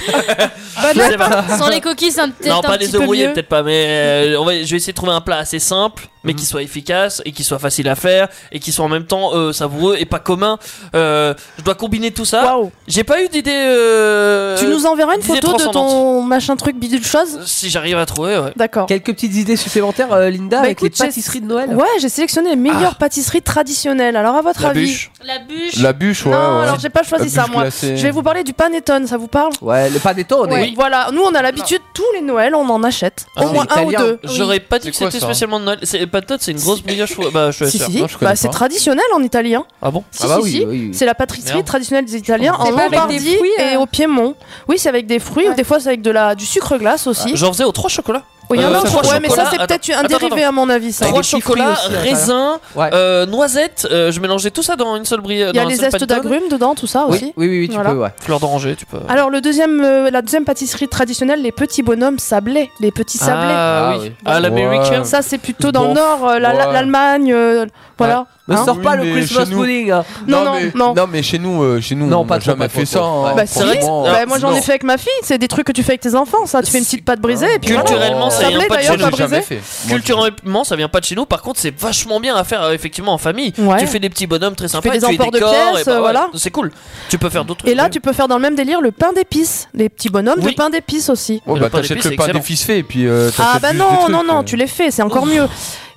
je sais pas. Sans les coquilles, c'est un peut-être Non, un pas petit les œufs peu brouillés, mieux. peut-être pas, mais euh, on va, je vais essayer de trouver un plat assez simple, mais Mhm. qui soit efficace et qui soit facile à faire et qui soit en même temps euh, savoureux et pas commun. Euh, je dois combiner tout ça. Waouh. J'ai pas eu d'idée. euh, Tu nous enverras une d'idée photo de transcendante. ton machin truc bidule chose Si j'arrive à trouver, ouais. D'accord. Quelques petites idées supplémentaires, euh, Linda, Bah, avec écoute, les j'ai- pâtisseries de Noël. Ouais, j'ai sélectionné les meilleures pâtisseries traditionnelles. Alors à votre La avis bûche. La bûche. La bûche, ouais. Non, ouais. alors j'ai pas choisi La ça bûche moi. glacée. Je vais vous parler du panettone, ça vous parle Ouais, le Oh, panettone. Ouais, et- Voilà, nous on a l'habitude tous les Noëls, on en achète Ah, au c'est moins un ou italien. deux. J'aurais pas dit que C'est quoi, c'était ça spécialement de Noël. C'est patate, c'est une grosse brioche. fou- Bah, je suis Si, sûr. si, si. Non, je connais Bah, c'est pas. traditionnel en italien. Ah bon Si, Ah bah si, oui, si. oui, oui. C'est la pâtisserie Merde. traditionnelle des Italiens C'est en pas avec des Lombardie fruits, euh et au Piémont. Oui, c'est avec des fruits ou des fois c'est avec de la, du sucre glace aussi. Ah, J'en faisais aux trois chocolats. Oui, il y en a Euh, un trois autre. ouais, mais ça chocolats. c'est peut-être Attends, un attends, dérivé attends. à mon avis. Ça. Trois des petits fruits chocolats, aussi, à raisins, Ouais. euh, noisettes. euh, je mélangeais tout ça dans une seule brioche. Il y a les zestes d'agrumes Ah dedans, tout ça Oui, aussi. oui, oui, oui, tu Voilà. peux, ouais. Fleur d'oranger, tu peux. Alors le deuxième, euh, la deuxième pâtisserie traditionnelle, les petits bonhommes sablés, les petits sablés. Ah, Ah oui. oui. Ah, l'américaine. Ça c'est plutôt dans Bon. le nord, euh, la- la- Ouais. l'Allemagne, euh, voilà. Ne Hein sors pas Oui, le mais Christmas chez nous- pudding. hein. Non, non, mais, non. mais chez nous, euh, chez nous, Non, on pas n'a trop, jamais pas trop, fait ça. trop. hein, Bah, c'est vrai que- franchement. Alors, Bah, moi j'en ai fait avec ma fille, c'est des trucs que tu fais avec tes enfants, ça. Tu fais une petite pâte brisée et puis voilà. Culturellement, ça Sablé, vient pas de d'ailleurs, chez nous. pas brisé. jamais fait. Moi, j'ai- Culturellement, ça vient pas de chez nous. Par contre, c'est vachement bien à faire euh, effectivement en famille. Ouais. Tu fais des petits bonhommes très sympas, fais des et tu les emports de décores, pièces, et bah ouais, euh, voilà. C'est cool. Tu peux faire d'autres trucs. Et là, tu peux faire dans le même délire le pain d'épices, les petits bonhommes Oui. de pain d'épices aussi. Ouais, Le bah, pain t'achètes d'épices, le pain excellent. des fils faits, et puis. euh, Ah t'achètes bah juste des non, trucs, non, non, euh. tu les fais, c'est encore mieux.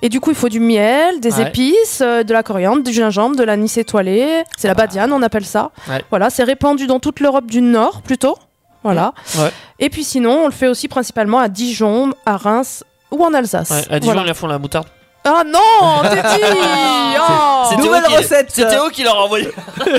Et du coup, il faut du miel, des Ouais. épices, euh, de la coriandre, du gingembre, de l'anis étoilé. C'est la badiane, on appelle ça. Ah. Ouais. Voilà, c'est répandu dans toute l'Europe du Nord plutôt. Voilà. Ouais. Et puis sinon, on le fait aussi principalement à Dijon, à Reims ou en Alsace. Ouais, à Dijon, Voilà. ils la font la moutarde. Ah non, t'es dit Oh C'est Nouvelle Théo qui- recette. C'est Théo qui leur a envoyé.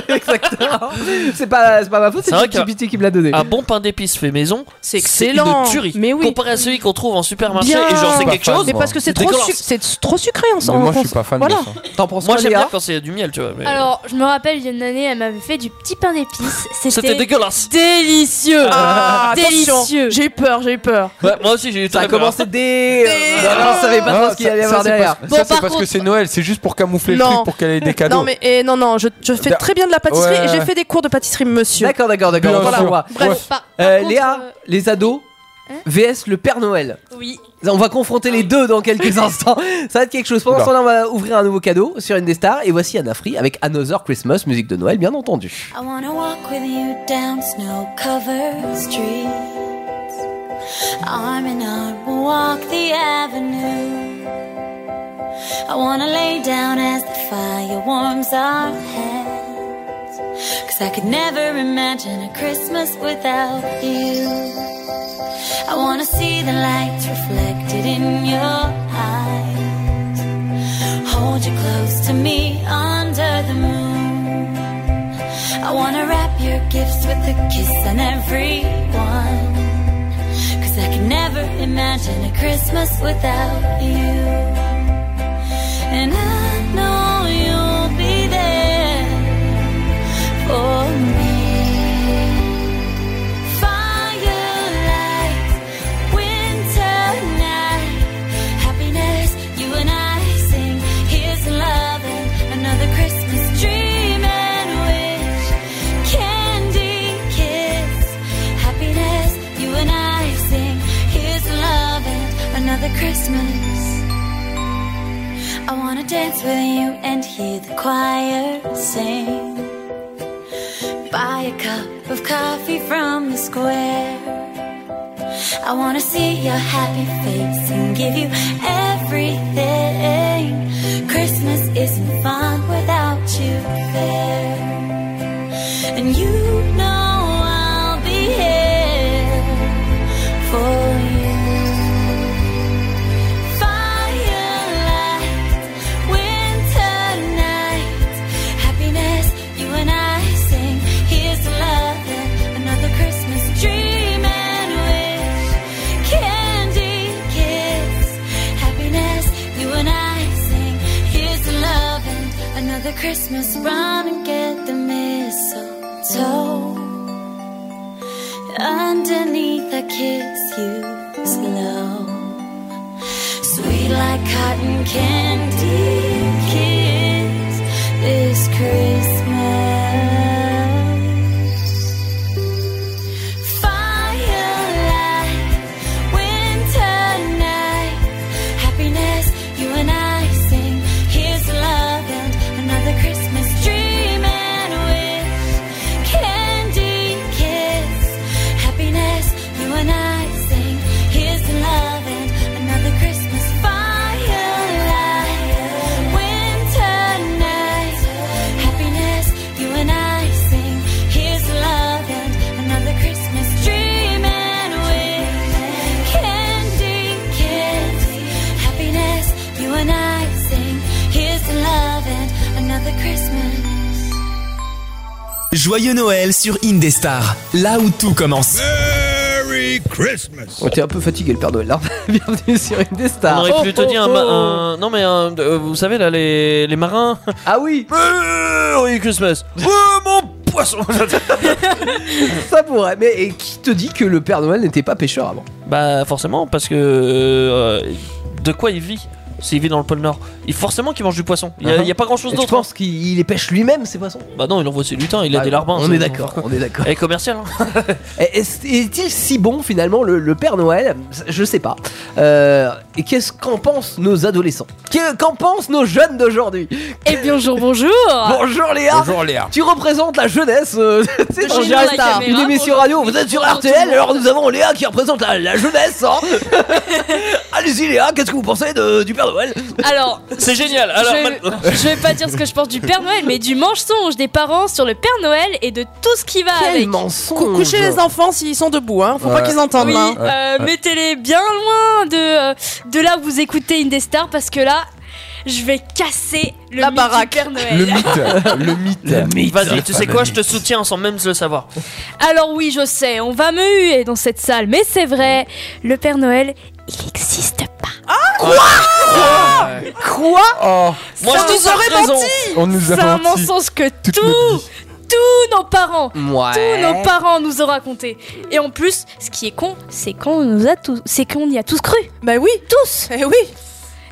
Exactement. c'est pas, c'est pas ma faute, C'est vrai que- c'est GPT qui me l'a donné. Un bon pain d'épices fait maison, C'est excellent. une tuerie. Mais oui. Comparé à celui qu'on trouve en supermarché, Bien. et genre c'est Pas quelque fan, chose. Mais parce que c'est C'est trop, dégueulasse. suc- c'est trop sucré en Mais en- moi, je en- suis pas fan de voilà. ça. T'en penses Moi quoi, j'aime Léa bien quand c'est du miel, tu vois. mais- Alors, je me rappelle, il y a une année, elle m'avait fait du petit pain d'épices. C'était C'était dégueulasse. délicieux. Ah, attention. délicieux. J'ai eu peur, j'ai eu peur. Ouais, moi aussi j'ai eu Ça a très peur. commencé dès. euh, Dès- Non, non, on savait pas Ah, trop ce qu'il allait y ça- avoir ça, c'est derrière. parce- Bon, Ça, c'est par parce que contre- c'est Noël, c'est juste pour camoufler le Non. truc pour qu'elle ait des cadeaux. Non mais eh, non non, je, je fais Da- très bien de la pâtisserie Ouais. et j'ai fait des cours de pâtisserie monsieur. D'accord, d'accord, d'accord. Bien Voilà, sûr. moi. Bref, Ouais. par, par Euh, contre, Léa, euh, les ados, Hein VS le Père Noël. oui. On va confronter les deux dans quelques instants. Ça va être quelque chose. Pendant ce Oula. temps-là, on va ouvrir un nouveau cadeau sur une des stars. Et voici Anna Free avec Another Christmas, musique de Noël, bien entendu. I wanna walk with you down snow covered streets. Arm in arm, we'll walk the avenue. I wanna lay down as the fire warms our hands. Cause I could never imagine a Christmas without you. I wanna see the lights reflected in your eyes. Hold you close to me under the moon. I wanna wrap your gifts with a kiss on everyone. Cause 'Cause I could never imagine a Christmas without you. And I know you'll be there for me. Firelight, winter night, happiness you and I sing. Here's to love and another Christmas dream and wish. Candy kiss, happiness you and I sing. Here's to love and another Christmas. I wanna dance with you and hear the choir sing. Buy a cup of coffee from the square. I wanna see your happy face and give you everything. Christmas isn't fun without you there. And you know I'll be here for you. Firelight, winter night, happiness you and I sing. Here's to love and another Christmas dream and wish. Candy kiss, happiness you and I sing. Here's to love and another Christmas. Run and get the mistletoe underneath. I kiss you slow, sweet like cotton candy. Kiss this Christmas. Firelight, winter night, happiness you and I sing. Here's to love and another Christmas dream and wish. Candy kiss, happiness you and I sing. Here's to love and another Christmas firelight, winter night, happiness you and I sing. Here's to love and another Christmas dream and wish. Candy kiss, happiness you and I sing. Here's to love and another Christmas. Joyeux Noël sur Indestar, là où tout commence. Merry Christmas. On était un peu fatigué le Père Noël là. Bienvenue sur une des On stars. aurait pu Oh, te oh, dire un, oh. ma- un- Non, mais un- euh, vous savez, là, les, les marins. Ah oui Merry Christmas Oh, mon poisson Ça pourrait, mais et qui te dit que le Père Noël n'était pas pêcheur avant Bah, forcément, parce que. euh, de quoi il vit S'il vit dans le pôle Nord Il forcément qu'il mange du poisson. Il n'y a, il y a pas grand chose Uh-huh. Et d'autre. hein. Tu penses qu'il les pêche lui-même ces poissons Bah non, il envoie ses lutins, il a Ah, des larbins. on ça, est d'accord, quoi. on est d'accord. Et commercial. hein. Et- Est-ce- Est-il si bon finalement le, le Père Noël Je sais pas. Euh, et qu'est-ce qu'en pensent nos adolescents Que- Qu'en pensent nos jeunes d'aujourd'hui Eh bien, bonjour, bonjour Bonjour Léa Bonjour, Léa. Tu représentes la jeunesse euh, tu sais, De dans chez nous, la Jazz Star, caméra, Une émission bonjour. radio, vous êtes sur Bonjour, tout RTL, le monde. alors nous avons Léa qui représente la, la jeunesse hein. Allez-y Léa, qu'est-ce que vous pensez de- du Père Noël Alors, C'est génial. Alors, maintenant- je, je vais pas dire ce que je pense du Père Noël, mais du mensonge des parents sur le Père Noël et de tout ce qui va Quel avec. mensonge Cou- Couchez les enfants s'ils sont debout, hein. Faut pas Ouais. qu'ils entendent. Oui, hein. euh, mettez-les bien loin de, euh, de là où vous écoutez Indestar parce que là, je vais casser le mythe du Père Noël. le mythe, le mythe. Vas-y, tu sais quoi, je te soutiens sans même le savoir. Alors oui, je sais, on va me huer dans cette salle, mais c'est vrai, le Père Noël, il existe pas. Quoi Oh. Moi, je nous aurais menti On nous a C'est un menti. mensonge que tout, tous nos parents, Ouais. tous nos parents nous ont raconté. Et en plus, ce qui est con, c'est qu'on nous a tous, c'est qu'on y a tous cru. Bah oui, tous. Et oui.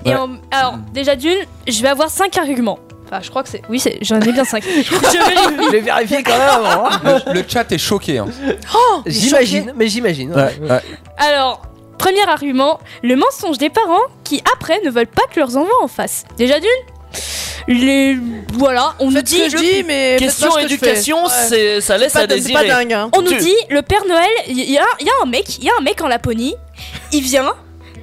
Et Ouais. en- alors déjà d'une, je vais avoir cinq arguments. Enfin, je crois que c'est, oui, c'est- j'en ai bien cinq. je vérifie. J'ai vérifié quand même avant, hein. Le, le chat est choqué. hein. Oh, il est J'imagine, choqué. mais j'imagine. Ouais, ouais. Alors, premier argument, le mensonge des parents qui après ne veulent pas que leurs enfants en fassent. Déjà d'une les... Voilà, on nous dit... que je dis, mais Question faites pas ce que je éducation, fais. Ouais. c'est- ça laisse C'est pas à dingue, désirer. c'est pas dingue, hein. On nous Tu- dit, le Père Noël, il y, a- il y a un mec, il y a un mec en Laponie, il vient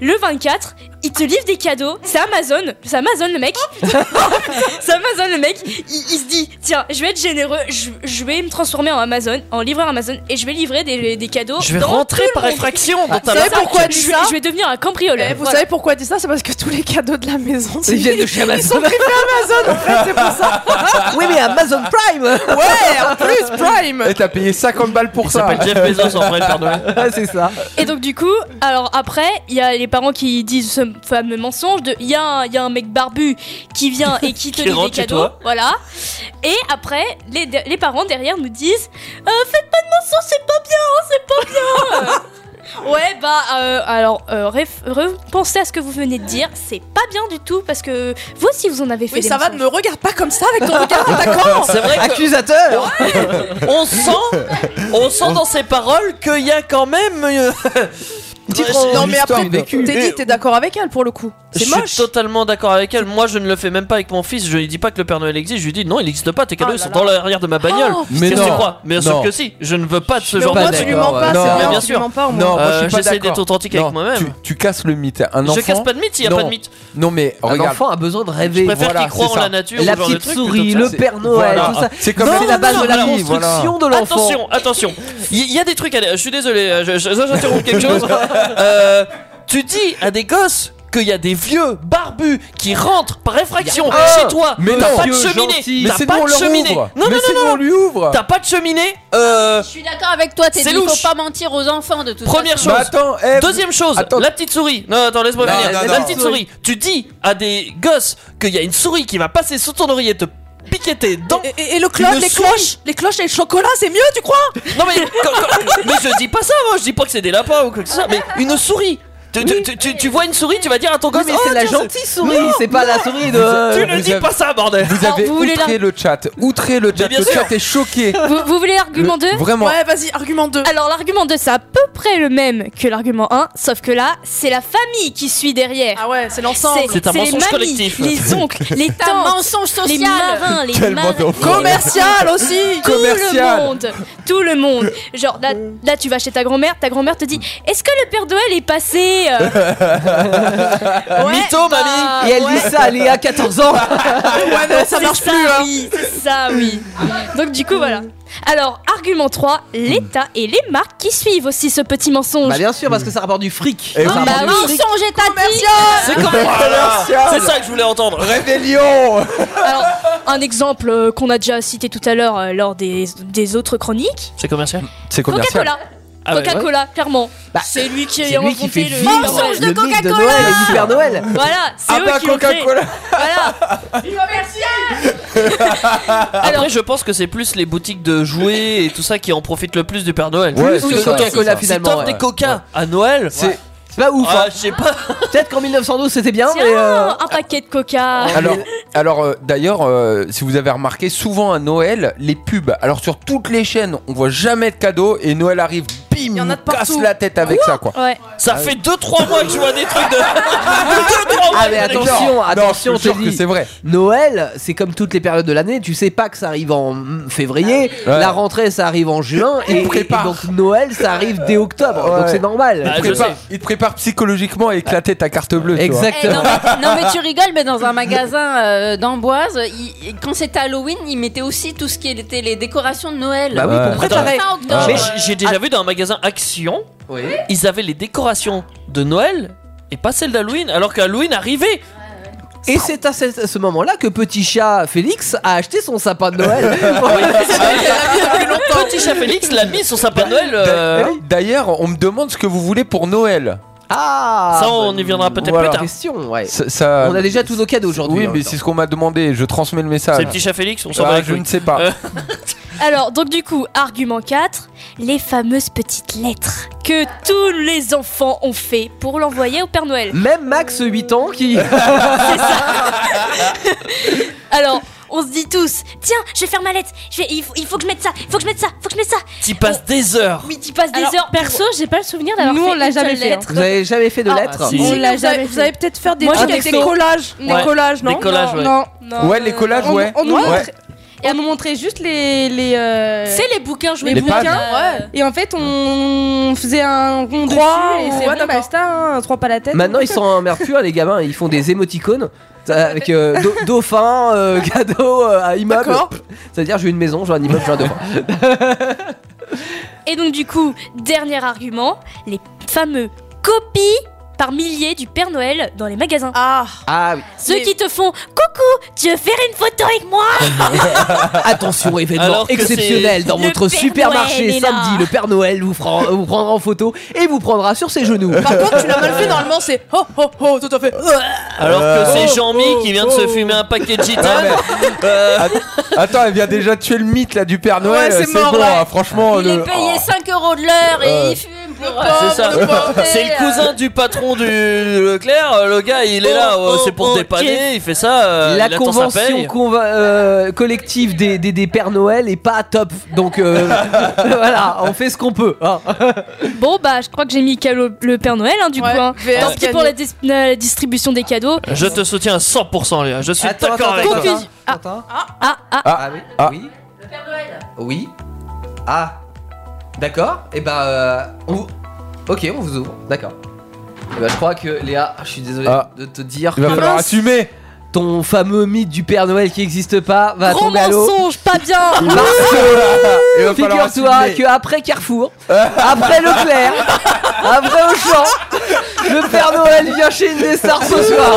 le 24, il te livre des cadeaux. C'est Amazon. C'est Amazon le mec. Oh, c'est Amazon le mec. Il, il se dit tiens, je vais être généreux. Je, je vais me transformer en Amazon, en livreur Amazon, et je vais livrer des, des cadeaux. Je vais dans rentrer tout le par monde. effraction dans ta Vous savez maison. pourquoi elle dit Je- ça je vais devenir un cambrioleur. Eh, vous Voilà. savez pourquoi elle dit ça C'est parce que tous les cadeaux de la maison, Ils viennent de chez Ils sont Amazon. privés Amazon, en fait, c'est pour ça. Oui, mais Amazon Prime Ouais, en plus, Prime Et t'as payé 50 balles pour ça. s'appelle Jeff Bezos, en vrai, le Père Noël. c'est ça. Et donc du coup, alors après, il y a les parents qui disent ce fameux mensonge de il y, a un- il y a un mec barbu qui vient et qui te Qui livre des rentre chez cadeaux, toi. voilà. Et après, les, les parents derrière nous disent Euh, faites pas de mensonge, c'est pas bien, hein, c'est pas bien. Euh, Ouais bah euh, alors euh, réf- repensez à ce que vous venez de dire, c'est pas bien du tout parce que vous aussi vous en avez fait Oui, des ça va, ne mensonges. me regarde pas comme ça avec ton regard, d'accord C'est vrai que- Accusateur On sent, on sent dans ses paroles qu'il y a quand même. euh, Non, mais après, t'es dit, t'es d'accord avec elle pour le coup. Je C'est suis moche. totalement d'accord avec elle. Moi, je ne le fais même pas avec mon fils. Je lui dis pas que le Père Noël existe. Je lui dis non, il n'existe pas. Tes cadeaux ils sont dans l'arrière de ma bagnole. Oh, Qu'est-ce que putain. tu crois Bien sûr Non. que si. Je ne veux pas de ce Mais genre au moins, de tu lui truc. mens pas, Non, c'est bien, bien tu sûr. lui mens pas, au moins. Non, moi, je suis pas Euh, J'essaie d'accord. d'être authentique Non, avec moi-même. Tu casses le mythe. Un Je enfant. casse pas de mythe, il y a Non. pas de mythe. Non, mais Un regarde. enfant a besoin de rêver. Je préfère Voilà, qu'il croie c'est en ça. la nature. La ce genre de petite truc, souris, plutôt que le ça. Père Noël, Voilà. tout ça. C'est comme Non, ça, c'est la base de la alors, construction de l'enfant. Attention, attention. Il y, y a des trucs à Je suis désolé, euh, je- je- j'interromps quelque chose. Euh, tu dis à des gosses qu'il y a des vieux barbus qui rentrent par effraction Y a- chez toi. Mais t'as non. pas de Vieux, cheminée. gentil. Mais T'as c'est pas nous, on de leur cheminée. ouvre. Non, Mais non, c'est non, nous, non. on lui ouvre. T'as pas de cheminée. Euh, Je suis d'accord avec toi, t'es C'est dit, il louche. faut pas mentir aux enfants de toute Première façon. chose. Deuxième chose, la petite souris. Non, attends, laisse-moi Non, finir. non, la non. petite souris. Tu dis à des gosses qu'il y a une souris qui va passer sous ton oreiller et te piquer tes dents. Et, et le cloche, Une les souris. cloches, les cloches et le chocolat, c'est mieux, tu crois Non mais, quand- quand- mais je dis pas ça, moi. Je dis pas que c'est des lapins ou quoi que ce soit. Mais une souris. Tu, tu- tu- tu- tu vois une souris, tu vas dire à ton gosse. mais c'est oh, la tiens, gentille souris, c'est pas la souris de- Tu ne Vous dis avez- pas ça, bordel. Vous Alors, avez vous voulez outré la- le chat. Outré le chat. bien Le sûr. chat est choqué. Vous, vous voulez l'argument Le- 2 vraiment. Ouais, vas-y, argument 2. Alors, l'argument 2, c'est à peu près le même que l'argument 1, sauf que là, c'est la famille qui suit derrière. Ah ouais, c'est l'ensemble. C'est un les mensonge mamies, collectif. Les oncles, les C'est un tantes, mensonge les social. marins, les Quel marins. mensonge. Commercial aussi. Tout Commercial. le monde. Tout le monde. Genre, là, là, tu vas chez ta grand-mère, ta grand-mère te dit Est-ce que le Père Noël est passé euh, Mytho, bah, mamie. Et elle dit ouais. ça à Léa, 14 ans. ouais, C'est oui, c'est ça, oui. Donc du coup, voilà. Alors, argument 3, l'État et les marques qui suivent aussi ce petit mensonge. Bah bien sûr, parce que ça rapporte du fric. Et oui. Ça rapporte Bah du oui. fric. Mensonge étatique. C'est quand même C'est ça que je voulais entendre. Rébellion. Alors, un exemple euh, qu'on a déjà cité tout à l'heure euh, lors des, des autres chroniques. C'est commercial. C'est Coca-cola. Ah ouais, Coca-Cola, clairement. c'est lui qui c'est a lui qui inventé fait le vivre mensonge le de mythe de Coca-Cola. Noël et du Père Noël. Voilà, c'est Ah eux bah, qui l'ont créé. Coca-Cola. Alors- Après, je pense que c'est plus les boutiques de jouets et tout ça qui en profitent le plus du Père Noël. Ouais, Plus c'est que ça, c'est ça. Si finalement, t'offres ouais. des coca euh, à Noël, c'est pas ouf. hein. Ah, je sais pas. Peut-être qu'en 1912 c'était bien, Tiens, mais. euh, un paquet de coca. Alors, alors euh, d'ailleurs, euh, si vous avez remarqué, souvent à Noël, les pubs. Alors sur toutes les chaînes, on voit jamais de cadeaux et Noël arrive, bim, on casse la tête avec ça, quoi. Ouais. Ça Ah fait 2-3 mois que je vois des trucs de. 2-3 mois Ah que mais je les attention, vois. attention, je te je te jure que dis, c'est vrai. Noël, c'est comme toutes les périodes de l'année, tu sais pas que ça arrive en mm, février, Ah Ouais. la rentrée ça arrive en juin et, et donc Noël ça arrive dès octobre, donc Ouais. c'est normal. Bah, Il, te prépare, il te prépare psychologiquement à éclater ta carte bleue. tu vois. Eh, non, mais, non, mais tu rigoles, mais dans un magasin euh, d'Amboise, il- quand c'était Halloween, ils mettaient aussi tout ce qui était les décorations de Noël. Bah oui, pour préparer. Fin Ah, octobre. mais j- J'ai déjà vu dans un magasin Action, ils avaient les décorations de Noël et pas celles d'Halloween, alors qu'Halloween arrivait. Et c'est à ce, à ce moment-là que petit chat Félix a acheté son sapin de Noël. Ah, Petit chat Félix l'a mis sur sa Bah, Père Noël. euh, D'a- D'ailleurs, on me demande ce que vous voulez pour Noël. Ah Ça, on y viendra peut-être Voilà. plus tard. Question, ouais. Ça- ça- On a déjà tous nos cadeaux aujourd'hui. hein. Oui, en mais même temps. c'est ce qu'on m'a demandé. Je transmets le message. C'est le petit chat Félix, on s'en Ah, bat les Je couilles. Euh. ne sais pas. Alors, donc du coup, argument 4, les fameuses petites lettres que tous les enfants ont fait pour l'envoyer au Père Noël. Même Max 8 ans qui. Alors, on se dit tous, tiens, je vais faire ma lettre, je vais- il, faut, il faut que je mette ça, il faut que je mette ça, il faut que je mette ça. T'y passes des heures. Oui, tu passes des Alors, heures. Perso, j'ai pas le souvenir d'avoir Nous, fait hein. on l'a une seule jamais fait, lettre. Vous avez jamais fait de lettres si. Ah, On l'a Vous avez- jamais Vous allez peut-être faire des Moi, trucs j'ai avec des texto. collages. Ouais. Des collages, non Des collages, ouais. Non. euh, Ouais, les collages, On- ouais. on nous Ouais. montre- Et on nous montrait juste les. les euh, C'est les bouquins, je les me bouquins. demande, euh, Et en fait, on faisait un rond dessus Croix, et ou- c'est ouais, bon, basta, hein, trois pas la tête. Maintenant, ils sont en merde pure, les gamins. Ils font des émoticônes ça, avec euh, do- dauphin, euh, cadeau, euh, à immeuble. C'est-à-dire, j'ai une maison, j'ai un immeuble, j'ai un dauphin. Et donc du coup, dernier argument, les fameux copies par milliers du Père Noël dans les magasins. Ah Ah oui. Ceux qui te font coucou, tu veux faire une photo avec moi Attention, événement Alors que exceptionnel c'est- dans Le votre Père supermarché Noël est là. samedi. Le Père Noël vous, fera- vous prendra en photo et vous prendra sur ses genoux. Par contre, tu l'as mal fait, normalement, c'est oh oh oh, tout à fait. Alors que Euh, c'est oh, Jean-Mi qui vient de se fumer un paquet de gitane. Euh, Attends, elle vient déjà tuer le mythe là du Père Noël. Ouais, c'est mort, bon, ouais. hein, oh, franchement. Il le- est payé 5 euros de l'heure et Euh, il fume pour. euh. C'est ça. C'est le cousin du patron du Leclerc. euh, Le gars, il est là. euh, c'est pour oh, dépanner. ok. Il fait ça. euh, La il attend sa convention paye. conva- euh, collective des, des, des Pères Noël est pas top. Donc euh, voilà, on fait ce qu'on peut. hein. Bon bah je crois que j'ai mis le, le Père Noël hein, du coup. Hein. VS Tant pis pour la, dis- euh, la distribution des cadeaux. Je te soutiens à 100%, Léa. Je suis d'accord avec toi. Confusion. Ah, ah, ah, Ah, oui. Oui. Oui. Ah. D'accord. Et bah. euh, on vous- Ok, on vous ouvre. D'accord. Eh ben, je crois que Léa, je suis désolé Ah. de te dire. Il va que- falloir Mince. assumer. Ton fameux mythe du Père Noël qui n'existe pas va Gros tomber à l'eau. mensonge, pas bien Parce Il que va falloir figure-toi assumer. qu'après Carrefour, après Leclerc, après Auchan, le Père Noël vient chez Indestar ce soir.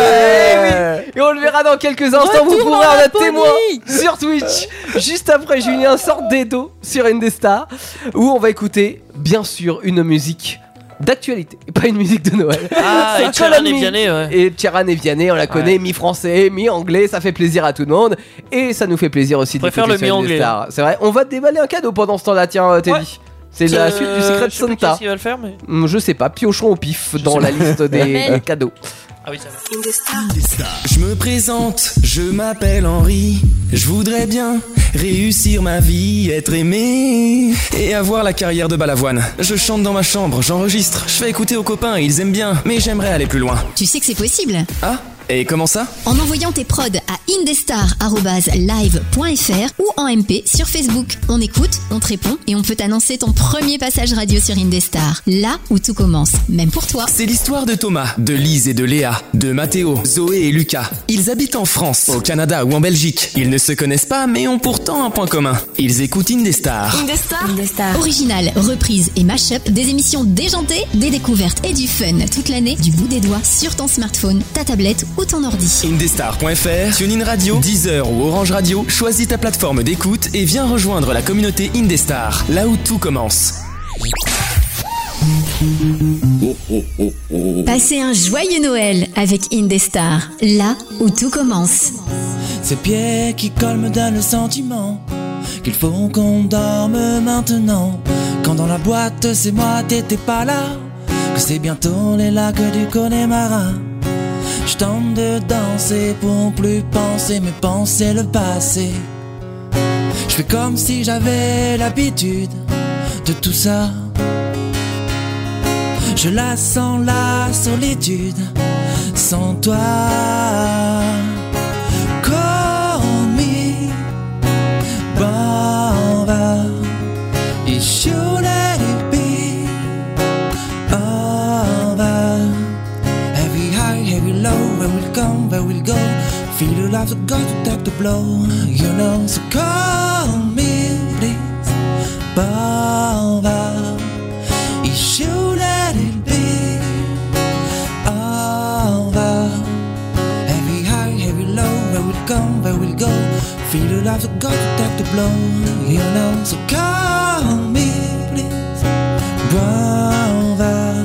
Eh oui. Et on le verra dans quelques instants. Vous Retour pourrez dans en la être témoin pony. sur Twitch. Juste après, Julien sort d'Edo sur Indestar où on va écouter, bien sûr, une musique d'actualité, et pas une musique de Noël. Ah, C'est et Ciaran Colin et Me. Vianney, ouais. Et Ciaran et Vianney, on la connaît, Ouais. mi-français, mi-anglais, ça fait plaisir à tout le monde. Et ça nous fait plaisir aussi de préfère l'écouter le sur mi-anglais. Indestar. C'est vrai, on va te déballer un cadeau pendant ce temps-là, tiens, euh, Teddy. Ouais. C'est la Euh, suite du Secret je sais plus Santa. qu'est-ce qu'il va le faire, mais- Hum, Je sais pas, piochons au pif dans sais la pas. liste des euh, Mais- cadeaux. Ah oui, ça va. Je me présente, je m'appelle Henri. Je voudrais bien réussir ma vie, être aimé et avoir la carrière de Balavoine. Je chante dans ma chambre, j'enregistre, je fais écouter aux copains, ils aiment bien, mais j'aimerais aller plus loin. Tu sais que c'est possible Ah Et comment ça En envoyant tes prods à indestar.live.fr ou en MP sur Facebook. On écoute, on te répond et on peut t'annoncer ton premier passage radio sur Indestar. Là où tout commence, même pour toi. C'est l'histoire de Thomas, de Lise et de Léa, de Mathéo, Zoé et Lucas. Ils habitent en France, au Canada ou en Belgique. Ils ne se connaissent pas, mais ont pourtant un point commun. Ils écoutent Indestar. Indestar. Original, reprise et mash-up des émissions déjantées, des découvertes et du fun toute l'année du bout des doigts sur ton smartphone, ta tablette ou ton ordi. Indestar.fr, TuneIn Radio, Deezer ou Orange Radio, choisis ta plateforme d'écoute et viens rejoindre la communauté Indestar, là où tout commence. Passez un joyeux Noël avec Indestar, là où tout commence. Ces pieds qui collent me donnent le sentiment qu'il faut qu'on dorme maintenant. Quand dans la boîte, c'est moi, t'étais pas là. Que c'est bientôt les lacs du Connemara. Je tente de danser pour plus penser, mais penser le passé. Je fais comme si j'avais l'habitude de tout ça. Je la sens la solitude sans toi. Call me, Bamba. You should let it be, Bamba. Every high, every low, where we'll come, where we'll go. Feel the love that got to take the blow, you know. So call me, please, Bamba. You should let it be, Bamba. Every high, every low, where we'll come, where we'll go. Feel the life that got to take the blow, you know. So call me, please, brother.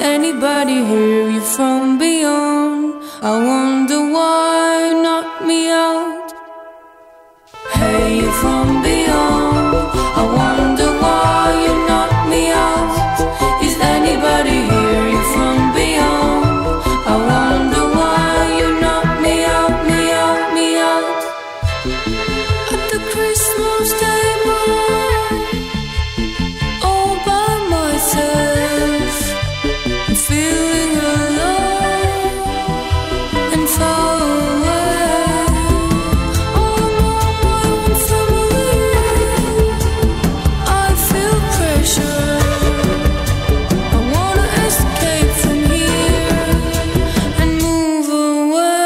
anybody hear you from beyond? I wonder why knock me out. Hear you from beyond. I wonder why you knock me out. Is anybody hear you from beyond? I wonder why you knock me out, me out, me out. At the Christmas table all by myself. I'm feeling alone and far away. I'm on my own family. I feel pressure. I wanna escape from here and move away.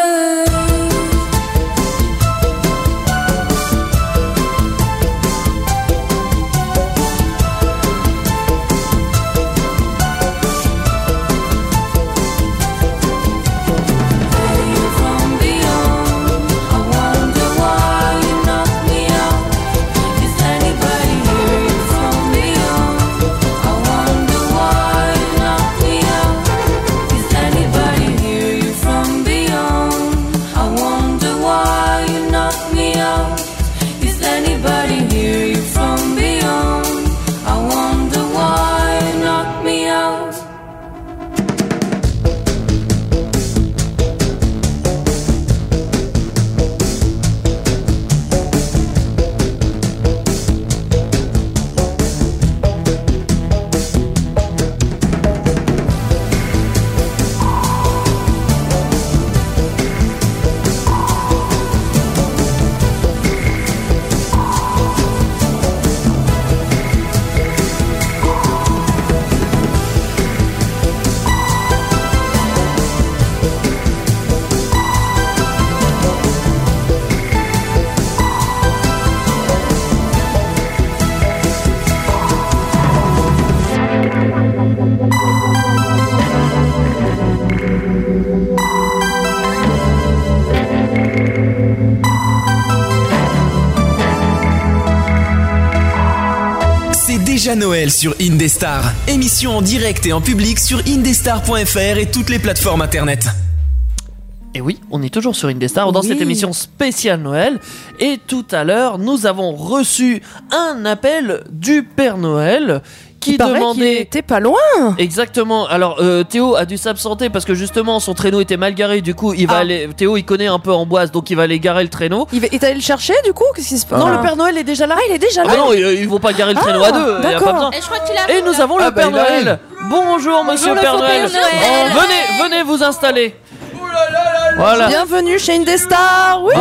C'est déjà Noël sur Indestar. Émission en direct et en public sur indestar.fr et toutes les plateformes internet. Eh Et oui, on est toujours sur Indestar dans cette émission spéciale Noël. Et tout à l'heure, nous avons reçu un appel du Père Noël qui Il paraît qu'il demandait. était pas loin. Exactement. Alors euh, Théo a dû s'absenter parce que justement son traîneau était mal garé. Du coup, il va Ah. aller. Théo, il connaît un peu Amboise, donc il va aller garer le traîneau. Il va- il est allé le chercher du coup Qu'est-ce qui se passe Ah. Non, le Père Noël est déjà là. il est déjà Ah là. bah non, ils, ils vont pas garer le Ah, traîneau à deux. y a pas d'accord. besoin. Et je crois qu'il arrive, Et nous là. avons Ah le bah, Père il arrive. Noël. Bonjour Monsieur le Père faux Noël. Père Noël. Oh, venez, venez vous installer. Voilà. Bienvenue chez Indestar. Oui. Oh,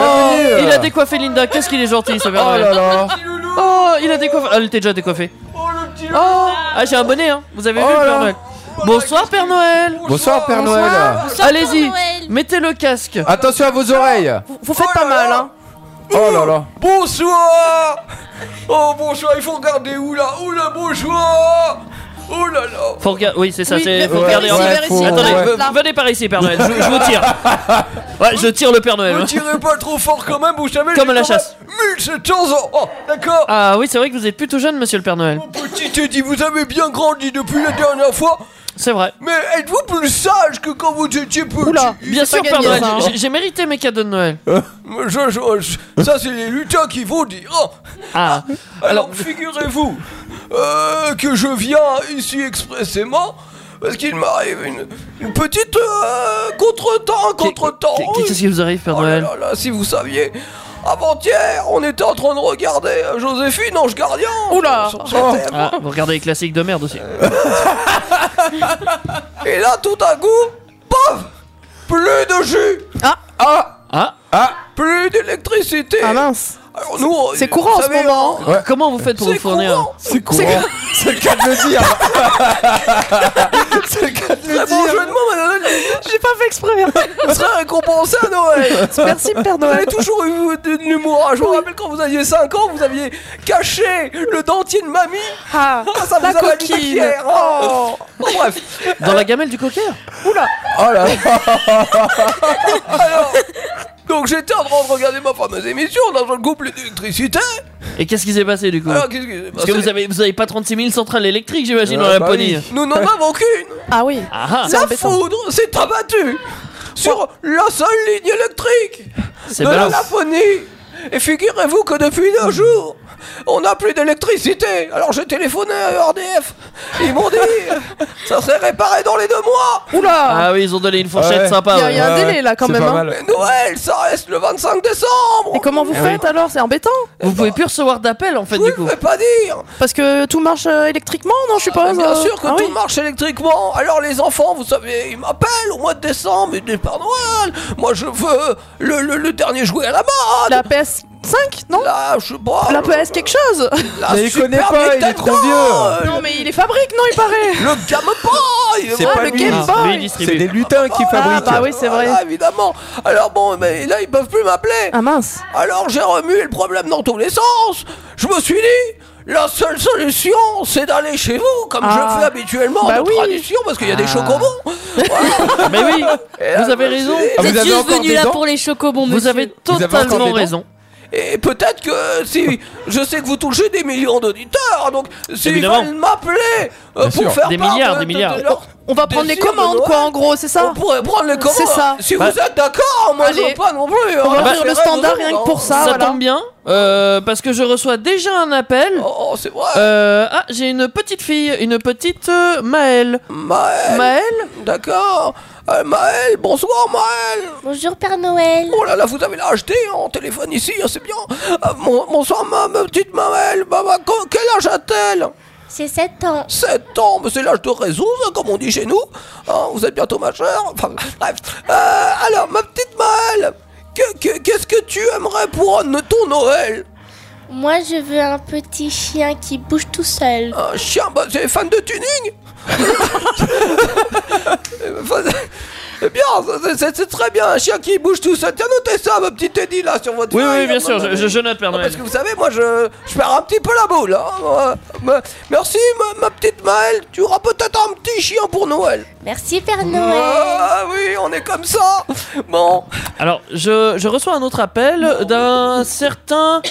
il a décoiffé Linda. Qu'est-ce qu'il est gentil ce Père Oh Noël. là là. Oh, il a décoiffé. Ah, elle était déjà décoiffée. Oh, Ah, j'ai un bonnet, hein. Vous avez vu le Père Noël. Bonsoir Père Noël. Bonsoir, Père Bonsoir. Noël. Bonsoir, Allez-y, mettez le casque. Attention à vos oreilles. vous faites pas mal, hein. Oh là là. Bonsoir Oh bonsoir, il faut regarder où là Oh là bonsoir Oh là là Faut regarder, oui, c'est ça, Oui, c'est. mais Faut faut regarder. vers ici, hein. vers ici. Attendez, Ouais. ve- venez par ici, Père Noël. Je, je vous tire. Ouais, je tire le Père Noël. hein. Ne tirez pas trop fort quand même, vous savez Comme j'ai à la quand même chasse. 1700 ans Oh, d'accord Oh, Ah oui, c'est vrai que vous êtes plutôt jeune, monsieur le Père Noël. Petit Teddy, vous avez bien grandi depuis la dernière fois C'est vrai. Mais êtes-vous plus sage que quand vous étiez petit Bien sûr, Père Noël. hein. J'ai- J'ai mérité mes cadeaux de Noël. Euh. Mais je- je- ça, c'est les lutins qui vont dire. Ah. Alors, figurez-vous euh, que je viens ici expressément parce qu'il m'arrive une, une petite euh, contretemps, contretemps. Oh Qu'est-ce qui vous arrive, Père Noël Là, si vous saviez. Avant-hier, on était en train de regarder euh, Joséphine, ange gardien. Oula. Ah, vous regardez les classiques de merde aussi. Euh, Et là, tout à coup, paf, plus de jus. Ah. Ah. Ah. Plus d'électricité. Ah mince. Alors nous, C'est courant en ce moment, hein. Ouais. Comment vous faites pour vous fournir C'est courant. C'est le cas de le dire. C'est le cas de le Bon dire. jeu de mots, madame. J'ai pas fait exprès. On serait récompensé à Noël. Merci, Père Noël. Vous avez toujours eu euh, de de l'humour. hein. Je vous rappelle quand vous aviez 5 ans, vous aviez caché le dentier de mamie. Ah, ça la vous a valu coquine. la pierre, Oh. Bon, bref. Dans la gamelle du coquin Oula. Oh là. Oh, Alors, donc j'étais en train de regarder ma fameuse émission dans un couple d'électricité. Et qu'est-ce qui s'est passé du coup Alors, qu'est-ce qui s'est Parce que Bah, passé vous avez, vous avez pas 36 000 centrales électriques, j'imagine, Ah, en bah Laponie. oui. Nous n'en avons qu'une Ah oui Ah, La foudre s'est abattue sur la seule ligne électrique C'est de la balance. Hmm. Laponie Et figurez-vous que depuis deux jours, on n'a plus d'électricité Alors j'ai téléphoné à E RDF, ils m'ont dit euh, ça serait réparé dans les deux mois Ah oui, ils ont donné une fourchette Ouais. sympa. Y a- y a un ouais. délai, là, quand C'est même, pas hein. mal. Mais Noël, ça reste le 25 décembre Et comment vous Eh faites oui. alors C'est embêtant Vous pouvez plus recevoir d'appel en fait du coup. Je pas dire Parce que tout marche euh, électriquement, non, je Ah, suppose Bien euh, sûr que ah tout oui. marche électriquement. Alors les enfants, vous savez, ils m'appellent au mois de décembre, ils disent Père Noël, moi je veux le, le- le dernier jouet à la mode. La PS5, non La, je sais pas. Oh, La PS quelque chose La Mais il super connaît pas, il est Nintendo trop vieux. Non mais il les fabrique, non, il paraît Le Game Boy C'est Ah, pas le lui. Game Boy. Lui, il distribue. C'est des lutins qui Ah fabriquent. bah oui, c'est vrai. évidemment. Alors bon, mais là ils peuvent plus m'appeler. Ah mince. Alors j'ai remué le problème dans tous les sens. Je me suis dit. La seule solution, c'est d'aller chez vous, comme Ah. je fais habituellement Bah de oui. tradition, parce qu'il y a des Ah. chocobons. Mais oui, Et Ah, vous là, avez je me raison. suis dit- Vous êtes juste venu là pour les chocobons, Vous monsieur. avez totalement raison. Et peut-être que si je sais que vous touchez des millions d'auditeurs, donc s'ils Évidemment. veulent m'appeler euh, Bien pour sûr. faire Des part milliards, de- des de- milliards. de leur On va prendre les désir de commandes, Noël. quoi, en gros, c'est ça On pourrait prendre les commandes. C'est ça. Si Bah- vous êtes d'accord, moi je Allez. veux pas non plus. On va hein. ouvrir le J'irai standard dedans, rien que hein. pour Ça tombe bien, euh, parce que je reçois déjà un appel. Oh, c'est vrai. ah, j'ai une petite fille, une petite euh, Maëlle. Maëlle. D'accord. Euh, Maël, bonsoir Maël. Bonjour Père Noël. Oh là là, vous avez l'acheté en téléphone ici, hein, c'est bien. Euh, mon- bonsoir ma, ma petite Maël. Bah, bah, quand- quel âge a-t-elle C'est 7 ans. 7 ans, mais c'est l'âge de raison, ça, comme on dit chez nous. Hein, vous êtes bientôt majeur. Enfin, bref. Euh, alors, ma petite Maëlle, que- que- qu'est-ce que tu aimerais pour un- ton Noël Moi, je veux un petit chien qui bouge tout seul. Oh, Un chien, bah, c'est fan de tuning Enfin, c'est- C'est Eh bien, c'est- c'est- c'est très bien, un chien qui bouge tout seul. Tiens, notez ça, ma petite Teddy, là, sur votre Oui, feuille, oui, bien hein, sûr, madame. je, je- je note, Père Ah, Noël. Parce que vous savez, moi, je, je perds un petit peu la boule. hein. Euh, me- Merci, ma, ma petite Maëlle. Tu auras peut-être un petit chien pour Noël. Merci Père Noël. Ah oui, on est comme ça. Bon. Alors, je, je reçois un autre appel d'un certain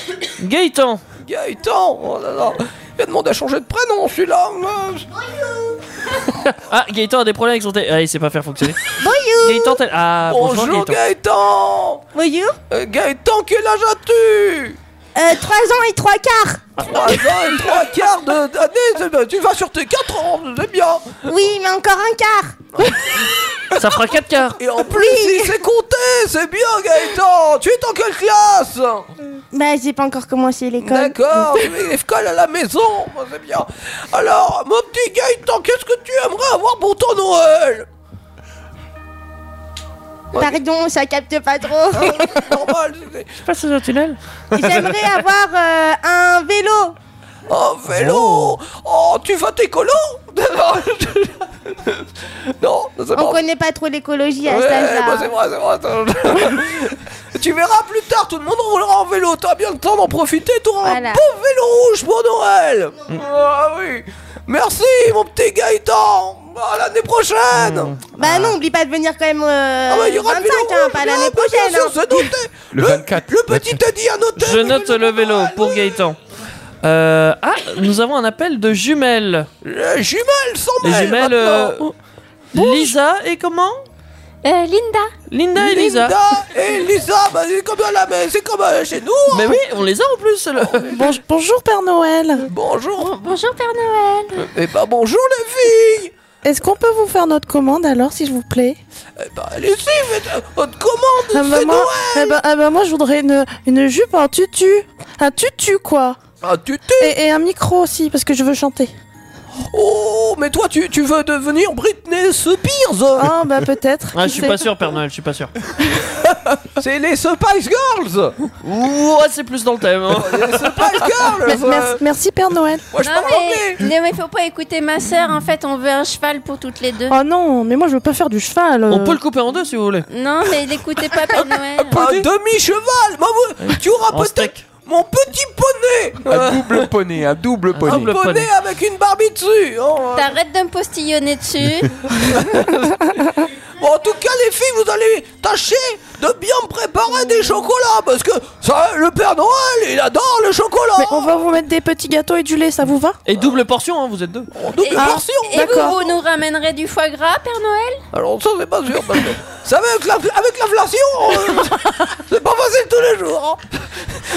Gaëtan. Gaëtan, oh là là. Il a demandé à changer de prénom, celui-là. Euh, Ah, Gaëtan a des problèmes avec son téléphone. Ah, il sait pas faire fonctionner. Bonjour. Gaëtan, t'as- ah, bonjour, Bonjour Gaëtan. Gaëtan. Euh, Bonjour. Gaëtan, quel âge as-tu 3 Euh, ans et 3 quarts. 3 ans et 3 quarts de- d'année, c'est bien. tu vas sur tes 4 ans, c'est bien. Ah. Oui, mais encore un quart. Ça fera 4 quarts. Et en plus, il sait compter, c'est bien Gaëtan. Tu es en quelle classe Ah, Bah, j'ai pas encore commencé l'école. D'accord, l'école à la maison, bah, c'est bien. Alors, mon petit Gaëtan, qu'est-ce que tu aimerais avoir pour ton Noël Pardon, ça capte pas trop. Normal. Je passe dans un tunnel. J'aimerais avoir euh, un vélo. Un vélo Oh, tu vas t'écolo Non, c'est On pas connaît hein, pas trop l'écologie à Ouais, cet âge-là. bah c'est vrai, c'est vrai. c'est vrai. tu verras plus tard, tout le monde roulera en vélo. T'auras bien le temps d'en profiter. T'auras un beau vélo rouge pour Noël. Ah oui. Merci, mon petit Gaëtan. À l'année prochaine. Ah. Bah non, oublie pas de venir quand même euh, Ah bah, il y aura le Ah, 25, hein, pas l'année prochaine. bien sûr, hein. c'est noté. Le 24. Le petit Teddy à noter. Je note le vélo pour Gaëtan. Euh, ah, nous avons un appel de jumelles. Les Euh, jumelles sont Les belles jumelles. maintenant. euh, Lisa et comment Euh, Linda. Linda et Lisa. Linda et Lisa, bah, c'est comme, à la- mais c'est comme euh, chez nous. hein. Oh, Mais oui, on les a en plus. le- Bonjour Père Noël Bonjour Bonjour Père Noël Eh bah bonjour les filles Est-ce qu'on peut vous faire notre commande alors, s'il vous plaît Eh bah allez-y, faites euh, votre commande, Ah bah, c'est moi, Noël. eh bah- ah bah moi, je voudrais une, une jupe en tutu. Un tutu, quoi. Un tutu et, et un micro aussi, parce que je veux chanter. Oh, mais toi, tu, tu veux devenir Britney Spears Ah, bah peut-être. Ah, je suis pas sûr, Père Noël, je suis pas sûr. C'est les Spice Girls Ouh, ah, c'est plus dans le thème. hein. Spice Girls Mer- mer- Merci Père Noël. non, hein. mais, non, mais faut pas écouter ma sœur. En fait, on veut un cheval pour toutes les deux. Oh non, mais moi je veux pas faire du cheval. On peut le couper en deux si vous voulez. Non, mais l'écoutez pas, Père Noël. Un demi-cheval bah, vous- Tu auras peut-être mon petit poney Un double poney, un double poney. Un poney, avec une Barbie dessus hein. T'arrêtes de me postillonner dessus. Bon, en tout cas, les filles, vous allez tâcher de bien me préparer des chocolats parce que ça, le Père Noël, il adore le chocolat. Mais on va vous mettre des petits gâteaux et du lait, ça vous va Et double portion, hein, vous êtes deux. Oh, Et, et vous, vous nous ramènerez du foie gras, Père Noël Alors, ça, c'est pas sûr. Parce que, vous savez, avec la- avec l'inflation, euh, c'est pas facile tous les jours. hein.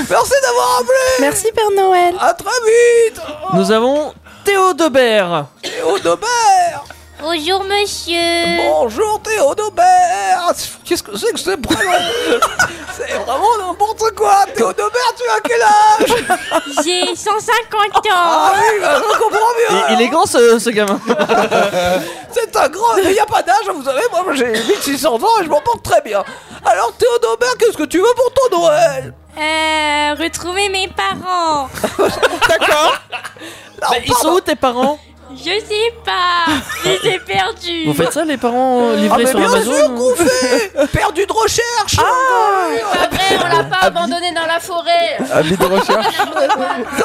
Merci d'avoir appelé. Merci, Père Noël. À très vite. Nous avons Théodobert. Théodobert Bonjour monsieur. Bonjour Théodobert Qu'est-ce que c'est que ce prénom C'est vraiment n'importe quoi Théodobert, tu as quel âge J'ai 150 ans. Ah oui, bah, je comprends mieux Il, il est grand ce, ce gamin. C'est un grand... Il n'y a pas d'âge, vous savez, moi j'ai 1600 ans et je m'en porte très bien Alors Théodobert, qu'est-ce que tu veux pour ton Noël Euh, retrouver mes parents. D'accord. Mais ils sont où tes parents Je sais pas. Je les ai perdus. Vous faites ça les parents euh, Ah, livrés mais sur bien Amazon sûr ou- Qu'on fait Perdu de Ah, recherche Ah, Après, on l'a Ah, pas abandonné dans la forêt. Habit de recherche Ça,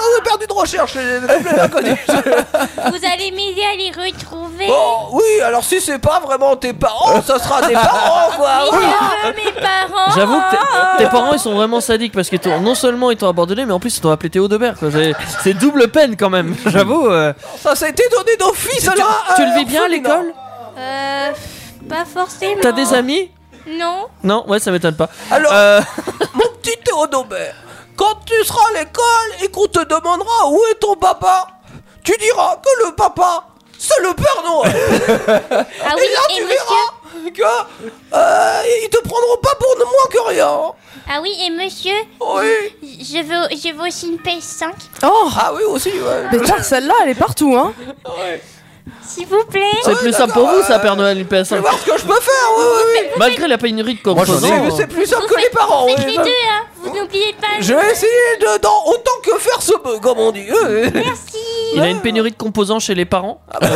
on a perdu de recherche, les- les complets inconnus. Vous allez m'aider à les retrouver. Oh, Bon, oui, alors si c'est pas vraiment tes parents, ça sera des parents, quoi Mais oui. je veux mes parents. Ah, J'avoue que t'es- tes parents ils sont vraiment sadiques parce que t'ont- non seulement ils t'ont abandonné mais en plus ils t'ont appelé Théodobert quoi. C'est- C'est double peine quand même, j'avoue. euh. Ça, ça a été donné d'office, Tu- là tu le vis bien à l'école Euh, pas forcément. T'as des amis Non. Non, ouais ça m'étonne pas. Alors, Euh, mon petit Théodobert, quand tu seras à l'école et qu'on te demandera où est ton papa, tu diras que le papa, c'est le Père Noël. Ah et oui, là, et tu monsieur verras que euh, ils te prendront pas pour de moins que rien. Ah oui, et monsieur Oui. Je veux, je veux aussi une PS5. Oh Ah oui, aussi, ouais. Putain, celle-là, elle est partout, hein Ouais. S'il vous plaît. C'est plus simple pour vous ça Père Noël une PS5. voir ce que je peux faire, oui, oui, oui. Malgré la pénurie de Moi, je composants. sais, mais c'est plus simple que les parents. Faites oui. les deux, hein. Vous n'oubliez pas. Je vais essayer de, dans, autant que faire se peut, comme on dit. Merci. Il a une pénurie de composants chez les parents. bah,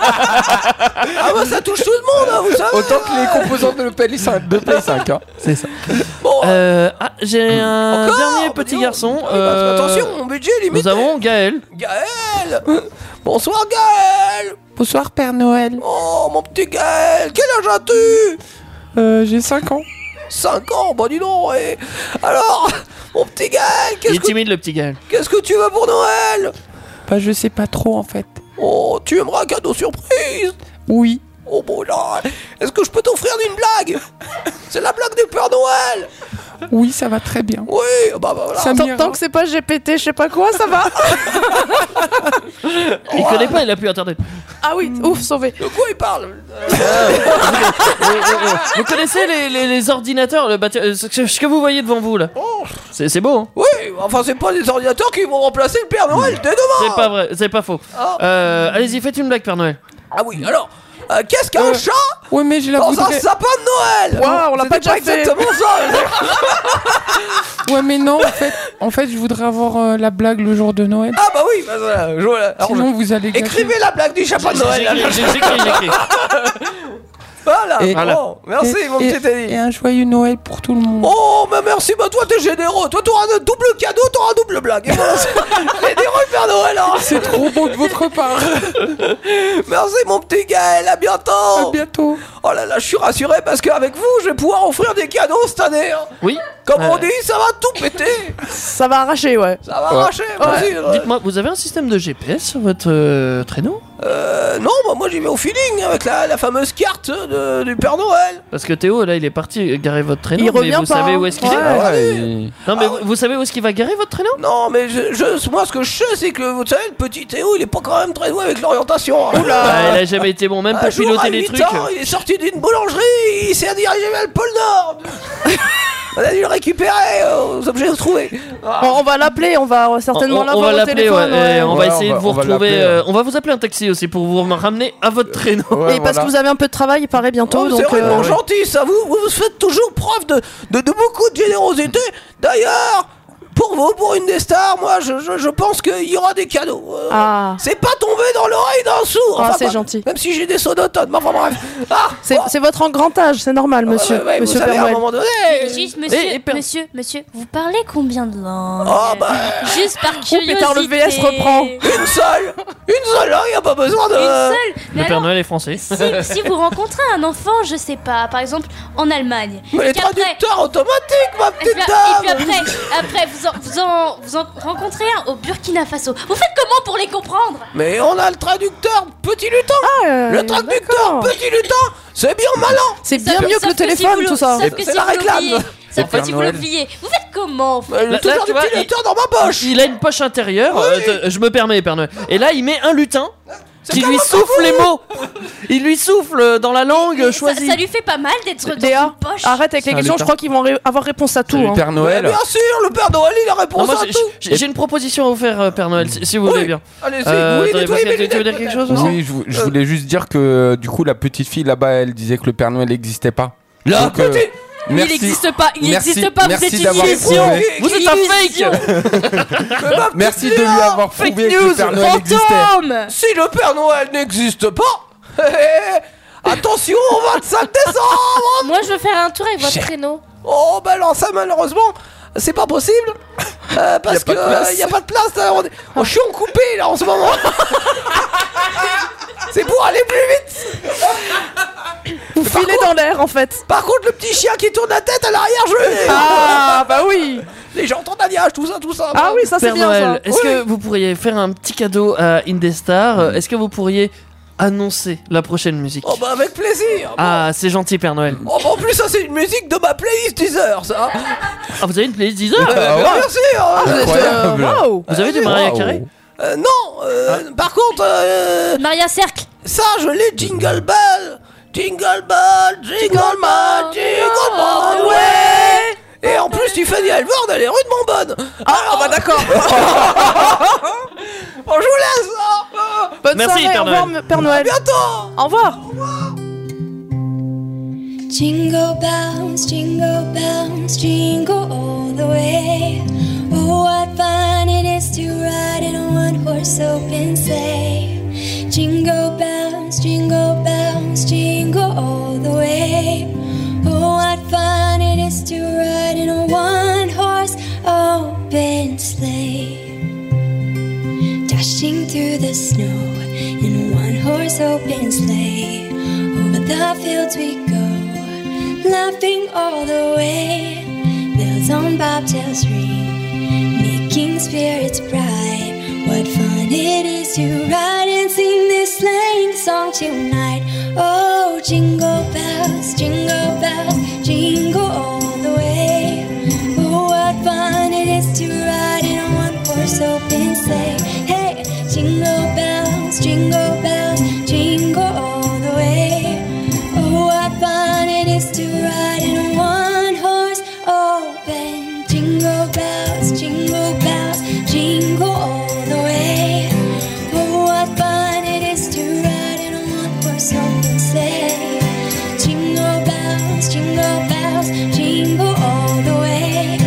Ah bah ça touche tout le monde, hein, vous savez. Autant que les composants de Play 5, de Play 5 hein. C'est ça. Euh, ah, j'ai un Encore dernier petit garçon. Parce euh, que, bah, attention, mon budget est limité. Nous avons Gaël. Gaël Bonsoir Gaël Bonsoir Père Noël. Oh mon petit Gaël, quel âge as-tu Euh, J'ai 5 ans. 5 ans, bah dis donc et... Alors, mon petit Gaël, Il qu'est-ce est que, timide le petit Gaël. qu'est-ce que tu veux pour Noël Bah je sais pas trop en fait. Oh, tu aimeras un cadeau surprise Oui. Oh bon là, est-ce que je peux t'offrir une blague C'est la blague du Père Noël Oui, ça va très bien. hein. Oui, bah, bah voilà Ça Tant, m'ira. tant que c'est pas GPT, je sais pas quoi, ça va. Oh. Il connaît pas, il a plus internet. ah oui, ouf, sauvé. De quoi il parle Ah, Euh, Vous connaissez les, les- les ordinateurs, le bâti- euh, ce, ce que vous voyez devant vous là Oh. C'est c'est beau, hein Oui, enfin c'est pas des ordinateurs qui vont remplacer le Père Noël dès demain C'est pas vrai, c'est pas faux. Euh, Allez-y, faites une blague, Père Noël. Oh. Ah oui, alors, euh, qu'est-ce qu'un chat Ouais, mais je la dans un voudrais. sapin de Noël Waouh, on l'a C'était pas déjà fait. exactement ça Ouais, mais non, en fait, en fait, je voudrais avoir euh, la blague le jour de Noël. Ah bah oui, bah, voilà, je vois là. Alors, Sinon, vous allez gâcher. Écrivez la blague du sapin de J'ai- Noël j'ai- j'ai- J'écris, j'écris. Voilà, Et- Voilà. bon, merci Et- mon et- petit Teddy Et un joyeux Noël pour tout le monde. Oh, mais merci, bah toi t'es généreux Toi t'auras un double cadeau, t'auras un double blague Et voilà, c'est- Généreux le Père Noël hein. C'est trop beau de votre part. Merci mon petit Gaël, à bientôt À bientôt. Oh là là, je suis rassuré parce qu'avec vous, je vais pouvoir offrir des cadeaux cette année hein. Oui Comme on Euh, dit, ça va tout péter Ça va arracher, ouais. Ça va Ouais. marcher, vas-y euh, Dites-moi, vous avez un système de GPS sur votre euh, traîneau Euh, non, bah, moi j'y vais au feeling avec la, la fameuse carte euh, de- du Père Noël. Parce que Théo, là, il est parti garer votre traîneau, Il mais revient vous pas, savez hein. où est-ce qu'il Ouais. est Ah Ouais, Non, mais vous, vous savez où est-ce qu'il va garer votre traîneau Ah Non, mais je, je- moi ce que je sais, c'est que vous savez, le petit Théo il est pas quand même très doué avec l'orientation. hein. Ah, Il a jamais été bon, même Un pour jour, piloter à des 8 trucs. ans, il est sorti d'une boulangerie, il s'est dirigé vers le pôle Nord. On a dû le récupérer, euh, on est obligé de le retrouver. On, on va l'appeler, on va certainement on, on va l'avoir au l'appeler, téléphone. ouais, et ouais. on va Ouais, essayer on de va- vous on va retrouver. l'appeler, Euh, euh, on va vous appeler un taxi aussi pour vous ramener à votre traîneau. Ouais, et parce voilà. que vous avez un peu de travail, il paraît bientôt. Oh, donc, c'est Ah vraiment euh, gentil ça, vous, vous faites toujours preuve de, de, de beaucoup de générosité. D'ailleurs, pour vous, pour une des stars, moi, je, je- je pense qu'il y aura des cadeaux. Euh, Ah. C'est pas tombé dans l'oreille d'un sourd. Ah, Enfin, c'est pas- gentil. Même si j'ai des sonotones, mais enfin bref. Ah, C'est c'est votre en grand âge, c'est normal, monsieur. ouais, ouais, monsieur vous savez, Père à un Noël. moment donné, Mais Juste, monsieur, Eh, monsieur, monsieur, vous parlez combien de langues Ah, bah. Juste par curiosité. pétard, le VS reprend. Une seule Une seule langue, y a pas besoin de. Oh. Une seule Mais Le Père alors, Noël est français. si, si vous rencontrez un enfant, je sais pas, par exemple en Allemagne. Mais les traducteurs automatiques, ma petite dame. Et puis après, après vous, en, vous, en, vous en rencontrez un au Burkina Faso. Vous faites comment pour les comprendre Mais on a le traducteur petit lutin Le traducteur petit lutin, euh, c'est bien malin Euh, C'est Sauf- sauf si vous le- sauf que C'est si la vous l'oubliez, réclame Sauf que si vous l'oubliez. Vous faites comment Euh, vous Là- là, tu vois, il- Il a une poche intérieure, euh, te- je me permets, Père Noël. Et là, il met un lutin qui lui souffle les mots. Il lui souffle dans la langue ça, choisie. ça lui fait pas mal d'être dans Léa, une poche. Arrête avec les Ah, questions, l'état. je crois qu'ils vont ré- avoir réponse à tout. Salut, hein. Père Noël. Bien sûr, le Père Noël, il a Non, réponse moi, à j'ai- tout j'ai j'ai une proposition à vous faire, euh, Père Noël, si, si vous voulez bien. Euh, Allez-y, vous voulez attendez, nettoyer Pascal, mes tu veux dire lunettes, quelque chose aussi Oui, je, vou- je voulais juste dire que euh, du coup, la petite fille là-bas, elle disait que le Père Noël n'existait pas. La euh, petite- Il merci. n'existe pas, il Merci- n'existe pas, vous merci êtes une d'avoir illusion. prouvé. Vous êtes un fake Merci de lui avoir prouvé que le Père Noël existait. Si le Père Noël n'existe pas, attention au 25 décembre Moi, je veux faire un tour avec votre Cher- traîneau. Oh, bah alors ça, malheureusement, c'est pas possible. euh, parce pas que de place. euh, y a pas de place. là, on est- oh, je suis en coupé là en ce moment. c'est pour aller plus vite. Vous filez dans l'air en fait. Par contre, le petit chien qui tourne la tête à l'arrière, je. Ah, bah oui. Les gens entendent alliage, tout ça, tout ça. Ah oui, ça, c'est Père bien, Noël, ça. est-ce Oui. Mm. que vous pourriez faire un petit cadeau à Indestar Euh, Est-ce que vous pourriez annoncer la prochaine musique Oh bah avec plaisir. bah. Ah, c'est gentil, Père Noël. Mm. Oh, bah, en plus, ça, c'est une musique de ma playlist Deezer, ça. Ah, vous avez une playlist Deezer Euh, bien sûr. hein, vous êtes, Incroyable. euh, waouh. bah. Vous avez du Euh, Mariah waouh. Carey Ah. Euh, Non. euh, Par contre. euh, Maria Cercle. Ça, je l'ai Jingle Bell. Jingle Bell, Jingle Bell, Jingle Bell, ouais. Et en plus, Tiffany Elvord, elle est rudement bonne. Ah, bah d'accord. bon, je vous laisse. hein. Bonne Merci, soirée, Père au revoir, Noël. m- Père Noël. bientôt. Au revoir. Jingle bells, jingle bells, jingle all the way. Oh, what fun it is to ride in a one horse open sleigh. Jingle bells, jingle bells, jingle all the way. Oh, what fun it is to ride in a one horse open sleigh. Dashing through the snow in a one horse open sleigh. Over the fields we go, laughing all the way. Bells on bobtails ring, making spirits bright. What fun it is to ride and sing this sleighing song tonight. Oh, jingle bells, jingle bells, jingle all the way. Oh, what fun it is to ride in a one horse open sleigh. Hey, jingle bells, jingle bells, jingle all the way. Oh, what fun it is to ride in a one horse open. Jingle bells, jingle bells, jingle all the way. Oh, what fun it is to ride in a one horse open sleigh. Jingle bells, jingle bells, jingle all the way.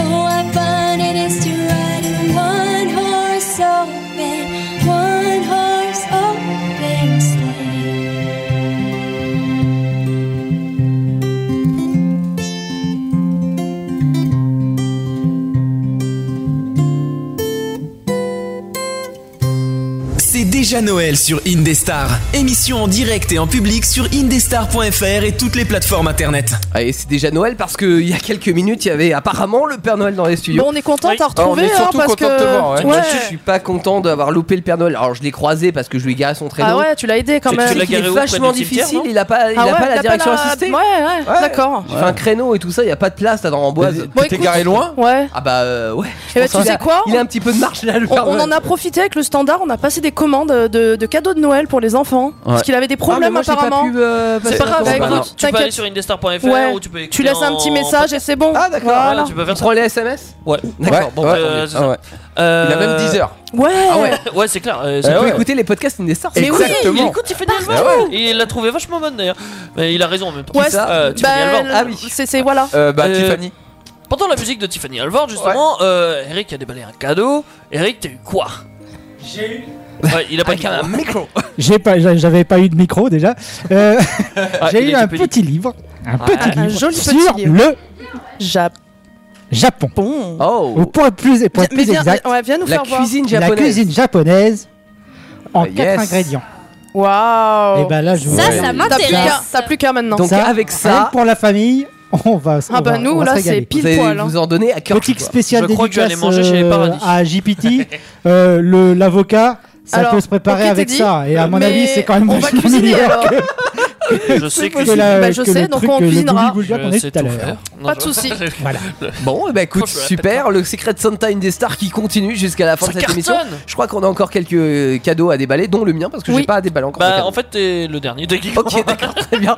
Oh, what fun it is to ride in a one horse open, one horse open sleigh. C'est déjà Noël sur Indestar. Émission en direct et en public sur indestar.fr et toutes les plateformes internet. Allez, Ah, c'est déjà Noël parce qu'il y a quelques minutes, il y avait apparemment le Père Noël dans les studios. Bon, on est content de t'avoir Ah, retrouvé, on est hein, surtout parce content de te que- voir, ouais. Ouais. Moi aussi, je suis pas content d'avoir loupé le Père Noël. Alors, je l'ai croisé parce que je lui ai garé son traîneau. Ah ouais, tu l'as aidé quand Tu- tu même. l'as Il est garé où, près vachement du cimetière, difficile, non il a pas- il a pas la direction assistée. Ouais, ouais, Ouais. d'accord. Tu fais un créneau et tout ça, il y a pas de place là dans Amboise. Bon, écoute- Ouais. Ah bah euh, ouais. Eh Je bah, pense tu qu'il sais a- quoi Il a un petit peu de marche là le On, Père on en Noël. a profité avec le standard, on a passé des commandes de, de cadeaux de Noël pour les enfants. Parce qu'il avait des Ah, mais problèmes moi, j'ai pas apparemment. pu, euh, passer c'est pas la grave, commande. bah, Bah, écoute, Tu peux aller t'inquiète. sur indestar.fr Ouais. ou tu peux écrire laisses un en- petit message et c'est bon. Ah d'accord. Voilà. tu peux faire Tu prends les SMS Ouais. D'accord. Bon. bah, Euh, tant c'est mieux. ça. Euh, Il a même 10 heures. Ouais. Ah ouais. Ouais, c'est clair. euh, Tu c'est- peux écouter les podcasts Indestar. Mais oui, Exactement. il écoute Tiffany Partout. Alvar. Ah Il l'a trouvé vachement bonne d'ailleurs. Mais il a raison en même temps. Ouais, Euh, Ah bah, Tiffany Alvar. bah, c'est c'est- voilà. Euh, bah, Tiffany. Pendant la musique de Tiffany Alvord, justement, euh, Eric a déballé un cadeau. Eric, t'as eu quoi J'ai eu. Ouais, il a pas eu un micro. J'ai pas, j'a- j'avais pas eu de micro déjà. Euh, Ah, il j'ai eu a un été poli. petit livre, un Ah, petit un livre joli sur petit livre. le Japon. Oh. Pour être plus, pour être Viens- mais plus viens- exact, ouais, viens nous La faire voir. cuisine japonaise. La cuisine japonaise en Ah, quatre yes. ingrédients. Waouh Eh ben là, je vous- Ça, Ouais. ça T'as m'intéresse. plus qu'à- T'as plus qu'un maintenant. Ah rien que pour la famille, on va. Ah on bah va- nous, on va là, se c'est régaler. pile Vous allez poil, hein. vous en donner à cœur Boutique spéciale Je crois que je vais aller dédicace manger chez les euh, paradis. à GPT. euh, le- L'avocat, ça Alors, peut se préparer ok, avec t'es ça. dit, Et à mon mais avis, c'est quand même on va vachement cuisiner, meilleur alors. que- Je sais que Bah, je que sais, le donc truc, on le Ah. cuisinera. bulgoul qu'on a eu tout à l'heure. Pas de soucis. Voilà. Bon, eh ben, Oh, écoute, Franchement, super. Le Secret Santa in des Stars qui continue jusqu'à la fin Ça de cette émission. cartonne. Je crois qu'on a encore quelques euh, cadeaux à déballer, dont le mien, parce que j'ai pas à déballer encore. de Bah, cadeaux. en fait, t'es le dernier. Ok, d'accord, très bien.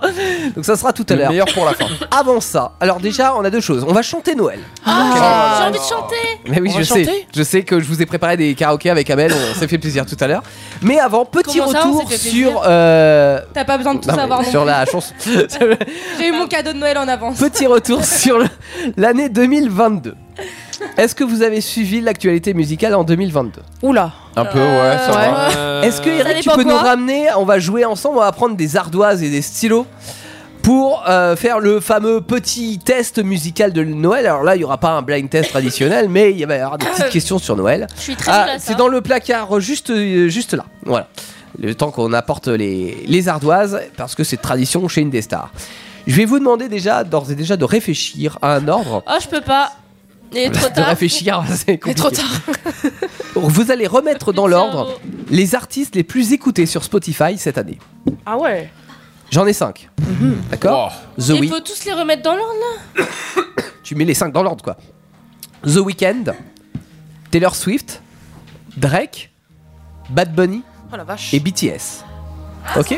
Donc ça sera tout à Le l'heure. meilleur pour la fin. Avant ça, alors déjà, on a deux choses. On va chanter Noël. Ah, j'ai envie de chanter. Mais oui, On va je sais. chanter Je sais que je vous ai préparé des karaokés avec Amel. On s'est fait plaisir tout à l'heure. Mais avant, petit Comment ça, on retour s'est fait plaisir sur. euh, T'as pas besoin de tout non, mais savoir. non sur plus. la chanson. J'ai eu mon cadeau de Noël en avance. Petit retour sur le- l'année 2022. Est-ce que vous avez suivi l'actualité musicale en 2022 Oula. Un peu, ouais, ça va. Est-ce que Ça Eric, tu dépend peux quoi nous ramener On va jouer ensemble, on va prendre des ardoises et des stylos pour euh, faire le fameux petit test musical de Noël. Alors là, il n'y aura pas un blind test traditionnel, mais il y va y avoir des petites questions sur Noël. Je suis très Ah, nulle à ça. C'est dans le placard, juste, euh, juste là. Voilà. Le temps qu'on apporte les, les ardoises, parce que c'est tradition chez Indestar. Je vais vous demander déjà, d'ores et déjà, de réfléchir à un ordre. Oh, je peux pas. Il est trop de tard. réfléchir, c'est Il est compliqué. trop tard. Vous allez remettre dans l'ordre les artistes les plus écoutés sur Spotify cette année. Ah ouais. J'en ai 5. D'accord The Mhm. Il Week- faut tous les remettre dans l'ordre là. Tu mets les 5 dans l'ordre, quoi. The Weeknd, Taylor Swift, Drake, Bad Bunny Oh la vache. et BTS. Ah, ok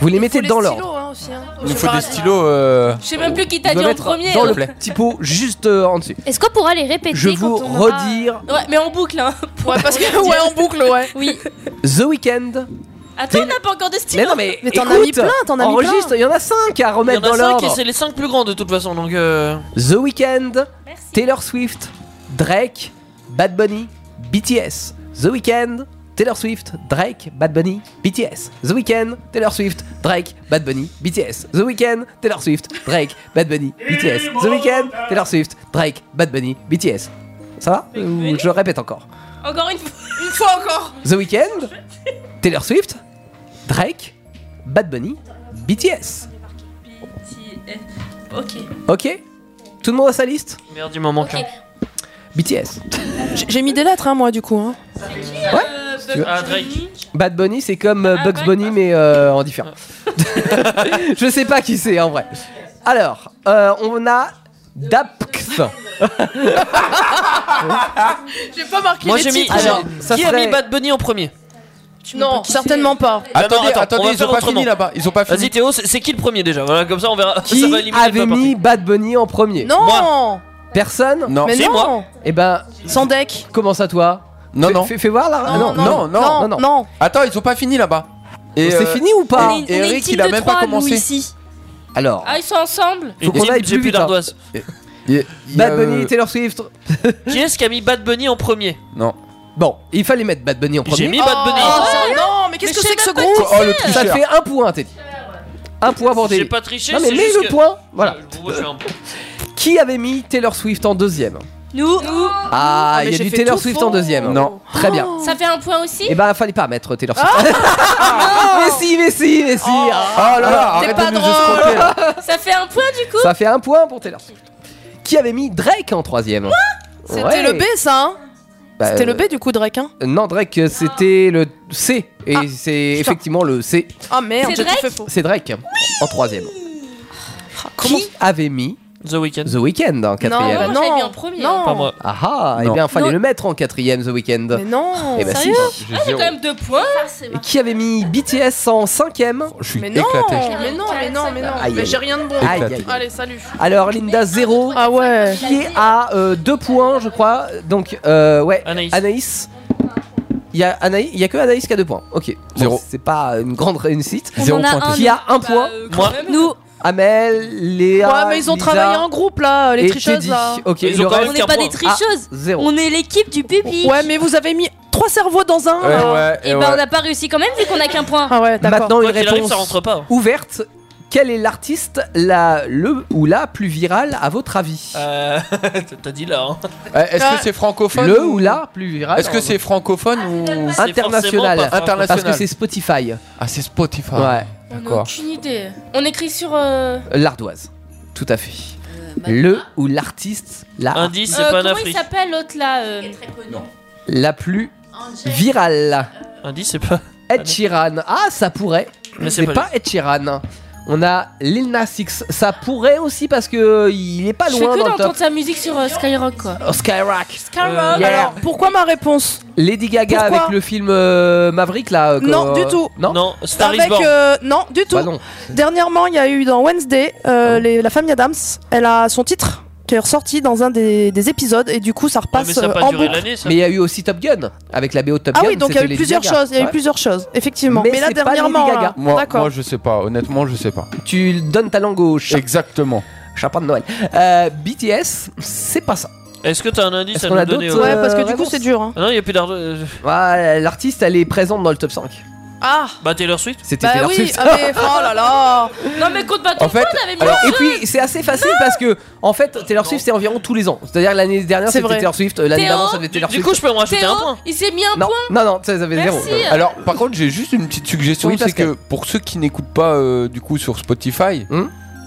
Vous Il les faut mettez les dans stylos, l'ordre. hein, aussi, hein. Il nous faut des stylos. euh, Je sais même plus qui t'a On va dit en mettre premier. Dans le petit pot, juste euh, en dessus. Est-ce qu'on pourra les répéter Je quand vous on aura- redire- Ouais, mais en boucle, hein. Ouais, parce que- ouais, en boucle, ouais. Oui. The Weeknd. Attends, on n'a pas encore de stylo. Mais non, mais. t'en écoute, as mis plein, t'en as mis plein. Enregistre, il y en a 5 à Il y remettre en a dans 5 et l'ordre. c'est les 5 plus grands de toute façon. Donc, euh, The Weeknd, Taylor Swift, Drake, Bad Bunny, BTS. The Weeknd, Taylor Swift, Drake, Bad Bunny, BTS. The Weeknd, Taylor Swift, Drake, Bad Bunny, BTS. The Weeknd, Taylor Swift, Drake, Bad Bunny, BTS. The Weeknd, Taylor Swift, Drake, Bad Bunny, BTS. Ça va Ou Je le répète encore. Encore une fois. Une fois encore. The Weeknd, Taylor Swift, Drake, Bad Bunny, BTS. Ok. Ok Tout le monde a sa liste merde, il m'en manque un. BTS. J- J'ai mis des lettres, hein, moi, du coup. hein. tu veux. Ah, Drake. Bad Bunny, c'est comme euh, Bugs Bunny, mais euh, en différent. Je sais pas qui c'est en vrai. Alors, euh, on a Dapx. J'ai pas marqué Moi les j'ai mis. titres. Alors, ça qui a serait- mis Bad Bunny en premier Non, certainement pas. Attendez, attends, attendez, on va ils faire ont pas autrement. fini là-bas. Ils ont pas fini. Vas-y Théo, c'est c'est qui le premier déjà Voilà, comme ça on verra. ça va Qui éliminer avait mis Bad Bunny en premier Non Personne Non. Mais C'est non moi. Eh ben. Sans deck. Comment ça, toi Non, Fais- non. Fais, fais voir là. Ah Non, non, non, non, non. Attends, ils ont pas fini là-bas. Et C'est euh, fini ou pas On est- et on est Eric, team il a de même trois, pas nous, commencé. ici. Alors. Ah, ils sont ensemble. Faut qu'on aille plus vite. hein. Bad Bunny, Taylor Swift. Euh, Qui est-ce qui a mis Bad Bunny en premier Non. Bon, il fallait mettre Bad Bunny en premier. J'ai mis Bad Bunny. Oh, non, mais qu'est-ce que c'est que ce groupe Oh, le tricheur. Ça fait un point, Teddy. Un point pour Teddy. J'ai pas triché, Non, mais c'est mets juste le que- point. Voilà. Moi, je fais un point. Qui avait mis Taylor Swift en deuxième Nous. Ah, mais il y a j'ai du fait Taylor tout Swift faux. en deuxième. Non. Très bien. Oh. Ça fait un point aussi. Et ben, fallait pas mettre Taylor Ah. Swift. mais si, mais si, mais si. Oh, là là, arrête de nous escroquer. là. Ça fait un point du coup. Ça fait un point pour Taylor Swift. Qui avait mis Drake en troisième C'était Ouais. le B, ça, hein Bah, C'était le euh, B, du coup, Drake, hein euh, Non, Drake, euh, c'était le C. Ah, Et c'est putain. effectivement le C. Ah merde, C'est j'ai tout Drake fait faux. C'est Drake en troisième. Qui avait mis The Weeknd The Weeknd en quatrième Non, l'ai non, mis en premier. Non, Pas moi. Ah ah, eh bien, fallait le mettre en quatrième The Weeknd. mais non. Eh ben, si. Ah, j'ai quand même deux points. Et Qui avait mis BTS en cinquième Je suis Mais non, éclaté. mais non, mais non, mais non. Aïe, Mais aïe. j'ai rien de bon. Aïe, aïe, aïe. Allez, salut. Alors Linda 0 Ah ouais. qui est à 2 points je crois. Donc euh, ouais Anaïs. Il y a Anaïs, il y a que Anaïs qui a 2 points. OK. Bon, Zéro. c'est pas une grande réussite. Zéro en a point. un, Euh, Qui a 1 point. Nous. Amel, Léa. Ouais, mais ils ont Lisa travaillé en groupe là, les et tricheuses Teddy. là. Ok, le reste- on n'est pas des tricheuses, Ah, zéro. on est l'équipe du public. Ouais, mais vous avez mis trois cerveaux dans un. Ouais, ouais, et et ben ouais. on n'a pas réussi quand même vu qu'on a qu'un point. Ah ouais, Maintenant, une réponse arrive, ça rentre pas. hein. ouverte. Quel est l'artiste la, le ou la plus virale à votre avis Euh, T'as dit là. hein. Euh, Est-ce que c'est francophone Le ou la plus virale Est-ce que c'est francophone ou C'est forcément international, pas francophone. Parce que c'est Spotify. Ah, c'est Spotify. Ouais. D'accord. Aucune idée. On écrit sur. euh, L'ardoise. Tout à fait. Euh, Le ou l'artiste la, bah, ah. Indice, euh, comment il s'appelle l'autre là euh, la plus virale. Euh, Indice, c'est pas. Ed Sheeran. Ah, ça pourrait. Mais c'est c'est pas pas, Ed Sheeran. On a Lil Nas X. Ça pourrait aussi parce que il est pas Je fais loin que dans le d'entendre top. sa musique sur euh, Skyrock quoi. Oh, Skyrock. Skyrock. Yeah. Alors, pourquoi ma réponse Lady Gaga Pourquoi avec le film euh, Maverick là. euh, Non, que- du tout. Non. Non. Avec euh, non du tout. Bah non. Dernièrement, il y a eu dans Wednesday euh, les- la famille Adams. Elle a son titre qui est ressorti dans un des, des épisodes et du coup ça repasse euh, en boucle. Mais il y a eu aussi Top Gun avec la BO de Top Ah Gun. oui, donc il y a c'était eu Lady plusieurs Gaga. choses. Il y a eu Ouais. plusieurs choses, effectivement. Mais Mais, là c'est pas dernièrement, Lady Gaga. là. Moi, d'accord. moi, je sais pas. Honnêtement, je sais pas. Tu donnes ta langue au chat. Exactement. Chapin de Noël. Euh, BTS, c'est pas ça. Est-ce que t'as un indice Est-ce à qu'on nous a donner d'autres, euh, euh, réponses hein. Ah non, il y a plus d'argent. Ouais, L'artiste, elle est présente dans le top 5. Ah Bah Taylor Swift C'était Bah Taylor oui, Swift. ah mais oh là là Non mais compte pas ton En fait, point, on avait mis alors, un et jeu. puis c'est assez facile parce que en fait Taylor Swift c'est environ tous les ans. C'est-à-dire l'année dernière C'est c'était vrai. Taylor Swift, euh, l'année Théo, d'avant ça devait être Taylor du Swift. coup, je peux en rajouter Théo, un point. Il s'est mis un Non, point. non, non, ça, ça avait zéro. Merci. Euh, Alors, par contre, j'ai juste une petite suggestion, Oui, c'est Pascal. Hmm que pour ceux qui n'écoutent pas euh, du coup sur Spotify,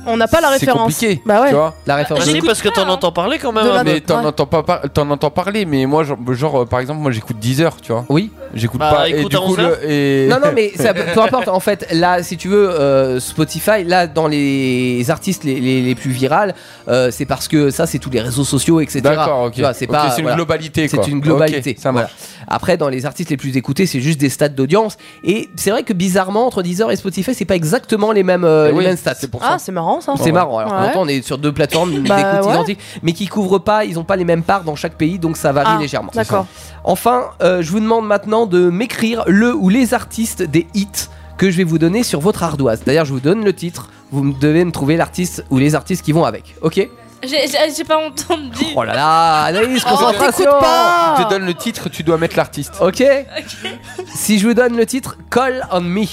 On n'a pas la c'est référence. compliqué. Bah ouais. Tu vois la Ah, si, parce que t'en entends parler quand même. De la hein, mais mais- t'en Ouais. entends pas, par- t'en entends parler, mais moi, genre, genre, euh, par exemple, moi, j'écoute 10 heures, tu vois. Oui. J'écoute Bah, pas. écoute et à du coup, 11 heures. le- et- Non, non, mais ça, peu importe. En fait, là, si tu veux, euh, Spotify, là, dans les artistes les, les- les plus virales, euh, c'est parce que ça, c'est tous les réseaux sociaux, etc. D'accord, ok. Tu vois, c'est Ok, pas. c'est une globalité, C'est quoi. une globalité. Ok, ça marche. voilà. Après, dans les artistes les plus écoutés, c'est juste des stats d'audience. Et c'est vrai que bizarrement, entre Deezer et Spotify, c'est pas exactement les mêmes, euh, Eh les oui, mêmes stats. c'est pour Ah, c'est marrant ça. C'est marrant. Alors, Ouais. pourtant, on est sur deux plateformes Bah, d'écoute ouais. identiques, mais qui couvrent pas, ils ont pas les mêmes parts dans chaque pays, donc ça varie Ah, légèrement. d'accord. Enfin, euh, je vous demande maintenant de m'écrire le ou les artistes des hits que je vais vous donner sur votre ardoise. D'ailleurs, je vous donne le titre, vous me- devez me trouver l'artiste ou les artistes qui vont avec. Ok J'ai- J'ai j'ai pas entendu. Oh là là, analyse, Oh, concentration t'écoutes pas Je te donne le titre, tu dois mettre l'artiste. Ok Si je vous donne le titre, Call on Me.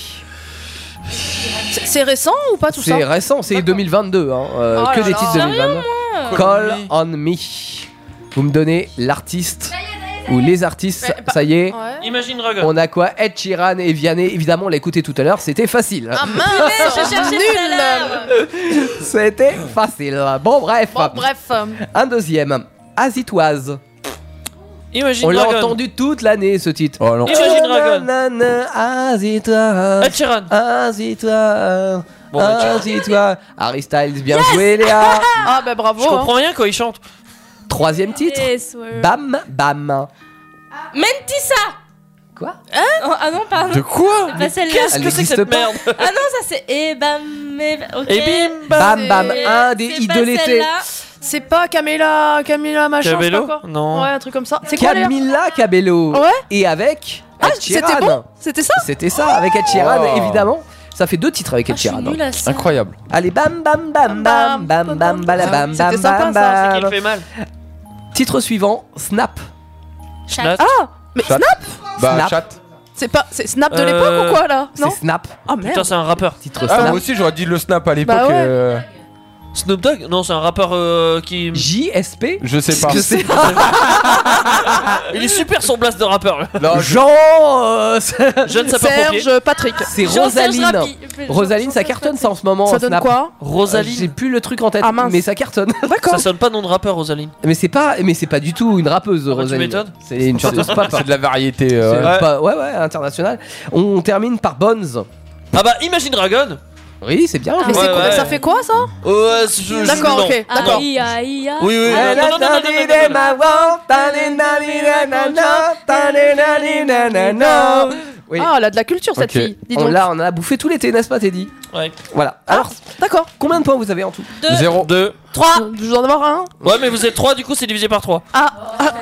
C'est c'est récent ou pas Ah, tout ça C'est récent, c'est 2022, hein, euh, Oh que là des là. titres Sérieux, 2022. moi Call on me. Vous me donnez l'artiste ou les artistes, Ben, bah, ça y est. Imagine Dragon. On a quoi Ed Sheeran et Vianney, évidemment, on l'a écouté tout à l'heure, c'était facile. Ah, Punaise, je cherchais tout à l'heure. c'était facile. Bon, bref. Bon, bref. euh, Un deuxième, Azitoise. Imagine On l'a Dragon. entendu toute l'année ce titre. Oh non. Imagine Dragon. Nanana, Azitoise. Ed Sheeran. Azitoise. Bon, bah, tiens. Azitoise. Harry Styles, bien joué, Léa. Ah bah bravo. Je hein. comprends rien quand il chante. Troisième titre, Yes, ouais. Bam Bam. Mentissa Quoi Hein Oh, Ah non, pardon. De quoi C'est pas celle-là. Qu'est-ce Elle que c'est que n'existe cette pas. merde Ah non, ça c'est. Eh bam, mais. Ok. Et bim Bam Bam, C'est- un des c'est pas idolétés. celle-là. C'est pas Camilla, Camilla machin, je sais Cabello pas quoi. Non. Ouais, un truc comme ça. C'est quoi les- Camila Cabello. Ouais. Et avec Ah, Ed Sheeran. c'était bon C'était ça C'était ça, avec Ed Sheeran, Wow. évidemment. Ça fait deux titres Ah, avec Ed Sheeran. hein. Nul à ça. Incroyable. Allez, bam, bam, bam, bam, bam, bam, bala, bam, C'était bam, sympa, bam, ça, C'est qu'il bam. fait mal. Titre suivant, Snap. Chat. Ah Mais Chat. Snap Bah, Snap. chat. C'est pas c'est Snap de Euh, l'époque ou quoi là C'est Non Snap. Ah merde. Putain, c'est un rappeur. Titre Ah, moi Snap. aussi, j'aurais dit le snap à l'époque. Bah ouais. euh, Snoop Dogg Non, c'est un rappeur euh, qui. JSP. je sais pas. Je sais pas. Il est super son blast de rappeur. Non, je- Jean. euh, c'est- Jeune sapeur-pompier. Serge Patrick. C'est Jean-Serge Rosaline. Rapi. Rosaline, ça cartonne ça en ce moment. Ça donne Snap. quoi Euh, J'ai Rosaline. plus le truc en tête, Ah, mince. mais ça cartonne. Ça sonne pas nom de rappeur, Rosaline. Mais c'est pas, mais c'est pas du tout une rappeuse, bah, tu Rosaline. m'étonnes. C'est une chanteuse pop. C'est de la variété. C'est euh, ouais. pas- ouais, ouais, international. On termine par Bones. Ah bah, Imagine Dragon Oui, c'est bien. Ah, Mais Ouais, c'est quoi- ouais. ça fait quoi ça Ouais, c'est- je- je- D'accord, non. ok. Ah. D'accord. Oui, Aïe, aïe, aïe. oui, oui. Elle Non, non, non, non, non, non, attendait des non, non. mamans, tananananana, tananananana. Oui. Ah, elle a de la culture cette Ok. fille. Dis On donc. Ah, l'a, on en a bouffé tout l'été, n'est-ce pas, Teddy Ouais. Voilà. Alors, D'accord. combien de points vous avez en tout Zéro. Deux. 3 Je dois en avoir un Ouais, mais vous êtes 3, du coup c'est divisé par 3 Ah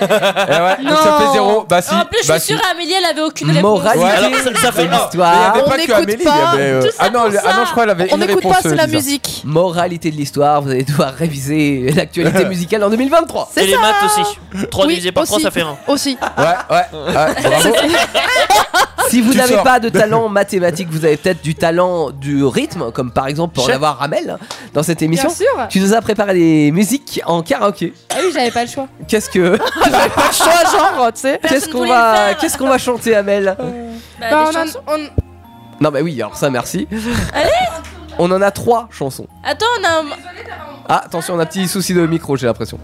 Eh ouais, donc ça Non. fait 0. Bah si. En plus, je suis bah, si. sûre, Amélie, elle avait aucune réponse. Ouais, alors, ça- ça fait- Mais ah, Il n'y avait pas que Amélie, il y avait. euh, Ah non, ah non, je crois qu'elle avait une réponse. euh, Lisa. Moralité de l'histoire, vous allez devoir réviser l'actualité musicale en 2023. Et les maths aussi. 3 divisé par 3, aussi. Ah, ça fait Ah. 1. Aussi. Ouais, ouais, ouais, bravo. Si vous Tu n'avez sors. pas de talent mathématique, vous avez peut-être du talent du rythme, comme par exemple pour Chef. l'avoir Ramel hein, dans cette émission. Bien sûr. Tu nous as préparé des musiques en karaoké. Ah oui, j'avais pas le choix. Qu'est-ce que. J'avais Bah, pas le choix, genre, tu sais. Qu'est-ce Personne qu'on voulait va, qu'est-ce qu'on va chanter, Amel Bah, on en- on- Non, bah oui, alors ça, merci. Allez On en a trois chansons. Attends, on a un. Ah, attention, on a un petit souci de micro, j'ai l'impression.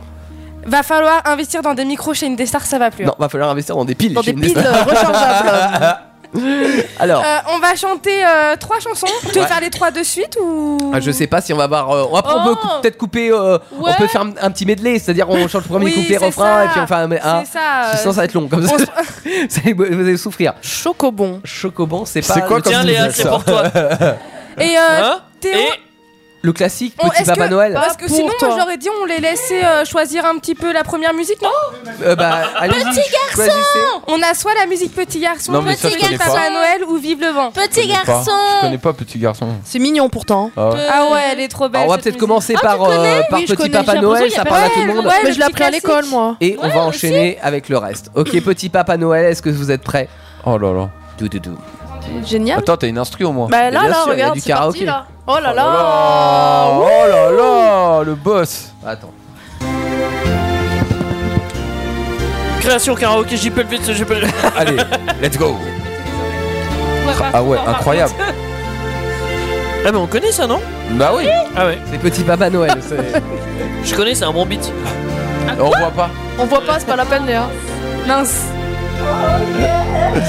Va falloir investir dans des micros chez Indestar, ça va plus. hein. Non, va falloir investir dans des piles. Dans j'ai des une liste. piles, euh, alors, Euh, on va chanter euh, trois chansons. Tu veux Ouais. faire les trois de suite ou ah, je sais pas si on va avoir. euh, on, après, on peut Oh. cou- peut-être couper. euh, Ouais. On peut faire un, un petit medley, c'est-à-dire on change le premier Oui, couplet, c'est refrain, ça. et puis on fait un. un- C'est ça, euh, sinon, ça va être long. Comme ça, Vous allez- vous allez souffrir. Chocobon. Chocobon, c'est pas. C'est quoi le comme titre musique, de ça ça. Et euh, Hein Théo, Le classique, on- petit Oh, est-ce Papa que- Noël. Parce que sinon, moi, j'aurais dit, on les laissait euh, choisir un petit peu la première musique, non Euh, bah, allez-y, choisissez. On a soit la musique Petit garçon, Non, mais ça, je connais Petit Papa pas. Noël ou Vive le vent. Je connais pas. Je connais pas petit garçon. C'est mignon pourtant. hein. Ah ouais. Ah ouais, elle est trop belle. Alors, on va cette peut-être musique. commencer Ah, par, euh, par Oui, je Petit connais, Papa j'ai l'impression Noël, ça qu'il y a parle à pas- tout le monde. Ouais, Mais je l'ai appris à l'école, moi. Et on va enchaîner avec le reste. Ok, Petit Papa Noël, est-ce que vous êtes prêts Oh là là. Tout, tout, tout. Génial. Attends, t'as une instru au moins. Bah là, Eh, bien là, sûr, il y a regarde, du c'est parti, karaoké. là. Oh là Ah, là. oh là là, le boss. Attends. Création karaoké, JPLV, JPLV. Allez, let's go. Ah ouais, incroyable. Ah, mais on connaît ça, non Bah oui. Ah ouais. C'est Petit Papa Noël. Je connais, c'est un bon beat. Ah, On voit pas. On voit pas, c'est pas la peine, Léa. Mince.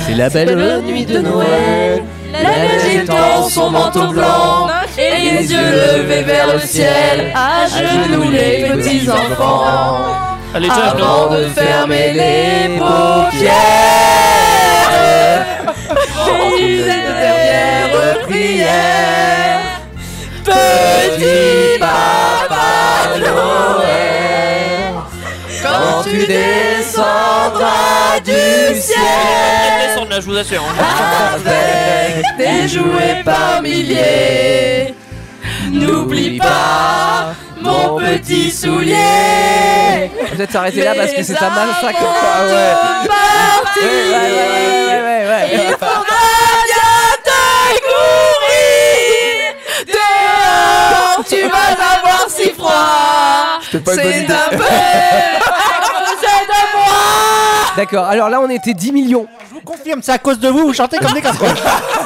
C'est la belle nuit de Noël. La neige étend son manteau blanc et les yeux levés vers le ciel, à genoux les petits enfants. Allez, Jeff, Avant non. de fermer les paupières. Oh. Fais une dernière prière, Petit Papa Noël, quand tu descendras du ciel Descendre là, je vous assure. avec tes jouets par milliers, n'oublie pas mon petit soulier. Peut-être s'arrêter là parce que c'est un massacre. Ah ouais. Ouais, ouais, ouais, ouais, ouais, ouais. dehors tu vas avoir si froid. C'était pas une bonne idée. D'accord, alors là on était 10 millions. Je vous confirme, c'est à cause de vous, vous chantez comme des casseroles.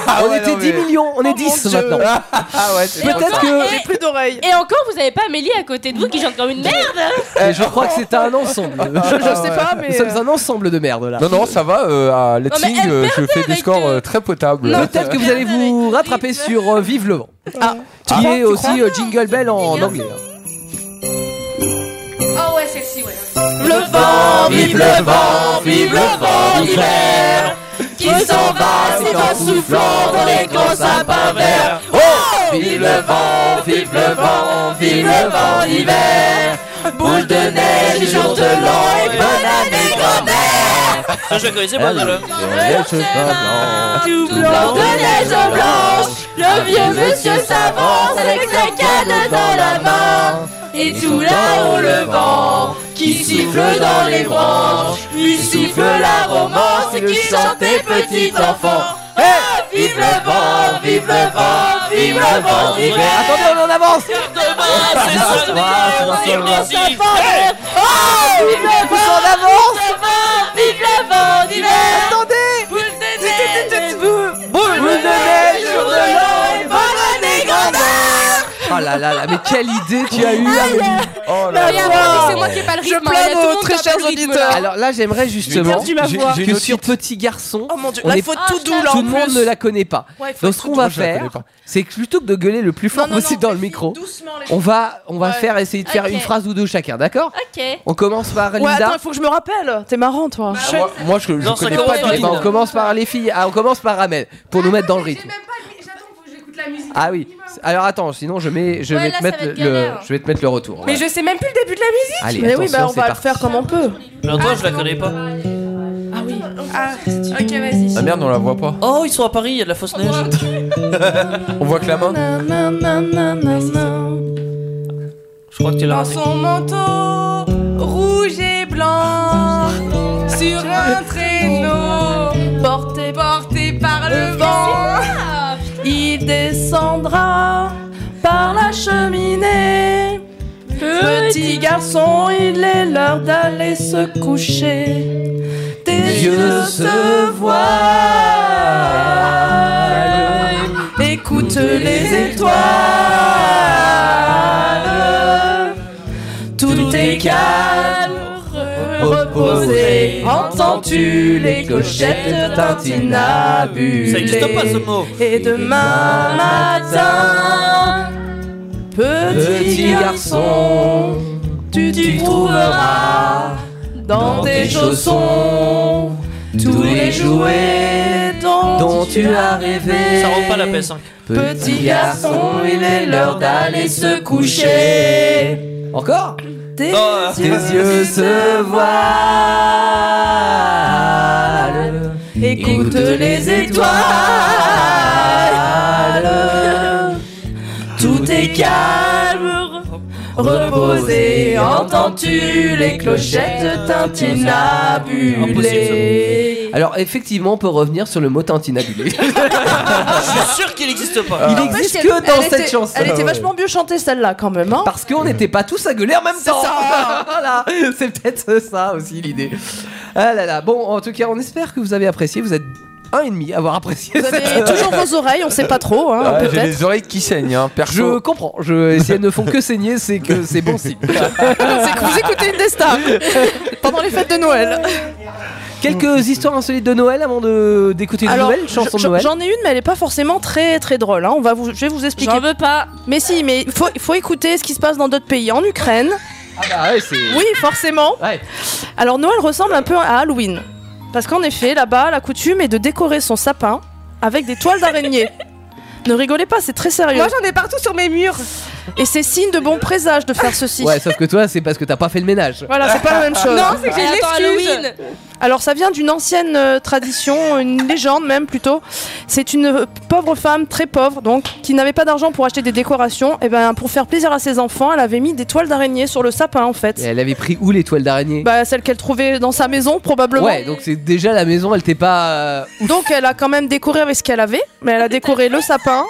Ah on ouais, était non, 10 mais- millions, Oh on est 10 maintenant. Ah ouais, c'est Peut-être que. Plus d'oreilles. Et encore, vous avez pas Amélie à côté de vous qui chante comme une merde. Et je crois que c'est un ensemble. Je, je sais pas, mais. Nous euh, sommes un ensemble de merde là. Non, non, ça va. euh, à Let's Non, mais Sing, elle euh, je fais des scores euh, très potables. Peut-être que vous allez vous rattraper sur euh, Vive le vent. Ah. Qui est aussi euh, Jingle Bell en anglais. hein. Oh ouais, celle-ci, ouais. Le vent, vive le vent, vive le vent d'hiver, qui s'en va, c'est en soufflant dans les grands sapins verts. Oh Vive le vent, vive le vent, vive le vent d'hiver. Boule de neige, jour de l'an et bonne année Ça, je la connaissais pas, celle-là. Tout blanc de neige en blanche, le vieux monsieur s'avance avec sa canne dans la main. Et tout là-haut le vent qui siffle dans les branches, lui siffle la romance qui chantait petit enfant. Eh, vive le vent, vive le vent, vive le vent d'hiver. Eh, Attendez, on en avance Demain c'est c'est Sunday, le on est soir. ici. Eh, Oh, vive le Vous en vent, avance vive le vent, vive le vent d'hiver. Attendez Boule de neige, Boule de neige, jour de l'an bonne année grand-mère Oh là là là, mais quelle idée tu as eue Ah, Amélie. Oh là Et après, là. c'est moi qui ai pas le rythme. Je plains hein, il y a tout nos le monde très qui a chers pas le rythme, auditeurs. là. Alors là, j'aimerais justement perdu ma j'ai- voix. j'ai que une sur petite- Petit Garçon, Oh mon dieu, on là, est- Ah, il faut tout doux là tout en le monde plus. ne la connaît pas. Ouais, il faut Donc être ce tout qu'on va doux, je la faire, connais pas. c'est que plutôt que de gueuler le plus fort Non, non, possible non, dans le micro, Doucement les on va, on va Ouais. faire essayer de faire Ok. une phrase ou deux chacun, d'accord Ok. On commence par Bah, Ouais, attends, Linda. il faut que je me rappelle. T'es marrant, toi. Ah, Moi, moi, je, je Non, ça connais commence pas par du Eh ben, tout. Linda. on commence par les filles. Ah, on commence par Ramel pour nous mettre dans le rythme. J'ai même pas le- J'attends, faut que j'écoute la musique. Ah oui, Alors attends, sinon je mets, je Ouais, vais là, ça te mettre va le, être galère. je vais te mettre le retour. Mais je sais même plus le début de la musique. Allez, mais oui, attention, bah on c'est va le parti. faire comme on peut. J'entends, je la connais pas. Ah oui. Ah, ok, vas-y. Ah merde, on la voit pas. Oh, ils sont à Paris, il y a de la fausse neige. On voit que la main. Je crois que tu Ah, l'as Dans son manteau rouge et blanc, sur un traîneau, porté, porté par le vent, il descendra par la cheminée. Petit garçon, il est l'heure d'aller se coucher. Tes yeux se voilent, écoute les étoiles. Tout est calme, reposé. Entends-tu les clochettes tintinabulées Ça existe pas, ce mot. Et demain matin, petit garçon, tu t'y trouveras dans tes chaussons tous les jouets dont, tu as rêvé. Ça rend pas la paix, 5. Petit garçon, il est l'heure d'aller se coucher. Encore Tes Ah, Tes yeux se voilent. Écoute les étoiles. Tout est calme, reposé. Entends-tu les clochettes tintinabulées Alors effectivement, on peut revenir sur le mot tintinabulé. Euh, Je suis sûr qu'il existe pas. Il existe que dans cette chanson. Ah Elle était vachement mieux chantée celle-là quand même. Hein Parce qu'on n'était pas tous à gueuler en même temps. voilà, c'est peut-être ça aussi l'idée. Ah là là. Bon, en tout cas, on espère que vous avez apprécié. Vous êtes un et demi à avoir apprécié. Vous cette- avez toujours vos oreilles, on sait pas trop, hein, Ah, J'ai peut-être. les oreilles qui saignent, hein, perso. Je comprends. Je, si elles ne font que saigner, c'est que c'est bon signe. C'est que vous écoutez une des stars pendant les fêtes de Noël. Quelques histoires insolites de Noël avant de d'écouter une nouvelle chanson de j'en- Noël. J'en ai une, mais elle est pas forcément très très drôle. hein. On va vous, je vais vous expliquer. J'en veux pas. Mais si, mais il faut, il faut écouter ce qui se passe dans d'autres pays. En Ukraine, Ah bah ouais, c'est. oui, forcément. Alors Noël ressemble un peu à Halloween. Parce qu'en effet, là-bas, la coutume est de décorer son sapin avec des toiles d'araignée. ne rigolez pas, c'est très sérieux. Moi, j'en ai partout sur mes murs. Et c'est signe de bon présage de faire ceci. Ouais, sauf que toi, c'est parce que t'as pas fait le ménage. Voilà, c'est pas la même Ah. chose. Non, c'est que j'ai Attends, l'excuse. Halloween. Alors, ça vient d'une ancienne euh, tradition, une légende même plutôt. C'est une euh, pauvre femme, très pauvre, donc, qui n'avait pas d'argent pour acheter des décorations. Et ben, pour faire plaisir à ses enfants, elle avait mis des toiles d'araignée sur le sapin, en fait. Et elle avait pris où les toiles d'araignée Bah, celle qu'elle trouvait dans sa maison, probablement. Ouais, donc c'est déjà la maison, elle t'est pas. euh, Donc, elle a quand même décoré avec ce qu'elle avait, mais elle a décoré le sapin.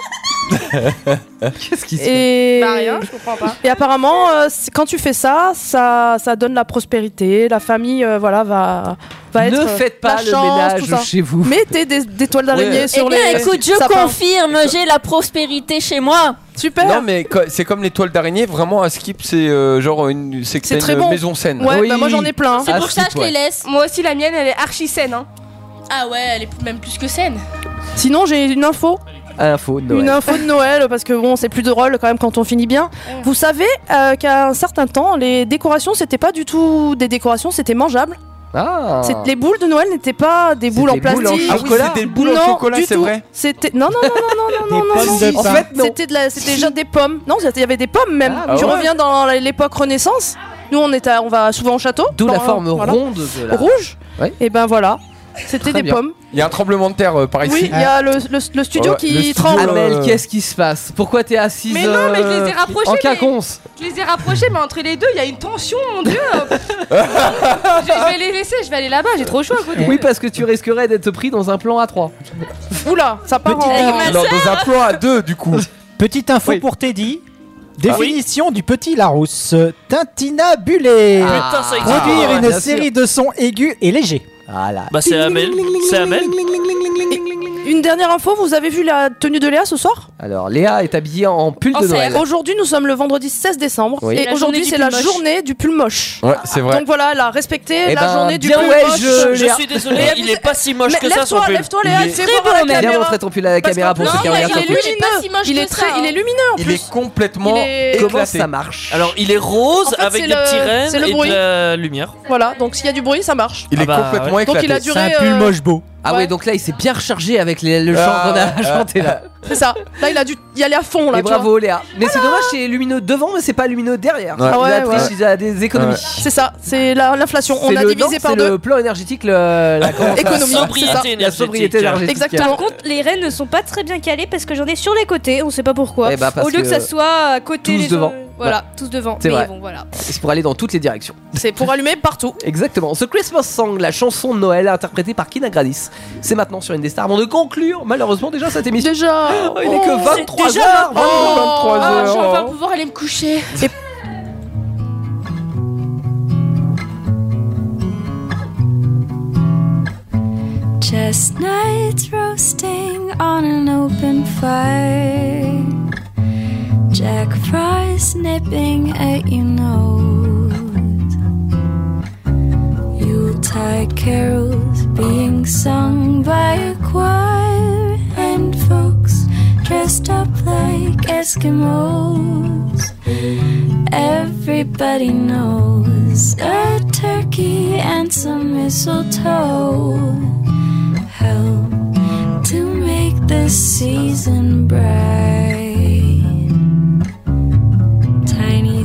Qu'est-ce qui se Et... Bah, rien, je comprends pas. Et apparemment, euh, c'est- quand tu fais ça, ça, ça donne la prospérité. La famille, euh, voilà, va, va Ne être. euh, faites pas la le chance, ménage tout ça. chez vous. Mettez des, des toiles d'araignée Ouais. sur Eh bien, les. écoute, je sapins. confirme, j'ai la prospérité chez moi. Super. Non mais co- c'est comme les toiles d'araignée, vraiment à skip c'est euh, genre une, c'est que C'est t'as très une bon. maison saine. Ouais, bah, moi, j'en ai plein. Ah, skip, ouais. laisse. Moi aussi, la mienne, elle est archi saine. Hein. Ah ouais, elle est même plus que saine. Sinon, j'ai une info. Info de Noël. Une info de Noël, parce que bon, c'est plus drôle quand même quand on finit bien. Vous savez euh, qu'à un certain temps, les décorations, c'était pas du tout des décorations, c'était mangeable. Ah. C'est- Les boules de Noël n'étaient pas des boules en des boules en plastique. chocolat. Ah oui, c'était des boules en Non, chocolat, du c'est tout. vrai. C'était non non non non non non non. pommes de non. En pain. fait, non. C'était de la- c'était déjà des pommes. Non, c'était- il y avait des pommes même. Ah tu ouais. reviens dans l'époque Renaissance. Nous, on était, à- on va souvent au château. D'où la Par- forme voilà. ronde de la. Rouge. Ouais. Et ben voilà, c'était Très des bien. pommes. Il y a un tremblement de terre euh, par ici. Oui, il y a le, le- Ah. le studio Ouais, qui le studio, tremble. là, Amel, euh, qu'est-ce qui se passe Pourquoi t'es assise Mais non, mais je les ai euh, rapprochés, En mais- quinconce. Je les ai rapprochés, mais entre les deux, il y a une tension, mon dieu. je, je vais les laisser, je vais aller là-bas, j'ai trop chaud à côté. Oui, parce que tu risquerais d'être pris dans un plan A3. Oula, ça part Petite en. Ma Non, dans un plan à deux du coup. Petite info pour Teddy. Ah Définition du petit Larousse. Tintinabulé. Ah, Putain, ça existe. Produire Ah, une bien série de sons aigus et légers. Voilà. Bah, c'est Amel. C'est Amel. Une dernière info, vous avez vu la tenue de Léa ce soir Alors, Léa est habillée en pull de Noël. Aujourd'hui, nous sommes le vendredi 16 décembre Oui. et La aujourd'hui, journée du c'est pull la moche. journée du pull moche. Ouais, c'est vrai. Donc voilà, elle a respecté Eh la ben, journée du bien pull ouais, moche. je- Je suis désolé, il est pas si moche Mais que ça son lève-toi, pull. lève-toi, Léa, Il est fais très voir à la bon, mais- Viens caméra. montrer ton pull à la Parce caméra pour Non, ceux qui il, regardent est sur Twitch. lumineux. pas si moche Il que est ça, très, il hein. est lumineux en Il plus. est complètement Il est- Comment éclaté. ça marche Alors, il est rose En fait, avec c'est des le- petits rennes c'est le et bruit. de la lumière. Voilà, donc s'il y a du bruit, ça marche. Il Ah est bah, complètement ouais. éclaté. Donc il a duré. euh, beau. Ah ouais, donc là, il s'est bien rechargé avec les- le chant Ah, qu'on a ouais. chanté là. C'est ça. Là, il a dû y aller à fond. Là, Et tu bravo vois. Léa. Mais c'est dommage, c'est lumineux devant, Oh, mais c'est pas lumineux derrière. Ouais. Ah ouais, La triche, ouais. il a des économies. Ouais. C'est ça, c'est la- l'inflation. On C'est a le- divisé non, par c'est deux. le plan énergétique, le, la comment ça s'appelle Économie, c'est ça. la sobriété énergétique. Par contre, les rênes ne sont pas très bien calées parce que j'en ai sur les côtés, on sait pas pourquoi. Eh bah, parce Au lieu que, que ça soit à côté tous les devant. Voilà, Ouais. tous devant. C'est Mais vrai. bon, voilà. C'est pour aller dans toutes les directions. C'est pour allumer partout. Exactement. Ce Christmas Song, la chanson de Noël interprétée par Kina Gradis, c'est maintenant sur Indestar. Avant de conclure, malheureusement, déjà cette émission. Déjà oh, Il est que 23 h Ah, Oh, je vais pas pouvoir aller me coucher. Chestnuts roasting on an open fire. Jack Frost nipping at your nose. Yuletide carols being sung by a choir. And folks dressed up like Eskimos. Everybody knows a turkey and some mistletoe help to make this season bright. Tiny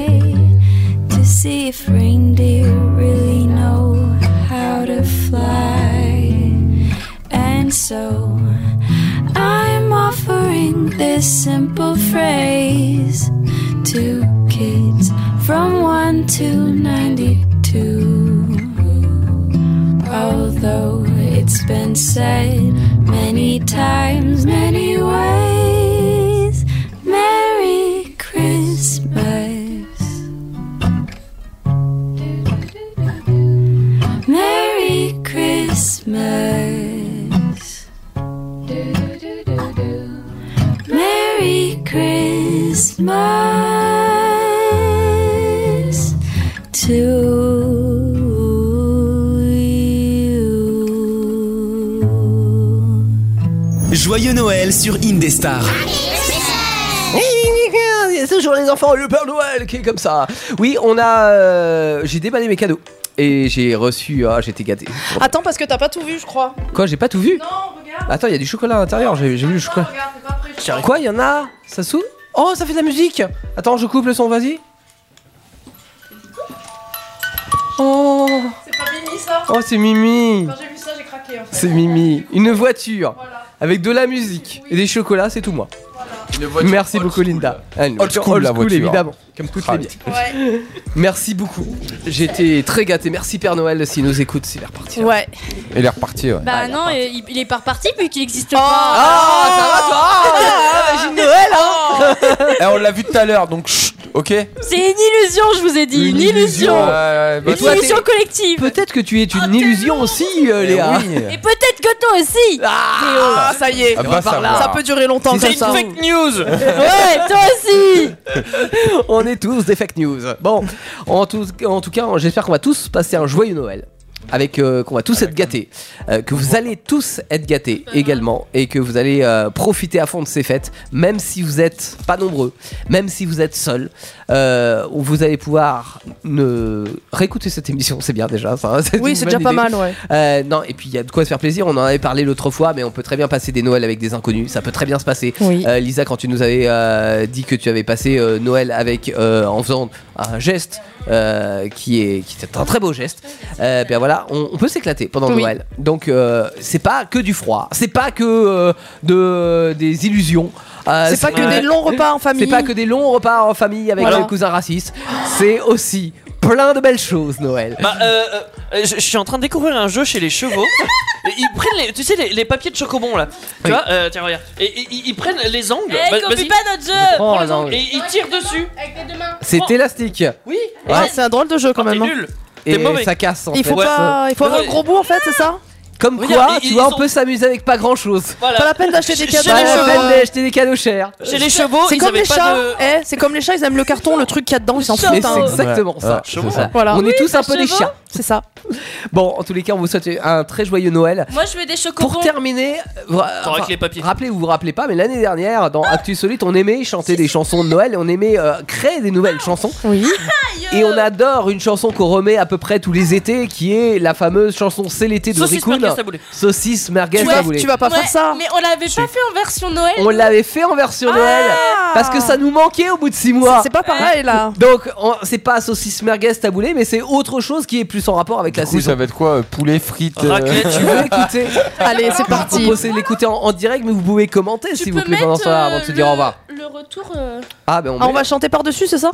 to see if reindeer really know how to fly. And so I'm offering this simple phrase to kids from 1 to 92. Although it's been said many times, many ways, Merry Christmas. Merry Christmas. Merry Christmas to Joyeux Noël sur Indestar. C'est toujours les enfants, le Père Noël qui est comme ça. Oui, on a. euh, j'ai déballé mes cadeaux. Et j'ai reçu. Ah, j'étais gâté. Attends, parce que t'as pas tout vu, je crois. Quoi, j'ai pas tout vu Non, regarde. Attends, il y a du chocolat à l'intérieur. J'ai j'ai vu le chocolat. Quoi, il y en a Ça s'ouvre Oh, ça fait de la musique Attends, je coupe le son, vas-y. Oh C'est pas Mimi ça Oh, c'est Mimi j'ai vu ça, j'ai craqué. C'est Mimi. Une voiture avec de la musique et des chocolats, c'est tout moi. Merci beaucoup Linda. Ah, une Old school, la voiture. évidemment, comme toutes les Ah, bières. Merci beaucoup. J'étais très gâté. Merci Père Noël s'il nous écoute, s'il est reparti. Ouais. Il est reparti, ouais. Bah non, euh, il, il est pas reparti vu qu'il existe pas. Ah, ça va, toi Ah, magie de Noël, hein Eh, on l'a vu tout à l'heure, donc chut, ok C'est une illusion, je vous ai dit, une, illusion. Ouais, ouais, bah, une illusion collective. Peut-être que tu es Oh, une illusion aussi, euh, Léa. Et peut-être que toi aussi. Ah, ça y est. Ah, va savoir. ça peut durer longtemps Si ça comme ça. sent- news Ouais, toi aussi On est tous des fake news. Bon, en tout, en tout cas, j'espère qu'on va tous passer un joyeux Noël. Avec euh, qu'on va tous être gâtés, Euh, que vous allez tous être gâtés Ah. également, et que vous allez euh, profiter à fond de ces fêtes, même si vous êtes pas nombreux, même si vous êtes seul, Euh, vous allez pouvoir ne réécouter cette émission, c'est bien déjà. ça, Oui, une c'est bonne déjà pas mal, idée. ouais. Euh, non, et puis il y a de quoi se faire plaisir. On en avait parlé l'autre fois, mais on peut très bien passer des Noëls avec des inconnus. Ça peut très bien se passer. Oui. Euh, Lisa, quand tu nous avais euh, dit que tu avais passé euh, Noël avec euh, en faisant un geste euh, qui est qui était un très beau geste, euh, ben voilà, on, on peut s'éclater pendant Oui. Noël. Donc euh, c'est pas que du froid, c'est pas que euh, de des illusions. Euh, C'est pas que des longs repas en famille. C'est pas que des longs repas en famille avec Voilà. le cousin raciste. C'est aussi plein de belles choses Noël. Bah, euh, euh, je je suis en train de découvrir un jeu chez les chevaux. Et ils prennent, les, tu sais, les, les papiers de chocobon là. Tu vois, euh, tiens, regarde. Et, et- ils, ils prennent les angles. Eh, Vas- copie vas-y. pas notre jeu Prends Prends les les angles. angles. Et ils tirent dessus. C'est Oh. Prends. élastique. Oui. Ouais. C'est Oh. un drôle de jeu quand même. hein. T'es Et mauvais. ça casse en Il faut fait. Ah, pas, il faut avoir un gros bout en fait, c'est ça Comme Oui, quoi, mais tu ils- vois, ils on peut s'amuser avec pas grand chose. Voilà. Pas la peine d'acheter des cadeaux. Pas la Chez les peine chevaux. d'acheter des cadeaux chers. Chez les chevaux, c'est ils comme avaient les pas chats. de- eh, c'est comme les chats, ils aiment le carton, le truc qu'il y a dedans, ils s'en foutent. Mais hein. c'est exactement ça. Chevaux. Voilà. Voilà. On Oui, est tous un peu chevaux. des chats. C'est ça. Bon, en tous les cas, on vous souhaite un très joyeux Noël. Moi, je veux des chocobons. Pour terminer, Enfin, Rappelez, vous vous rappelez pas, mais l'année dernière, dans Actu Solite, on aimait chanter des chansons de Noël, on aimait euh, créer des nouvelles chansons. Et on adore une chanson qu'on remet à peu près tous les étés, qui est la fameuse chanson C'est l'été de Saucisse Ricoul. merguez taboulé. Saucisse merguez taboulé. Ouais, Mais on l'avait pas fait en version Noël. On l'avait fait en version Noël parce que ça nous manquait au bout de 6 mois. C'est- c'est pas pareil, là. Donc on- c'est pas saucisse merguez taboulé, mais c'est autre chose qui est plus en rapport avec la Du coup, saison. ça va être quoi euh, Poulet, frites euh, Raclette, tu veux écouter Allez, c'est parti. Je vous propose de l'écouter en, en direct, mais vous pouvez commenter s'il vous plaît pendant ce temps-là avant de se dire au revoir. Le retour. euh, Ah, ben on, Ah, met- Euh, on va chanter par-dessus, c'est ça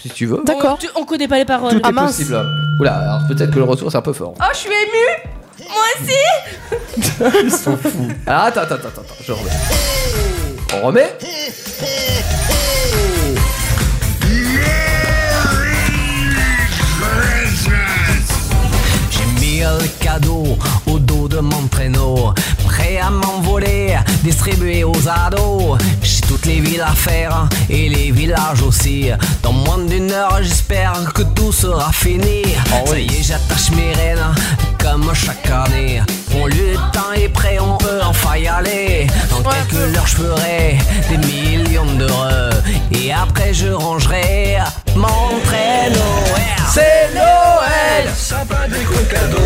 si tu veux. D'accord. On, connaît pas les paroles. Ah, Tout est possible. Oula, alors peut-être que le retour c'est un peu fort. Oh, je suis émue. Moi aussi. Ils sont fous. Alors Ah, attends, attends, attends, attends, je remets. On remet. J'ai mis le cadeau au dos de mon traîneau, prêt à m'envoler, distribué aux ados. J'ai toutes les villes à faire et les villages aussi. Dans moins d'une heure, j'espère que tout sera fini. Ça y est, j'attache mes rênes comme chaque année. On le temps est prêt, on peut enfin y aller. Dans quelques heures, je ferai des millions d'heureux. Et après, je rangerai mon traîneau. C'est Noël Sympa des gros cadeaux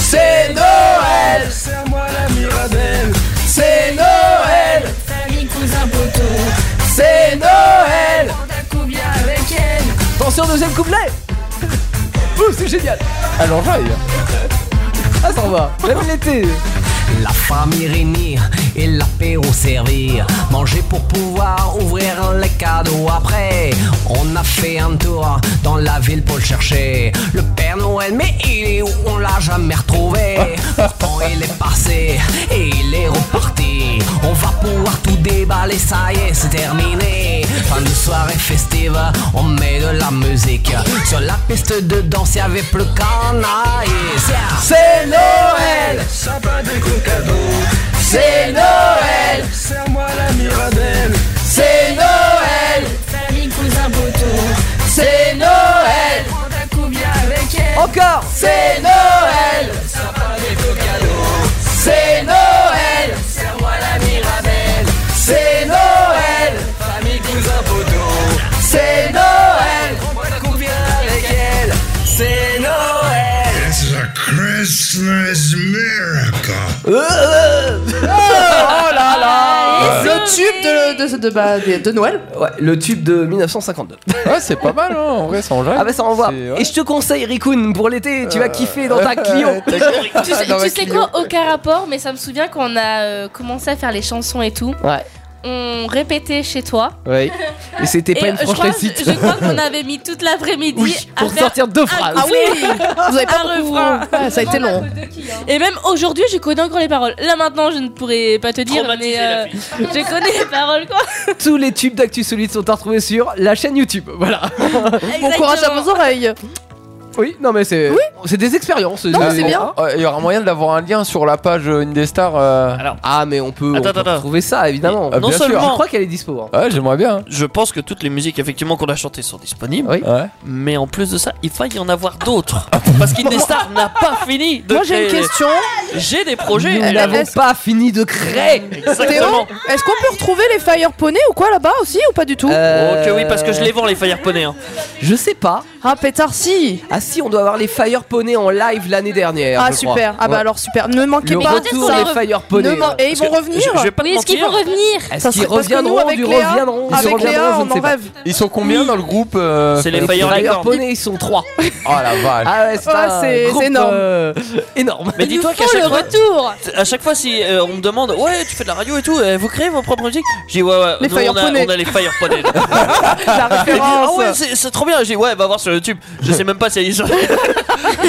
C'est Noël Serre-moi la mirabelle C'est Noël Famille, cousin, poteau C'est Noël avec elle Attention, deuxième couplet Ouh, c'est génial Alors j'aille Ah, ça va Même l'été La famille réunie et l'apéro servi Manger pour pouvoir ouvrir les cadeaux après On a fait un tour dans la ville pour le chercher Le Père Noël mais il est où on l'a jamais retrouvé Pourtant il est passé et il est reparti On va pouvoir tout déballer ça y est c'est terminé Fin de soirée festive on met de la musique Sur la piste de danse y'avait avait plus qu'un aïe. C'est Noël Sympa des gros cadeaux C'est Noël Serre-moi la mirabelle C'est Noël Famille, cousin, poteau C'est Noël Prends ta coupe, viens avec elle Encore C'est Noël Sympa des gros cadeaux C'est Noël Serre-moi la mirabelle C'est Noël Famille, cousin, poteau C'est Noël Prends ta coupe, viens avec elle C'est Noël It's a Christmas miracle. Euh. Oh Ah. là là Et Le tube de, de, de- bah, de- de Noël Ah, Ouais, le tube de 1952. Ouais, c'est pas mal, hein, en vrai, ça enjaille. Ah, bah ça envoie. C'est- ouais. Euh, Et je te conseille Rikun pour l'été, tu vas kiffer dans ta Clio. tu sais, tu sais quoi Aucun rapport, mais ça me souvient quand on a euh, commencé à faire les chansons et tout. Ouais. On répétait chez toi. Ouais. Et c'était pas Et, une euh, je franche crois- réussite. Je, je crois qu'on avait mis toute l'après-midi à pour faire sortir deux un phrases. couplet, Ah oui Vous avez pas un beaucoup- refrain. Ouais, ça a été long. Et même aujourd'hui, je connais encore les paroles. Là maintenant, je ne pourrais pas te dire, mais euh, je connais les paroles quoi. Tous les tubes d'Actu Solide sont à retrouver sur la chaîne YouTube. Voilà. Bon courage à vos oreilles. Oui, non mais c'est c'est des expériences. Non, mais c'est bien. Euh, Ah, Il y aura moyen d'avoir un lien sur la page euh, Eh, euh, Indestar. Ah, mais on peut, Attends, attends, trouver ça évidemment. Ah, non seulement, je crois qu'elle est dispo. hein. Ouais, Ah, j'aimerais bien. Je pense que toutes les musiques effectivement qu'on a chantées sont disponibles. Mais en plus de ça, il va y en avoir d'autres. Parce qu'Indestar n'a pas fini de Moi, j'ai une créer. question. J'ai des projets. Nous et- n'avons Est-ce- pas fini de créer. Exactement. Eh, Théo, est-ce qu'on peut retrouver les Fire Poney ou quoi là-bas aussi ou pas du tout Euh, Oh que oui, parce que je les vends les Fire Poney. hein. Je sais pas. Ah pétard si. Ah si, on doit avoir les Fire Poney en live l'année dernière. Ah je crois. super. Ah bah Ouais. alors super. Ne manquez Le pas. retour des Fire Poney. hein. Ne man- Et ils Parce vont que revenir. je- je vais pas te Oui, est-ce qu'ils vont mentir. revenir Est-ce qu'ils reviendront du reviendront du Avec Léa, reviendront, je on ne sais en pas. rêve. Ils sont combien dans le groupe euh, C'est les Fire Fire Poney Licorne. Poney, ils sont trois. Oh la vache. Ah ouais, c'est Ouais, un c'est- groupe, c'est énorme. euh, énorme. Mais dis-toi qu'à faut chaque le fois, retour. à chaque fois, si euh, on me demande, ouais, tu fais de la radio et tout, euh, vous créez vos propres musiques J'ai dit, ouais, ouais, Les nous, Fire on, a, Poney. on a les Fire Poney. La référence. Ah ouais, c'est c'est trop bien. J'ai dit, ouais, va voir sur YouTube. Je sais même pas si ils sont.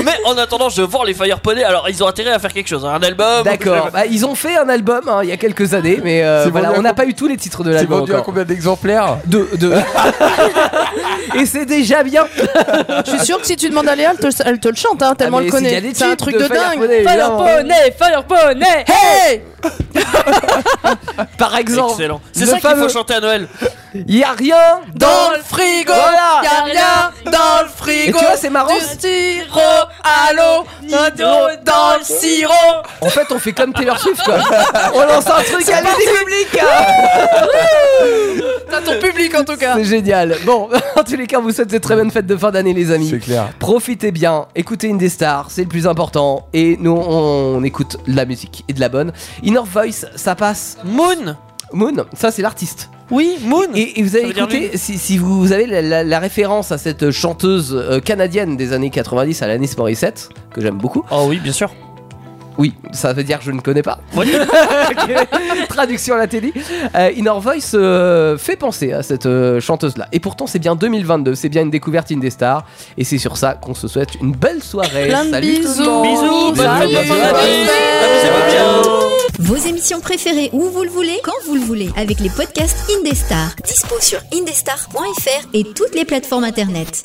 Mais en attendant, je vends les Fire Poney. Alors, ils ont intérêt à faire quelque chose, hein, un album. D'accord. Bah, ils ont fait un album hein, il y a quelques années, mais euh, C'est voilà, vendu à on n'a pas eu tous les titres de C'est l'album. vendu à encore. combien d'exemplaires Deux. deux. Et c'est déjà bien. Je suis sûr que si tu demandes à Léa, elle te, elle te le chante, hein, tellement Ah, elle mais s'il y a connaît. des C'est un titres truc de de, Fire dingue. Poney, évidemment. Fire Poney, hey Par exemple. Excellent. C'est le ça qu'il fameux- faut chanter à Noël. Il y a rien Dans le frigo, Voilà. y a rien dans le frigo. Et tu vois, c'est marrant. Du sirop à l'eau, du dos dans le sirop. En fait, on fait comme Taylor Swift, quoi. On lance un truc C'est à parti. du public. T'as ton public en tout cas. C'est génial. Bon, en tous les cas, on vous souhaite de très bonnes fêtes de fin d'année, les amis. C'est clair. Profitez bien, écoutez une des stars, c'est le plus important. Et nous, on écoute de la musique et de la bonne. Inner Voice, ça passe. Moon Moon, ça c'est l'artiste. Oui, Moon. Et, et vous avez Ça veut dire écouté, si, si vous, vous avez la, la- la référence à cette chanteuse euh, canadienne des années 90, à Alanis Morissette, que j'aime beaucoup. Oh oui, bien sûr. Oui, ça veut dire que je ne connais pas. Traduction à la télé. Euh, Inner Voice euh, fait penser à cette euh, chanteuse-là. Et pourtant, c'est bien 2022, c'est bien une découverte Indestar. Et c'est sur ça qu'on se souhaite une belle soirée. Plein de Salut tout le bisous. monde. Bisous, bonne Salut. fête de fin Bonne d'année. fête. Vos émissions préférées où vous le voulez, quand vous le voulez, avec les podcasts Indestar. Dispo sur indestar.fr et toutes les plateformes internet.